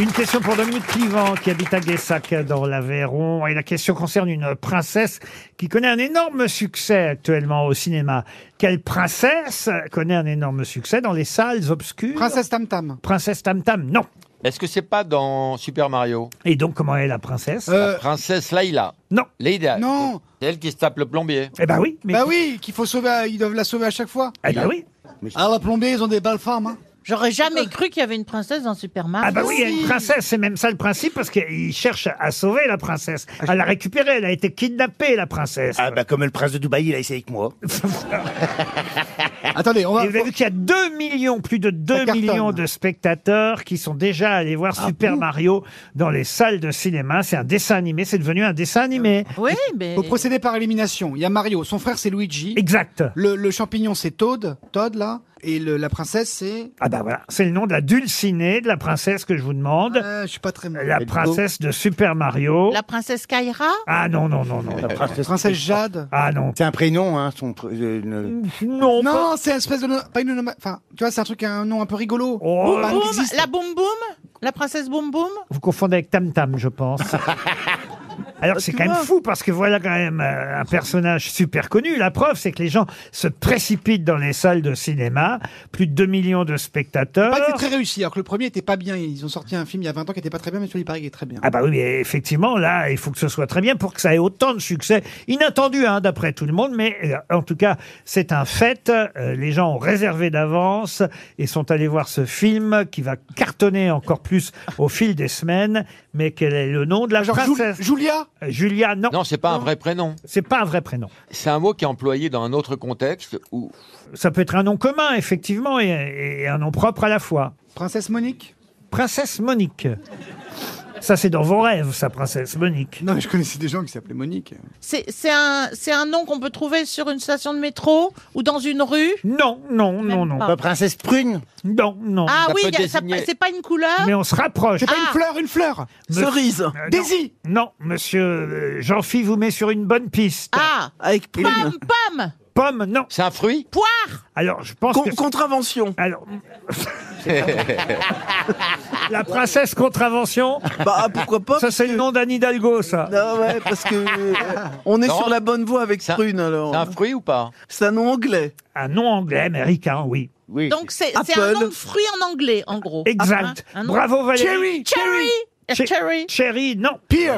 Une question pour Dominique Clivant qui habite à Guessac dans l'Aveyron. Et la question concerne une princesse qui connaît un énorme succès actuellement au cinéma. Quelle princesse connaît un énorme succès dans les salles obscures Princesse
Tam Tam.
Princesse Tam Tam, non.
Est-ce que c'est pas dans Super Mario
Et donc, comment est la princesse
La princesse Layla.
Non.
Layla.
Non.
C'est elle qui se tape le plombier.
[LAUGHS] Eh ben oui.
Bah oui, qu'il faut sauver, à- ils doivent la sauver à chaque fois.
Eh ben oui.
Ah, la plombier, ils ont des belles femmes. Hein.
J'aurais jamais cru qu'il y avait une princesse dans Super Mario.
Ah bah oui, il y a une princesse, c'est même ça le principe, parce qu'il cherche à sauver la princesse, à la récupérer, elle a été kidnappée, la princesse.
[LAUGHS] Ah bah comme le prince de Dubaï, il a essayé avec
[LAUGHS]
moi.
[LAUGHS] Attendez, on
Et vous avez vu qu'il y a 2 millions, plus de 2 millions de spectateurs qui sont déjà allés voir
Ah
Super Mario dans les salles de cinéma. C'est un dessin animé, c'est devenu un dessin animé.
Oui, mais...
Faut procéder par élimination. Il y a Mario, son frère c'est Luigi.
Exact.
Le, le champignon c'est Toad, Toad là, et le- la princesse c'est.
Ah bah voilà, c'est le nom de la dulcinée, de la princesse que je vous demande.
Euh, je suis pas très
La princesse de Super Mario.
La princesse Kyra
Ah non, non, non, non.
La princesse-
Princesse Jade.
Ah non.
C'est un prénom, hein, son... pr- euh, ne-
Non,
non, c'est un espèce de no- pas une onoma- enfin, tu vois, c'est un truc un nom un peu rigolo.
Oh,
Bah,
Boum,
il existe.
la Boum Boum La princesse Boum Boum
Vous confondez avec Tam Tam,
[LAUGHS]
je pense.
Euh,
Alors c'est quand même fou parce que voilà quand même euh, un personnage super connu. La preuve, c'est que les gens se précipitent dans les salles de cinéma. Plus de 2 millions de spectateurs.
Pas que c'est très réussi, alors que le premier était pas bien. Ils ont sorti un film il y a 20 ans qui était pas très bien, mais celui Paris qui est très bien.
Ah bah oui, mais effectivement, là, il faut que ce soit très bien pour que ça ait autant de succès. Inattendu, hein, d'après tout le monde, mais euh, en tout cas, c'est un fait. Euh, les gens ont réservé d'avance et sont allés voir ce film qui va cartonner encore plus au fil des semaines. Mais quel est le nom de la princesse Euh,
Julia
Julia, Ah, non.
Non, c'est pas un vrai prénom.
C'est pas un vrai prénom.
C'est un mot qui est employé dans un autre contexte où.
Ça peut être un nom commun, effectivement, et, et un nom propre à la fois.
Princesse Monique
Princesse Monique. Ça, c'est dans vos rêves, ça, Princesse Monique.
Non, mais je connaissais des gens qui s'appelaient Monique.
C'est c'est un, c'est un nom qu'on peut trouver sur une station de métro ou dans une rue
Non, non, non, non.
pas.
princesse Prune
Non, non.
Ah oui, il y a- ça- c'est pas une couleur
Mais on se rapproche.
C'est pas
Ah.
une fleur, une fleur.
Monsieur-
Cerise.
Euh, non.
Daisy.
Non, monsieur euh, Jean-Phi vous met sur une bonne piste.
Ah
Avec
Pomme, pomme
Pomme, non.
C'est un fruit
Poire
Alors, je pense que... Contravention.
[LAUGHS]
Alors, [LAUGHS] la princesse contravention
Bah pourquoi pas
Ça, c'est le nom d'Anne Hidalgo, ça.
Non, ouais, parce que euh, on est
Non.
sur la bonne voie avec
C'est un-
prune alors.
C'est un fruit ou pas
C'est un nom anglais.
Un nom anglais, américain, oui.
Oui.
Donc c'est c'est un
Apple.
nom de fruit en anglais, en gros.
Exact.
Un- un nom-
Bravo, Valérie.
ah, Cherry
Cherry. Cherry, non. Pire.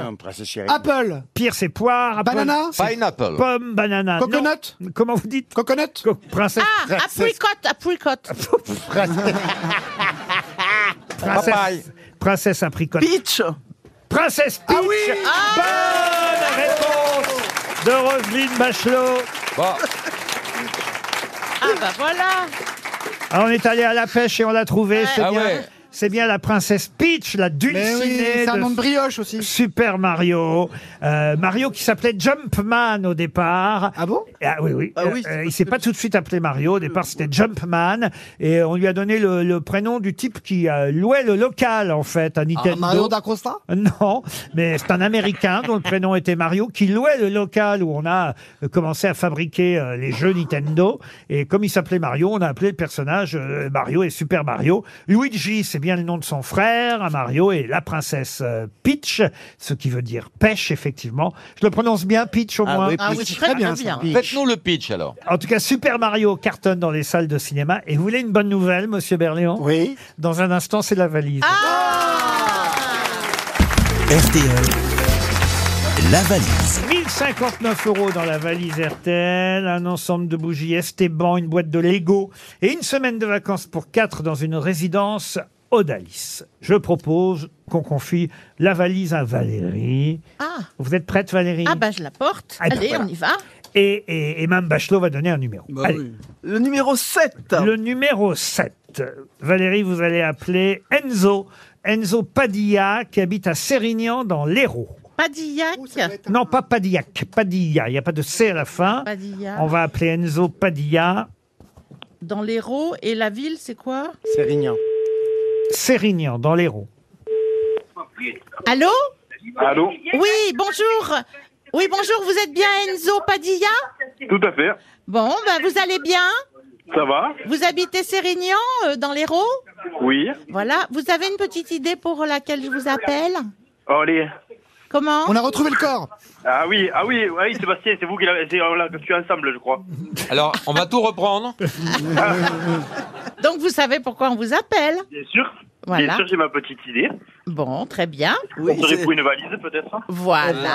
Apple.
Pire, c'est poire.
Banana.
c'est
Pineapple.
Pomme, banana. non.
Coconut.
Comment vous dites
Coconut.
princesse.
Ah, apricot, apricot.
[LAUGHS] Princesse. Princesse apricot. Peach. Princesse Peach. Ah oui Bonne réponse de Roselyne Bachelot.
Ah bah voilà.
Ah, on est allé à la pêche et on l'a trouvé.
Ouais.
C'est
Ah
bien.
ouais.
C'est bien la princesse Peach, la dulcinée.
Mais oui, c'est un nom de
brioche aussi. Super Mario. Euh, Mario qui s'appelait Jumpman au départ. Ah bon ah, Oui, oui.
Ah oui,
Euh, euh, il s'est pas tout de suite appelé Mario. Au départ, c'était Jumpman. Et on lui a donné le, le prénom du type qui euh, louait le local, en fait, à Nintendo.
Ah, Mario da Costa
Euh, Non, mais c'est un Américain dont le prénom était Mario qui louait le local où on a euh, commencé à fabriquer euh, les jeux Nintendo. Et comme il s'appelait Mario, on a appelé le personnage euh, Mario et Super Mario. Luigi, c'est bien le nom de son frère à Mario et la princesse euh, Peach, ce qui veut dire pêche, effectivement. Je le prononce bien, Peach au moins.
Ah, Faites-nous le pitch alors.
En tout cas, Super Mario cartonne dans les salles de cinéma. Et vous voulez une bonne nouvelle, monsieur Berléand Oui. Dans un instant, c'est la valise.
RTL, la valise.
1059 euros dans la valise RTL, un ensemble de bougies Esteban, une boîte de Lego et une semaine de vacances pour quatre dans une résidence Odalis. Je propose qu'on confie la valise à Valérie.
Ah,
Vous êtes prête Valérie
ah bah je la porte.
Ah bah
Allez,
voilà.
on y va.
Et, et, et Mme Bachelot va donner un numéro. Allez.
Bah Le numéro 7.
Le numéro 7. Valérie, vous allez appeler Enzo. Enzo Padilla qui habite à Sérignan dans l'Hérault.
Padillac.
Non, pas Padillac, Padilla. Il n'y a pas de C à la fin.
Padilla.
On va appeler Enzo Padilla.
Dans l'Hérault et la ville, c'est quoi
Sérignan. Sérignan, dans l'Hérault.
Allô
Allô
Oui, bonjour. Oui, bonjour, vous êtes bien Enzo Padilla
[LAUGHS] Tout à fait.
Bon, bah vous allez bien
Ça va
Vous habitez Sérignan, euh, dans l'Hérault
Oui.
Voilà, vous avez une petite idée pour laquelle je vous appelle
Allez.
Comment
On a retrouvé le corps.
Ah oui, ah oui, ah oui Sébastien, c'est vous qui l'avez. c'est- On l'a tué ensemble, je crois.
Alors, on va tout
[LAUGHS]
reprendre.
[LAUGHS] Donc vous savez pourquoi on vous appelle
Bien sûr.
Voilà.
Bien sûr, j'ai ma petite idée.
Bon, très bien.
on serait pour une valise, peut-être
Voilà,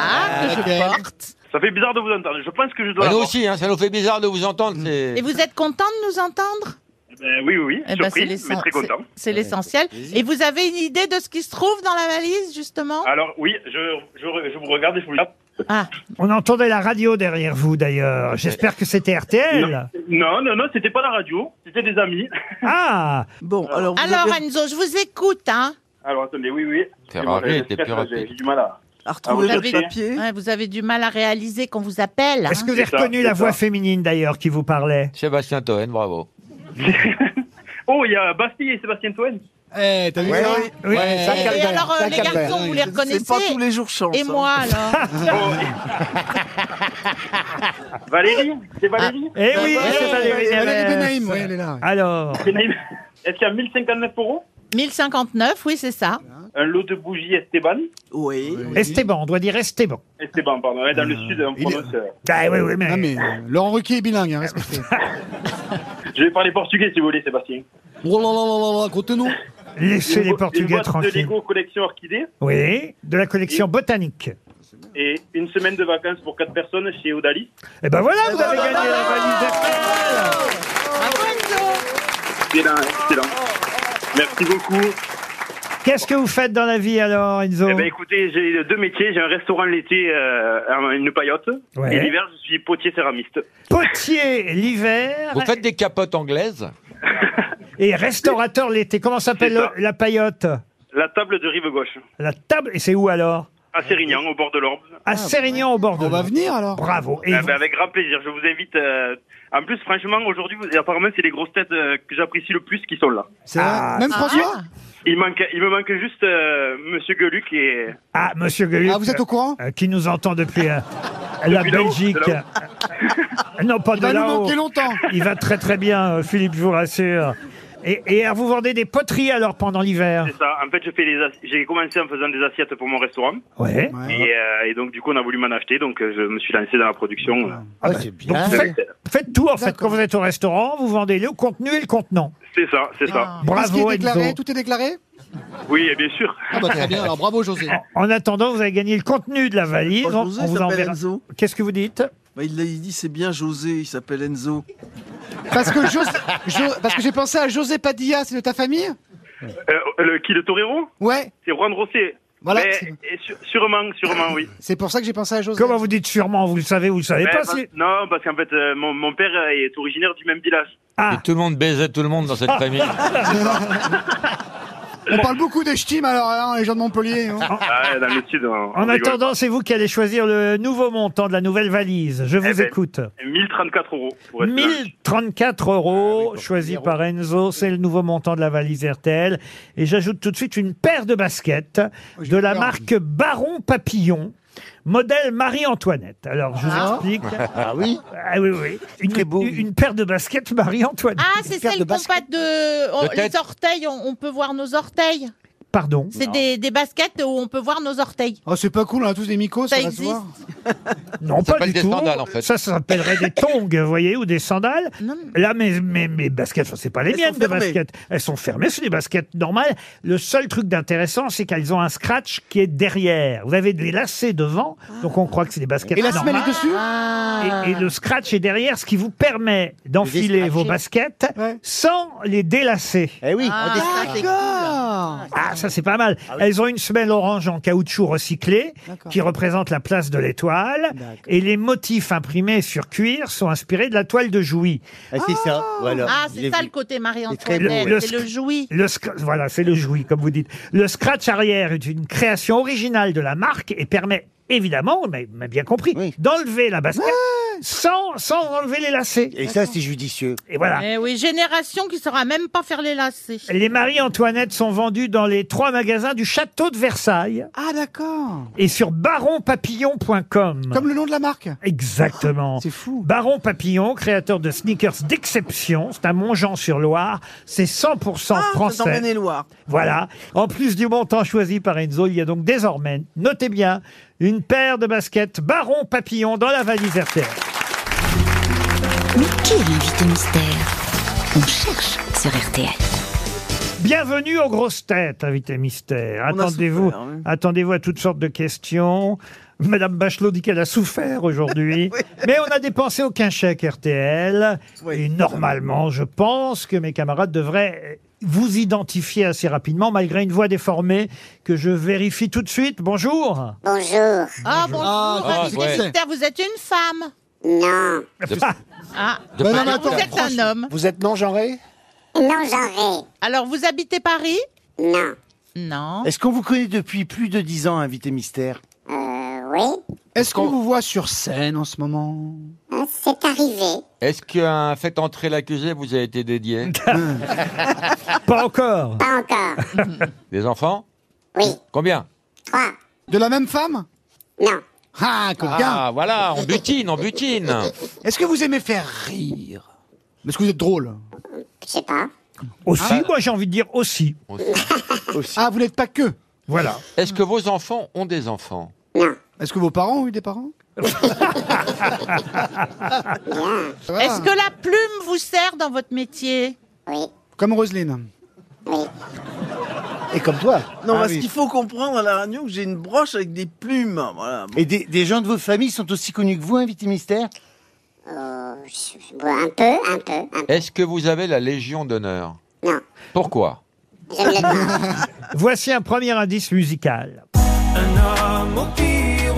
que je porte.
Ça fait bizarre de vous entendre. Je pense que je dois.
Bah, nous
l'avoir.
aussi, hein, ça nous fait bizarre de vous entendre. c'est-
Mm. Et vous êtes content de nous entendre
Eh oui, oui, oui.
Eh ben, c'est
surpris, mais
l'essen-
très content.
c'est- C'est l'essentiel. Et vous avez une idée de ce qui se trouve dans la valise, justement
Alors, oui, je, je, je vous regarde et je vous la.
Ah.
On entendait la radio derrière vous, d'ailleurs. J'espère que c'était RTL.
Non, non, non, c'était pas la radio, c'était des amis. [LAUGHS]
Ah
Bon, alors vous
Alors,
avez
Enzo, je vous écoute. Hein.
Alors, attendez, oui, oui.
Ferrari
J'ai-
était plus
j'ai-
rapide.
J'ai du mal à.
à
Ah,
retrouver
vous
le
avez-
papier.
Ouais, vous avez du mal à réaliser qu'on vous appelle. hein.
Est-ce que vous avez
C'est ça,
reconnu la
c'est
voix
ça.
féminine, d'ailleurs, qui vous parlait
Sébastien Toen, bravo.
Oh, il y a Bastille et Sébastien Toen.
Eh, t'as vu ça
Oui.
Et- et alors, euh, les garçons, vous les reconnaissez
C'est pas tous les jours chance.
Et
[LAUGHS]
moi, alors
Oh, et- Valérie C'est Valérie
Eh oui, c'est Valérie
Valérie
Mérès.
Benaïm, oui, elle est là.
Alors,
C'est Naïm. Est-ce qu'il y a 1059 euros
1059, oui, c'est ça.
Un lot de bougies Esteban.
Oui.
Esteban, on doit dire Esteban.
Esteban, pardon, ouais, dans le sud, on
il
prononce. euh,
Ah oui, oui, mais...
Ah, mais euh, Laurent Ruquier est bilingue, hein,
[LAUGHS]
respectez.
Je vais parler portugais si vous voulez, Sébastien.
Oh là là là là là, contenons.
Laissez
Une
les
bo- une
Portugais
boîte de
tranquilles.
Lego collection orchidée
Oui, de la collection botanique.
et une semaine de vacances pour 4 personnes chez Odali.
Et ben voilà, vous avez gagné la valise RTL
Excellent, excellent. Merci beaucoup.
Qu'est-ce que vous faites dans la vie alors, Enzo
Eh ben, écoutez, j'ai deux métiers. J'ai un restaurant l'été, euh, à une paillote.
Ouais.
Et l'hiver, je suis potier céramiste.
Potier l'hiver
Vous faites des capotes anglaises
et restaurateur l'été. Comment s'appelle
C'est ça.
le- la paillote
La table de rive gauche,
La table. Et c'est où alors
à Sérignan, au bord de l'Orbe.
À Sérignan au bord de
Ah, On va
l'eau.
venir alors.
Bravo. Oh, Et
Eh
vous-
ben, avec grand plaisir. Je vous invite. euh, En plus, franchement, aujourd'hui, vous- apparemment, c'est les grosses têtes euh, que j'apprécie le plus qui sont là.
C'est vrai.
Ah.
Même François
Il, manque, il me manque juste euh, Monsieur Gueluc et.
Ah, monsieur Gueluc,
Ah, vous êtes au courant
euh, qui nous entend depuis euh, la
Depuis là-haut,
Belgique.
de là-haut.
Euh, [LAUGHS] non, pas
Il
de
va nous
là-haut.
manquer longtemps.
[LAUGHS] Il va très très bien, euh, Philippe, je vous rassure. Et, et alors, vous vendez des poteries alors pendant l'hiver
C'est ça. En fait, je fais les assi- j'ai commencé en faisant des assiettes pour mon restaurant.
Ouais.
Et, euh, et donc, du coup, on a voulu m'en acheter. Donc, euh, je me suis lancé dans la production.
Ah, c'est
bah, Donc,
bien.
vous faites, vous faites tout en fait.
D'accord.
Quand vous êtes au restaurant, vous vendez le contenu et le contenant.
C'est ça, c'est ça.
Tout ce qui
Bravo,
est déclaré,
Enzo.
tout est déclaré
Oui, et bien sûr.
Ah bah, très bien, alors bravo José.
En attendant, vous avez gagné le contenu de la valise.
Pas José, il s'appelle Enzo.
Oh. Qu'est-ce que vous dites
Bah, il, l'a- il dit c'est bien José, il s'appelle Enzo.
Parce que, José- Jo- parce que j'ai pensé à José Padilla, c'est de ta famille
Euh, le, qui, le torero
Ouais.
C'est Juan Rosé.
Voilà,
Mais-
c'est-
et su- sûrement, sûrement, oui.
C'est pour ça que j'ai pensé à José.
Comment vous dites sûrement Vous le savez, vous le savez
Mais
pas
parce-
si-
Non, parce qu'en fait, euh, mon, mon père euh, est originaire du même village.
[LAUGHS]
Ah.
tout le monde baisait tout le monde dans cette famille.
On parle beaucoup des ch'tims alors, hein, les gens de Montpellier. hein.
Ah, ouais, dans le sud, on- on
En
rigole.
attendant, c'est vous qui allez choisir le nouveau montant de la nouvelle valise. Je vous
Eh ben,
écoute.
1034 euros. pour être là.
1034
Ah
euros, choisi par Enzo, c'est le nouveau montant de la valise RTL. Et j'ajoute tout de suite une paire de baskets de la marque Baron Papillon, modèle Marie-Antoinette. Alors, je vous
Ah.
explique.
Ah oui
Ah oui, oui. Une, une paire de baskets Marie-Antoinette.
Ah, c'est celle qu'on patte de. on-
De tête.
les orteils, on, on peut voir nos orteils.
Pardon.
C'est des, des baskets où on peut voir nos orteils.
Oh, c'est pas cool, on a tous des micos, ça, va
Ça
se
existe.
voir.
Non,
Ça
pas
s'appelle
du
des
tout.
sandales, en fait.
Ça, ça s'appellerait des tongs, vous voyez, ou des sandales. Là, mes, mes, mes baskets, enfin, c'est pas les
Elles
miennes
sont
de
fermées.
baskets. Elles sont fermées, c'est des baskets normales. Le seul truc d'intéressant, c'est qu'elles ont un scratch qui est derrière. Vous avez des lacets devant, donc on croit que c'est des baskets
Et la semelle
normales.
est dessus
Et, et le scratch est derrière, ce qui vous permet d'enfiler
Les
vos
scratcher.
baskets
Ouais.
sans les délacer.
Eh oui,
Ah,
on descend.
ça, c'est cool.
Ah, ça c'est pas mal. Elles ont une semelle orange en caoutchouc recyclé
D'accord.
qui représente la place de l'étoile
D'accord.
et les motifs imprimés sur cuir sont inspirés de la toile de Jouy.
Ah, c'est ça, voilà.
Ah,
Je
c'est
l'ai
ça
vu.
le côté
très beau,
Marie-Antoinette.
ouais.
C'est le joui.
Le sc- voilà, c'est le Jouy comme vous dites. Le scratch arrière est une création originale de la marque et permet évidemment, mais, mais bien compris,
Oui.
d'enlever la basket sans sans enlever les lacets.
Et ça, c'est judicieux.
Et voilà.
Eh oui, génération qui saura même pas faire les lacets.
Les Marie-Antoinette sont vendues dans les trois magasins du château de Versailles
Ah, d'accord.
et sur baronpapillon.com.
Comme le nom de la marque.
Exactement.
C'est fou.
Baron Papillon, créateur de sneakers d'exception, c'est à Montjean-sur-Loire, c'est 100%
Ah, ça dans
français.
Maine-et-Loire.
Voilà. En plus du montant choisi par Enzo, il y a donc désormais, notez bien, une paire de baskets Baron Papillon dans la valise RTL.
Mais qui est l'invité mystère On cherche sur RTL.
Bienvenue aux grosses têtes, invité mystère.
On a
Attendez-vous,
souffert, oui.
attendez-vous à toutes sortes de questions. Madame Bachelot dit qu'elle a
[LAUGHS]
souffert aujourd'hui, mais on n'a dépensé aucun chèque RTL.
Oui.
Et normalement, je pense que mes camarades devraient vous identifier assez rapidement, malgré une voix déformée que je vérifie tout de suite. Bonjour.
Bonjour.
Ah, bonjour,
Ah,
ah,
invité
ouais.
mystère, vous êtes une femme.
Non.
Ah,
Bah non, mais
alors vous
attends,
êtes un homme.
Vous êtes non-genré
Non, j'arrête.
Alors, vous
[LAUGHS]
habitez Paris
Non.
Non.
Est-ce qu'on vous connaît depuis plus de 10 ans, invité mystère
Euh, oui.
Est-ce qu'on vous voit sur scène en ce moment
Hein, C'est arrivé.
Est-ce qu'un fait entrer l'accusé vous a été dédié
[LAUGHS] Pas encore.
Pas encore.
[LAUGHS] Des enfants
Oui.
Combien
Trois.
De la même femme
Non.
Ah, combien
Ah, voilà, on butine, on butine.
Est-ce que vous aimez faire rire Est-ce que vous êtes drôle
Je sais pas.
Aussi, moi j'ai envie de dire aussi.
Ah, vous n'êtes pas que
Voilà.
Est-ce que vos enfants ont des enfants
Non.
Est-ce que vos parents ont eu des parents Voilà.
Est-ce que la plume vous sert dans votre métier
Oui.
Comme Roselyne.
Oui.
Et comme toi
Non,
Ah
parce
oui.
qu'il faut comprendre à la radio que j'ai une broche avec des plumes. Voilà.
Et des, des gens de vos familles sont aussi connus que vous, invité mystère
Euh, je- je bois un peu, un peu, un peu.
Est-ce que vous avez la Légion d'honneur
Non.
Pourquoi
J'aime le temps.
Voici un premier indice musical.
Un homme au pire,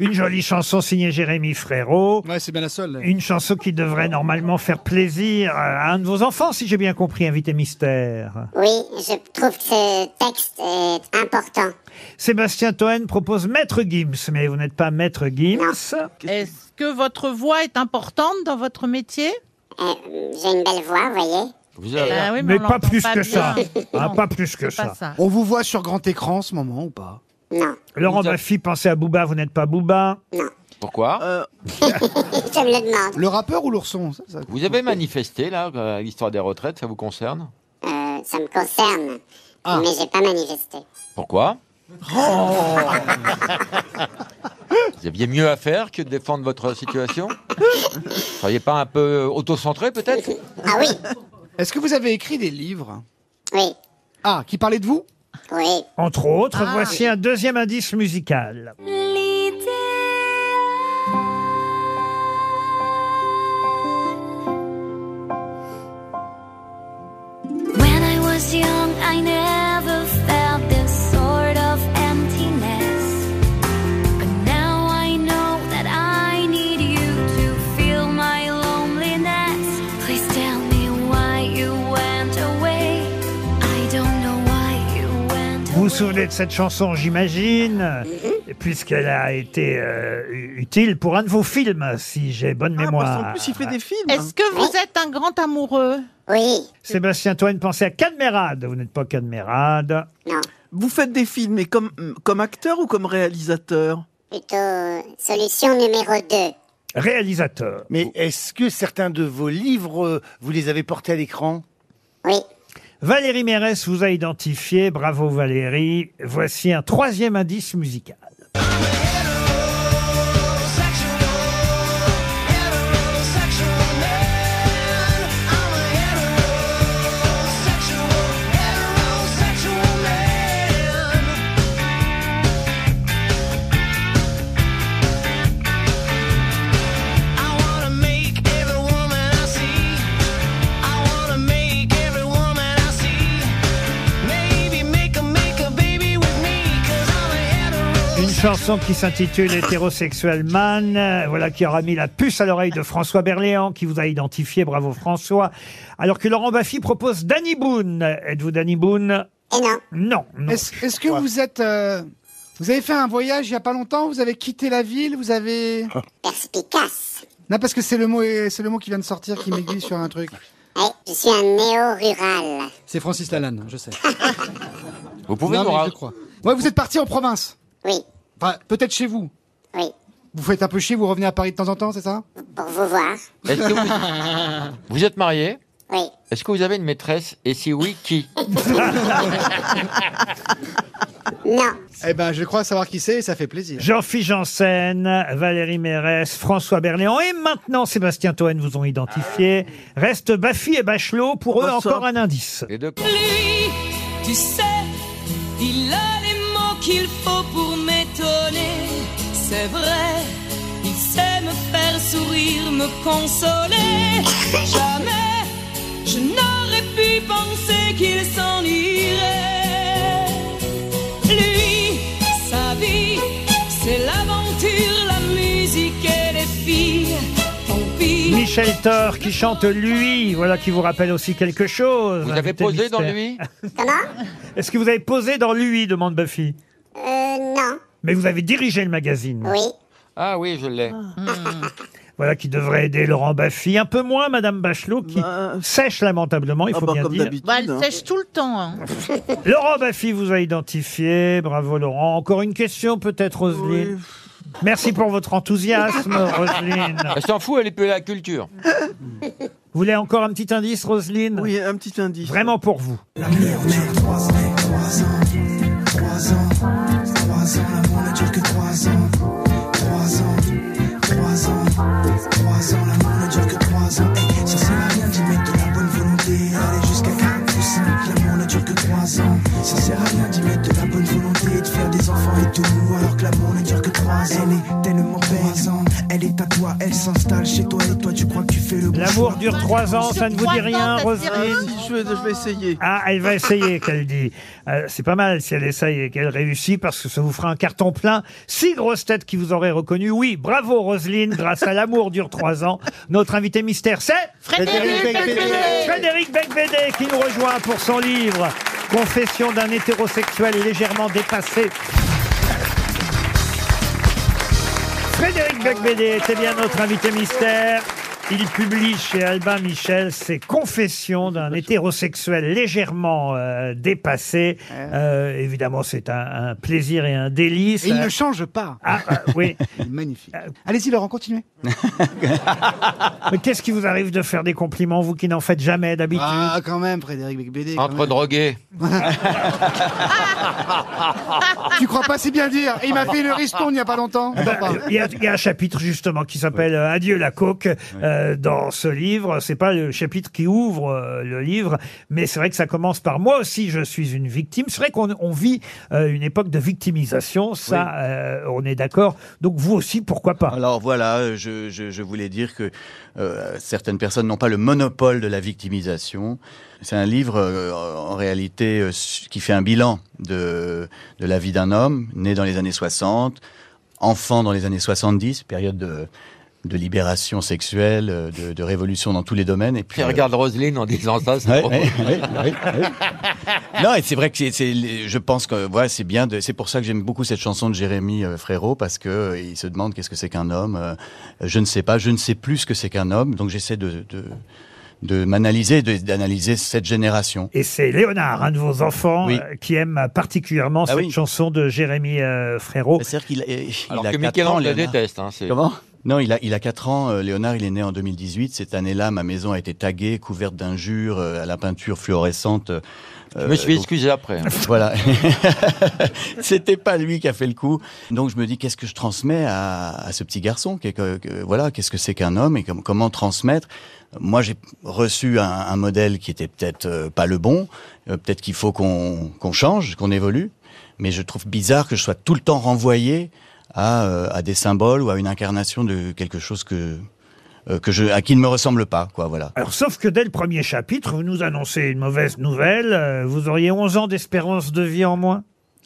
Une jolie chanson signée Jérémy Frérot.
Ouais, c'est bien la seule.
Une chanson qui devrait normalement faire plaisir à un de vos enfants, si j'ai bien compris, invité mystère.
[LAUGHS] Oui, je trouve que ce texte est important.
Sébastien Toen propose Maître Gims, mais vous n'êtes pas Maître Gims.
Est-ce que votre voix est importante dans votre métier
Euh, J'ai une belle voix, vous voyez.
Vous avez-
Ben oui,
mais
on
pas
l'entend
plus que ça.
bien.
Hein,
Non,
pas plus que
c'est pas
ça.
ça.
On vous voit sur grand écran en ce moment ou pas
Non.
Laurent
Vous avez-
Baffy, pensez à Booba, vous n'êtes pas Booba.
Pourquoi
[LAUGHS]
Euh,
Je me le demande.
Le rappeur ou l'ourson ça, ça-
Vous avez manifesté, là, euh, à l'histoire des retraites, ça vous concerne
Euh, ça me concerne.
Ah.
Mais j'ai pas manifesté.
Pourquoi
Oh.
Vous aviez mieux à faire que de défendre votre situation Vous seriez pas un peu autocentré, peut-être
Ah oui
Est-ce que vous avez écrit des livres
Oui.
Ah, qui parlaient de vous
Oui.
Entre autres,
Ah.
voici un deuxième indice musical.
When I was young, I never felt this sort of emptiness. But now I know that I need you to feel my loneliness. Please tell me why you went away. I don't know why you went
Vous vous souvenez de cette chanson, j'imagine,
Mm-hmm.
puisqu'elle a été euh, utile pour un de vos films, si j'ai
Ah,
bonne
bah,
mémoire.
films. Est-ce que vous êtes un grand amoureux
Oui.
Sébastien Toine, pensez à Cadmerade. Vous n'êtes pas Cadmerade.
Vous faites des films, mais comme, comme acteur ou comme réalisateur
[LAUGHS] Plutôt euh, solution numéro 2.
Réalisateur.
Mais est-ce que certains de vos livres, euh, vous les avez portés à l'écran
Oui.
Valérie Mérès vous a identifié. Bravo Valérie. Voici un troisième indice musical. Une chanson qui s'intitule Hétérosexuel Man. Euh, Voilà qui aura mis la puce à l'oreille de François Berléand, qui vous a identifié. Bravo François. Alors que Laurent Baffy propose Danny Boone. Êtes-vous Danny Boone
Eh non.
Non.
Est-ce est-ce que vous êtes. euh, vous avez fait un voyage il y a pas longtemps Vous avez quitté la ville Vous avez.
[LAUGHS] Perspicace.
Non, parce que c'est le mot, euh, c'est le mot qui vient de sortir qui m'aiguille sur un truc.
Eh, je suis un néo-rural.
C'est Francis Lalanne, je sais.
Vous pouvez
Non,
nous
mais
ra-
je crois. Ouais, vous êtes parti en province.
Oui.
Enfin, peut-être chez vous.
Oui.
Vous faites un peu chier, vous revenez à Paris de temps en temps, c'est ça
Pour vous voir.
Est-ce que
[LAUGHS]
vous... vous êtes marié
Oui. Ah.
Est-ce que vous avez une maîtresse Et si oui, qui
Non.
Eh ben, je crois savoir qui c'est et ça fait plaisir.
Jean-Philippe Janssen, Valérie Mérès, François Berléand et maintenant Sébastien Toen vous ont identifié. Reste Baffy et Bachelot. Pour eux,
Bonsoir.
encore un indice.
Les deux
Lui, tu sais, il a les mots qu'il faut pour m'étonner. C'est vrai, il sait me faire sourire, me consoler. Jamais je n'aurais pu penser qu'il s'en irait. Lui, sa vie, c'est l'aventure, la musique et les filles. Tant pis.
[LAUGHS] Michel Thor qui chante Lui. Voilà qui vous rappelle aussi quelque chose.
Vous avez
Invité
posé dans
mystère.
lui
Est-ce que vous avez posé dans Lui demande Buffy.
Euh, non.
Mais vous avez dirigé le magazine.
Oui.
Ah oui, je l'ai.
Ah.
Voilà qui devrait aider Laurent Baffy. Un peu moins Madame Bachelot
Bah,
qui
euh,
sèche lamentablement,
ah
il faut bien dire.
Bah,
hein.
elle sèche tout le temps. hein.
Laurent Baffy vous a identifié. Bravo Laurent. Encore une question peut-être, Roselyne. Merci pour
[LAUGHS]
votre enthousiasme, Roselyne.
Elle s'en fout, elle est plus à la culture.
Vous voulez encore un petit indice, Roselyne
Oui, un petit indice.
Vraiment pour vous.
Trois ans, trois ans, l'amour ne dure que trois ans. Trois ans, trois ans, trois ans, l'amour ne dure que trois ans. Hey, ça sert à rien d'y mettre de la bonne volonté. Aller jusqu'à 4 ou 5, l'amour ne dure que trois ans. Ça sert à rien d'y mettre de la bonne volonté, de faire des enfants et tout. Alors que l'amour ne dure que trois ans. Elle est tellement belle, elle est à toi, elle s'installe chez toi et toi tu crois que tu fais le bon
L'amour
choix.
dure trois ans, ça ne vous dit rien, Roselyne
Je vais, je vais essayer.
Ah, elle va essayer, qu'elle dit. Euh, c'est pas mal si elle essaye et qu'elle réussit, parce que ça vous fera un carton plein. Six grosses têtes qui vous auraient reconnu. Oui, bravo Roselyne, grâce à l'amour dure trois ans. Notre invité mystère, c'est
Frédéric Becbédé.
Frédéric Becbédé qui nous rejoint pour son livre Confession d'un hétérosexuel légèrement dépassé. Frédéric Becbédé était bien notre invité mystère. Il publie chez Albin Michel ses confessions d'un hétérosexuel légèrement euh, dépassé. Euh, évidemment, c'est un, un plaisir et un délice.
Et il
Euh,
ne change pas.
Ah, ah,
[LAUGHS]
oui. Euh,
Magnifique. Allez-y, Laurent, continuez.
ah, Mais qu'est-ce qui vous arrive de faire des compliments, vous qui n'en faites jamais d'habitude
Ah, quand même, Frédéric Becbédé. quand
Entre
même.
drogués.
Tu crois pas si bien dire. Et il m'a fait une ristourne il y a pas
[LAUGHS]
longtemps.
Ben, Il y, a- il y a un chapitre justement qui s'appelle euh, Adieu la coque euh, dans ce livre. C'est pas le chapitre qui ouvre euh, le livre, mais c'est vrai que ça commence par moi aussi je suis une victime. C'est vrai qu'on on vit euh, une époque de victimisation, ça euh, on est d'accord. Donc vous aussi pourquoi pas
Alors voilà, euh, je, je- je voulais dire que euh, certaines personnes n'ont pas le monopole de la victimisation. C'est un livre, euh, en réalité, euh, su- qui fait un bilan de, de la vie d'un homme, né dans les années 60, enfant dans les années 70, période de, de libération sexuelle, euh, de, de révolution dans tous les domaines. Et puis,
Qui
euh,
regarde Roselyne en disant ça, c'est
Ouais,
drôle.
ouais, ouais, ouais, ouais. Oh. [LAUGHS] Non, et c'est vrai que c'est, c'est- je pense que voilà, c'est bien. de- c'est pour ça que j'aime beaucoup cette chanson de Jérémy euh, Frérot parce que euh, il se demande qu'est-ce que c'est qu'un homme. euh, je ne sais pas, je ne sais plus ce que c'est qu'un homme. Donc j'essaie de, de, de m'analyser, de- d'analyser cette génération.
Et c'est Léonard, un de vos enfants,
Oui.
euh, qui aime particulièrement
Ah
cette
oui.
chanson de Jérémy euh, Frérot.
C'est-à-dire qu'il est-
Alors
il a
que
quatre
Michel-Ange
ans,
le
Léonard.
déteste, hein, c'est-
Comment Non, il a, il a 4 ans, euh, Léonard, il est né en 2018. Cette année-là, ma maison a été taguée, couverte d'injures, euh, à la peinture fluorescente. euh,
Je me suis excusé après.
[LAUGHS]
hein.
Voilà. C'était pas lui qui a fait le coup. Donc je me dis qu'est-ce que je transmets à, à ce petit garçon Qu'est- que- que- Voilà, qu'est-ce que c'est qu'un homme et com- comment transmettre Moi j'ai reçu un, un modèle qui était peut-être euh, pas le bon. Euh, peut-être qu'il faut qu'on qu'on change, qu'on évolue. Mais je trouve bizarre que je sois tout le temps renvoyé à, euh, à des symboles ou à une incarnation de quelque chose que euh, que je à qui ne me ressemble pas. Quoi, voilà.
Alors, sauf que dès le premier chapitre, vous nous annoncez une mauvaise nouvelle. euh, Vous auriez 11 ans d'espérance de vie en moins.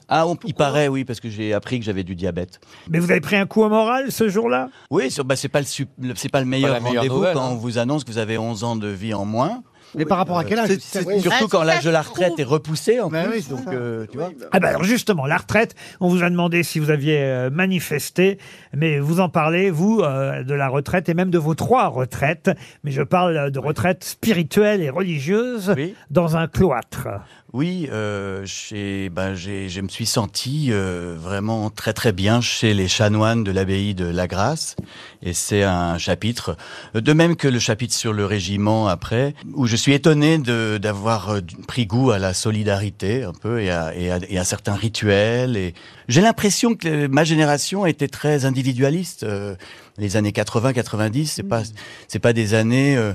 Ah, on- il paraît, oui, parce que j'ai appris que j'avais du diabète.
Mais vous avez pris un coup au moral ce jour-là
Oui, c'est bah, c'est pas le, sup- le- c'est pas le meilleur
la meilleure
rendez-vous
nouvelle,
quand
hein.
on vous annonce que vous avez 11 ans de vie en moins. Euh,
Mais par rapport à quel âge
C'est-
Ça-
c'est
oui.
Surtout quand
Ah,
l'âge de la
ça se
retraite est repoussé en
Bah oui,
plus.
c'est
donc,
ça.
euh, tu vois.
Ah bah alors justement, la retraite, on vous a demandé si vous aviez euh, manifesté, mais vous en parlez, vous, euh, de la retraite et même de vos trois retraites, mais je parle euh, de retraite spirituelle et religieuse dans un cloître.
Oui, euh, j'ai- ben, j'ai- je me suis senti euh, vraiment très très bien chez les chanoines de l'abbaye de La Grâce, et c'est un chapitre, euh, de même que le chapitre sur le régiment après, où je suis étonné de- d'avoir euh, du- pris goût à la solidarité un peu et à, et à- et à certains rituels. Et j'ai l'impression que euh, ma génération était très individualiste. euh, les années 80-90, c'est pas c'est pas des années euh,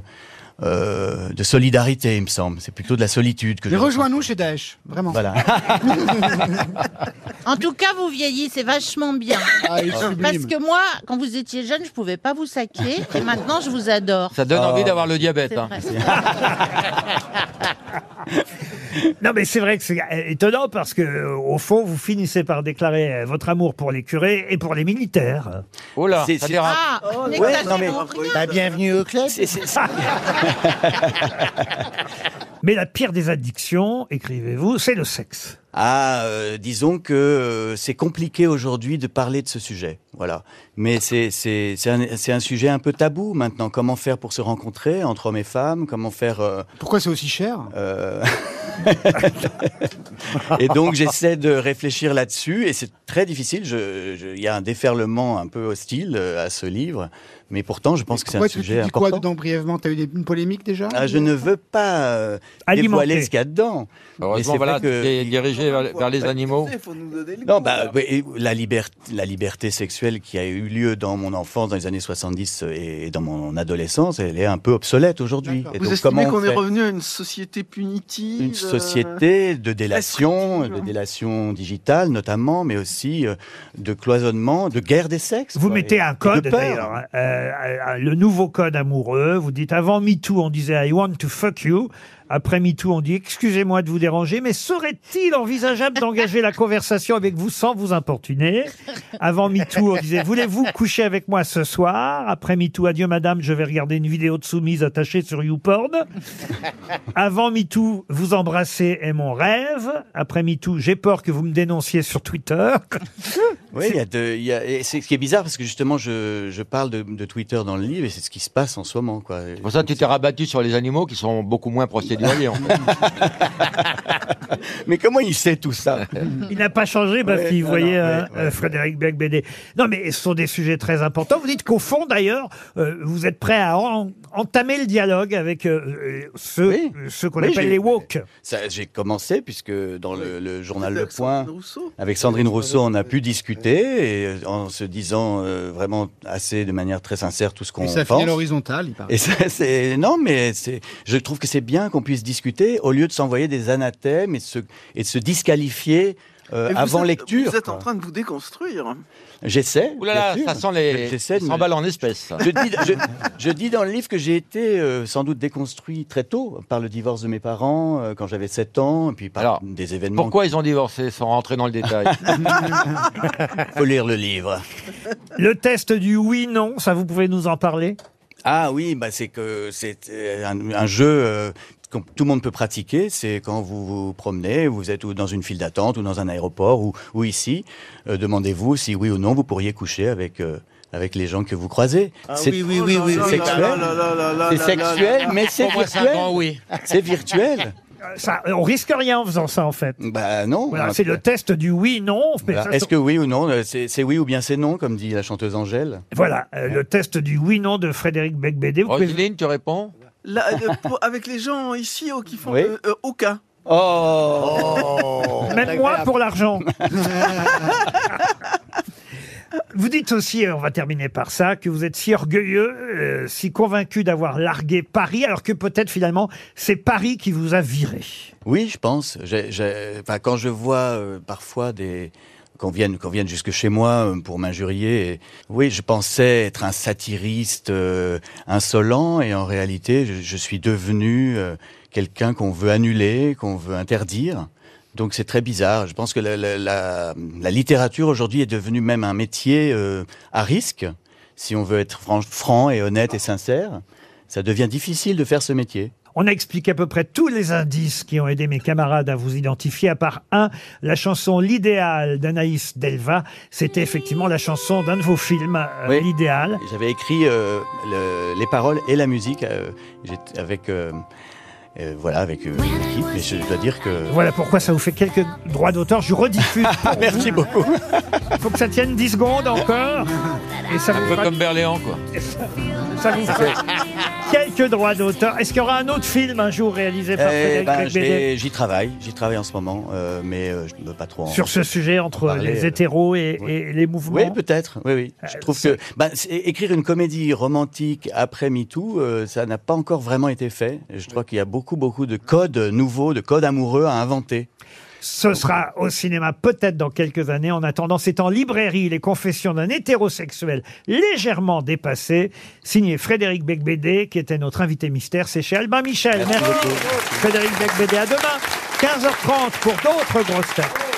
euh, de solidarité, il me semble. C'est plutôt de la solitude que
Mais
je
rejoins-nous chez Daesh, vraiment. [LAUGHS]
voilà.
En tout cas, vous vieillissez vachement bien.
il est sublime.
Parce que moi, quand vous étiez jeune, je pouvais pas vous saquer. Et maintenant, je vous adore.
Ça donne
Ah.
envie d'avoir le diabète.
C'est
hein.
vrai.
[LAUGHS]
[LAUGHS]
[LAUGHS] Non, mais c'est vrai que c'est euh, étonnant parce que, euh, au fond, vous finissez par déclarer euh, votre amour pour les curés et pour les militaires.
Oh là,
C'est-
ça
c'est-
dérape.
Ah, mais
Ouais,
ça,
non,
c'est
mais-
mon rien.
Bah, bienvenue au club.
[LAUGHS]
Mais la pire des addictions, écrivez-vous, c'est le sexe.
Ah, euh, disons que euh, c'est compliqué aujourd'hui de parler de ce sujet. Voilà. Mais c'est c'est c'est un, c'est un sujet un peu tabou maintenant. Comment faire pour se rencontrer entre hommes et femmes Comment faire euh,
Pourquoi c'est aussi cher
euh, [LAUGHS] Et donc j'essaie de réfléchir là-dessus et c'est très difficile. Je- je- Il y a un déferlement un peu hostile euh, à ce livre, mais pourtant je pense que c'est
Pourquoi
un
tu, tu
sujet
dis quoi
important.
dedans brièvement T'as eu des- une polémique déjà
Ah, je ne veux pas euh,
Alimenter.
dévoiler ce qu'il y a dedans. Mais
Heureusement,
c'est
voilà,
vrai que-
dé- dirigé vers, vers les animaux.
Non, bah, oui, et la, liberté, la liberté sexuelle qui a eu lieu dans mon enfance, dans les années 70 et dans mon adolescence, elle est un peu obsolète aujourd'hui. Et
Vous
donc,
estimez
comment on
qu'on est
fait
revenu à une société punitive
une
euh,
société de délation,
restrictive,
de
hein.
délation digitale notamment, mais aussi euh, de cloisonnement, de guerre des sexes.
Vous
quoi,
mettez
et-
un
et
code
de peur.
d'ailleurs, hein, euh, euh, le nouveau code amoureux. Vous dites avant MeToo, on disait I want to fuck you. Après MeToo, on dit Excusez-moi de vous déranger, mais serait-il envisageable d'engager la conversation avec vous sans vous importuner Avant MeToo, on disait Voulez-vous coucher avec moi ce soir Après MeToo, adieu madame, je vais regarder une vidéo de soumise attachée sur YouPorn. Avant MeToo, vous embrasser est mon rêve. Après MeToo, j'ai peur que vous me dénonciez sur Twitter.
Oui, il y a de- il y a- et c'est ce qui est bizarre parce que justement, je, je parle de, de Twitter dans le livre et c'est ce qui se passe en ce moment. Quoi.
C'est pour ça que tu t'es rabattu sur les animaux qui sont beaucoup moins procéduriers. en fait.
[LAUGHS] Mais comment il sait tout
[LAUGHS]
ça
Il n'a pas changé, ma
Ouais,
fille, vous
non,
voyez,
non,
euh,
ouais,
euh, Frédéric Becbédé. Non, mais ce sont des sujets très importants. Vous dites qu'au fond, d'ailleurs, euh, vous êtes prêt à en- entamer le dialogue avec euh, euh, ceux, euh, ceux qu'on
Oui,
appelle
j'ai-
les woke.
Ça, J'ai commencé puisque dans le, le journal Le Point, avec Sandrine Rousseau, on a pu discuter et euh, en se disant euh, vraiment assez de manière très sincère tout ce qu'on
Et ça finit à
pense.
l'horizontale, il paraît.
Et ça, c'est non, mais c'est. Je trouve que c'est bien qu'on puisse discuter au lieu de s'envoyer des anathèmes et de se et de se disqualifier euh,
Et vous
avant
êtes-
lecture.
Vous êtes en
quoi.
train de vous déconstruire.
J'essaie.
Ouh là là,
bien sûr.
ça sent les-
J'essaie de
ça
me-
emballe
en espèces.
Je dis, je, je dis dans le livre que j'ai été euh, sans doute déconstruit très tôt par le divorce de mes parents euh, quand j'avais 7 ans, et puis par des événements.
Pourquoi ils ont divorcé sans rentrer dans le détail
Faut lire le livre.
Le test du oui-non, ça, vous pouvez nous en parler
Ah oui, bah c'est que c'est euh, un, un jeu euh, que tout le monde peut pratiquer. C'est quand vous vous promenez, vous êtes ou dans une file d'attente, ou dans un aéroport, ou, ou ici. euh, Demandez-vous si oui ou non vous pourriez coucher avec. euh, avec les gens que vous croisez.
Ah
C'est- Oh
oui, oui, oui, oui,
c'est
oui.
sexuel.
Là, là, là, là, là,
C'est
là,
sexuel,
là, là.
mais c'est
Pour moi, c'est un
virtuel.
grand oui.
[LAUGHS] C'est virtuel.
Euh, Ça, on risque rien en faisant ça, en fait.
Bah non.
Voilà, c'est le test du oui-non.
Voilà. Bah, Est-ce que oui ou non, euh, c'est c'est oui ou bien c'est non, comme dit la chanteuse Angèle
Voilà, euh, le test du oui-non de Frédéric Becbédé.
Oh,
Vous
tu réponds
Là, euh, pour- avec les gens ici oh, qui font
Oui.
euh, euh, aucun.
Oh
Même moi pour l'argent. [LAUGHS] Vous dites aussi, euh, on va terminer par ça, que vous êtes si orgueilleux, euh, si convaincu d'avoir largué Paris, alors que peut-être finalement c'est Paris qui vous a viré.
Oui, je pense. J'ai- j'ai- enfin, quand je vois euh, parfois des qu'on vienne, qu'on vienne jusque chez moi euh, pour m'injurier. et- Oui, je pensais être un satiriste euh, insolent et en réalité, je, je suis devenu euh, quelqu'un qu'on veut annuler, qu'on veut interdire. Donc c'est très bizarre. Je pense que la, la- la- la littérature aujourd'hui est devenue même un métier euh, à risque. Si on veut être franc, franc et honnête et sincère, ça devient difficile de faire ce métier.
On a expliqué à peu près tous les indices qui ont aidé mes camarades à vous identifier, à part un, la chanson L'idéal d'Anaïs Delva. C'était effectivement la chanson d'un de vos films, euh,
Oui.
L'idéal.
J'avais écrit euh, le- les paroles et la musique euh, j'étais avec euh, euh, voilà avec euh, l'équipe, mais je dois dire que
Voilà pourquoi ça vous fait quelques droits d'auteur.
[LAUGHS]
Je rediffuse. pour
Merci
vous.
beaucoup.
Faut que ça tienne 10 secondes encore. Et ça
Un
vous
peu
fera
comme Berléand, quoi.
Ça vous fait quelques droits d'auteur. Est-ce qu'il y aura un autre film un jour réalisé par
Eh
Frédéric
ben, je
Becbédé
vais- j'y travaille, j'y travaille en ce moment, euh, mais euh, je ne veux pas trop. en-
sur ce sujet entre
parler,
les
euh,
hétéros et,
oui.
et les mouvements
Oui, peut-être. Oui, oui.
Euh,
Je trouve que bah, c'est- écrire une comédie romantique après MeToo, euh, ça n'a pas encore vraiment été fait. Je crois qu'il y a beaucoup, beaucoup de codes nouveaux, de codes amoureux à inventer.
Ce sera au cinéma peut-être dans quelques années. En attendant, c'est en librairie Les Confessions d'un hétérosexuel légèrement dépassé, signé Frédéric Becbédé, qui était notre invité mystère. C'est chez Albin Michel. Merci, Frédéric Becbédé. À demain, 15h30 pour d'autres grosses têtes.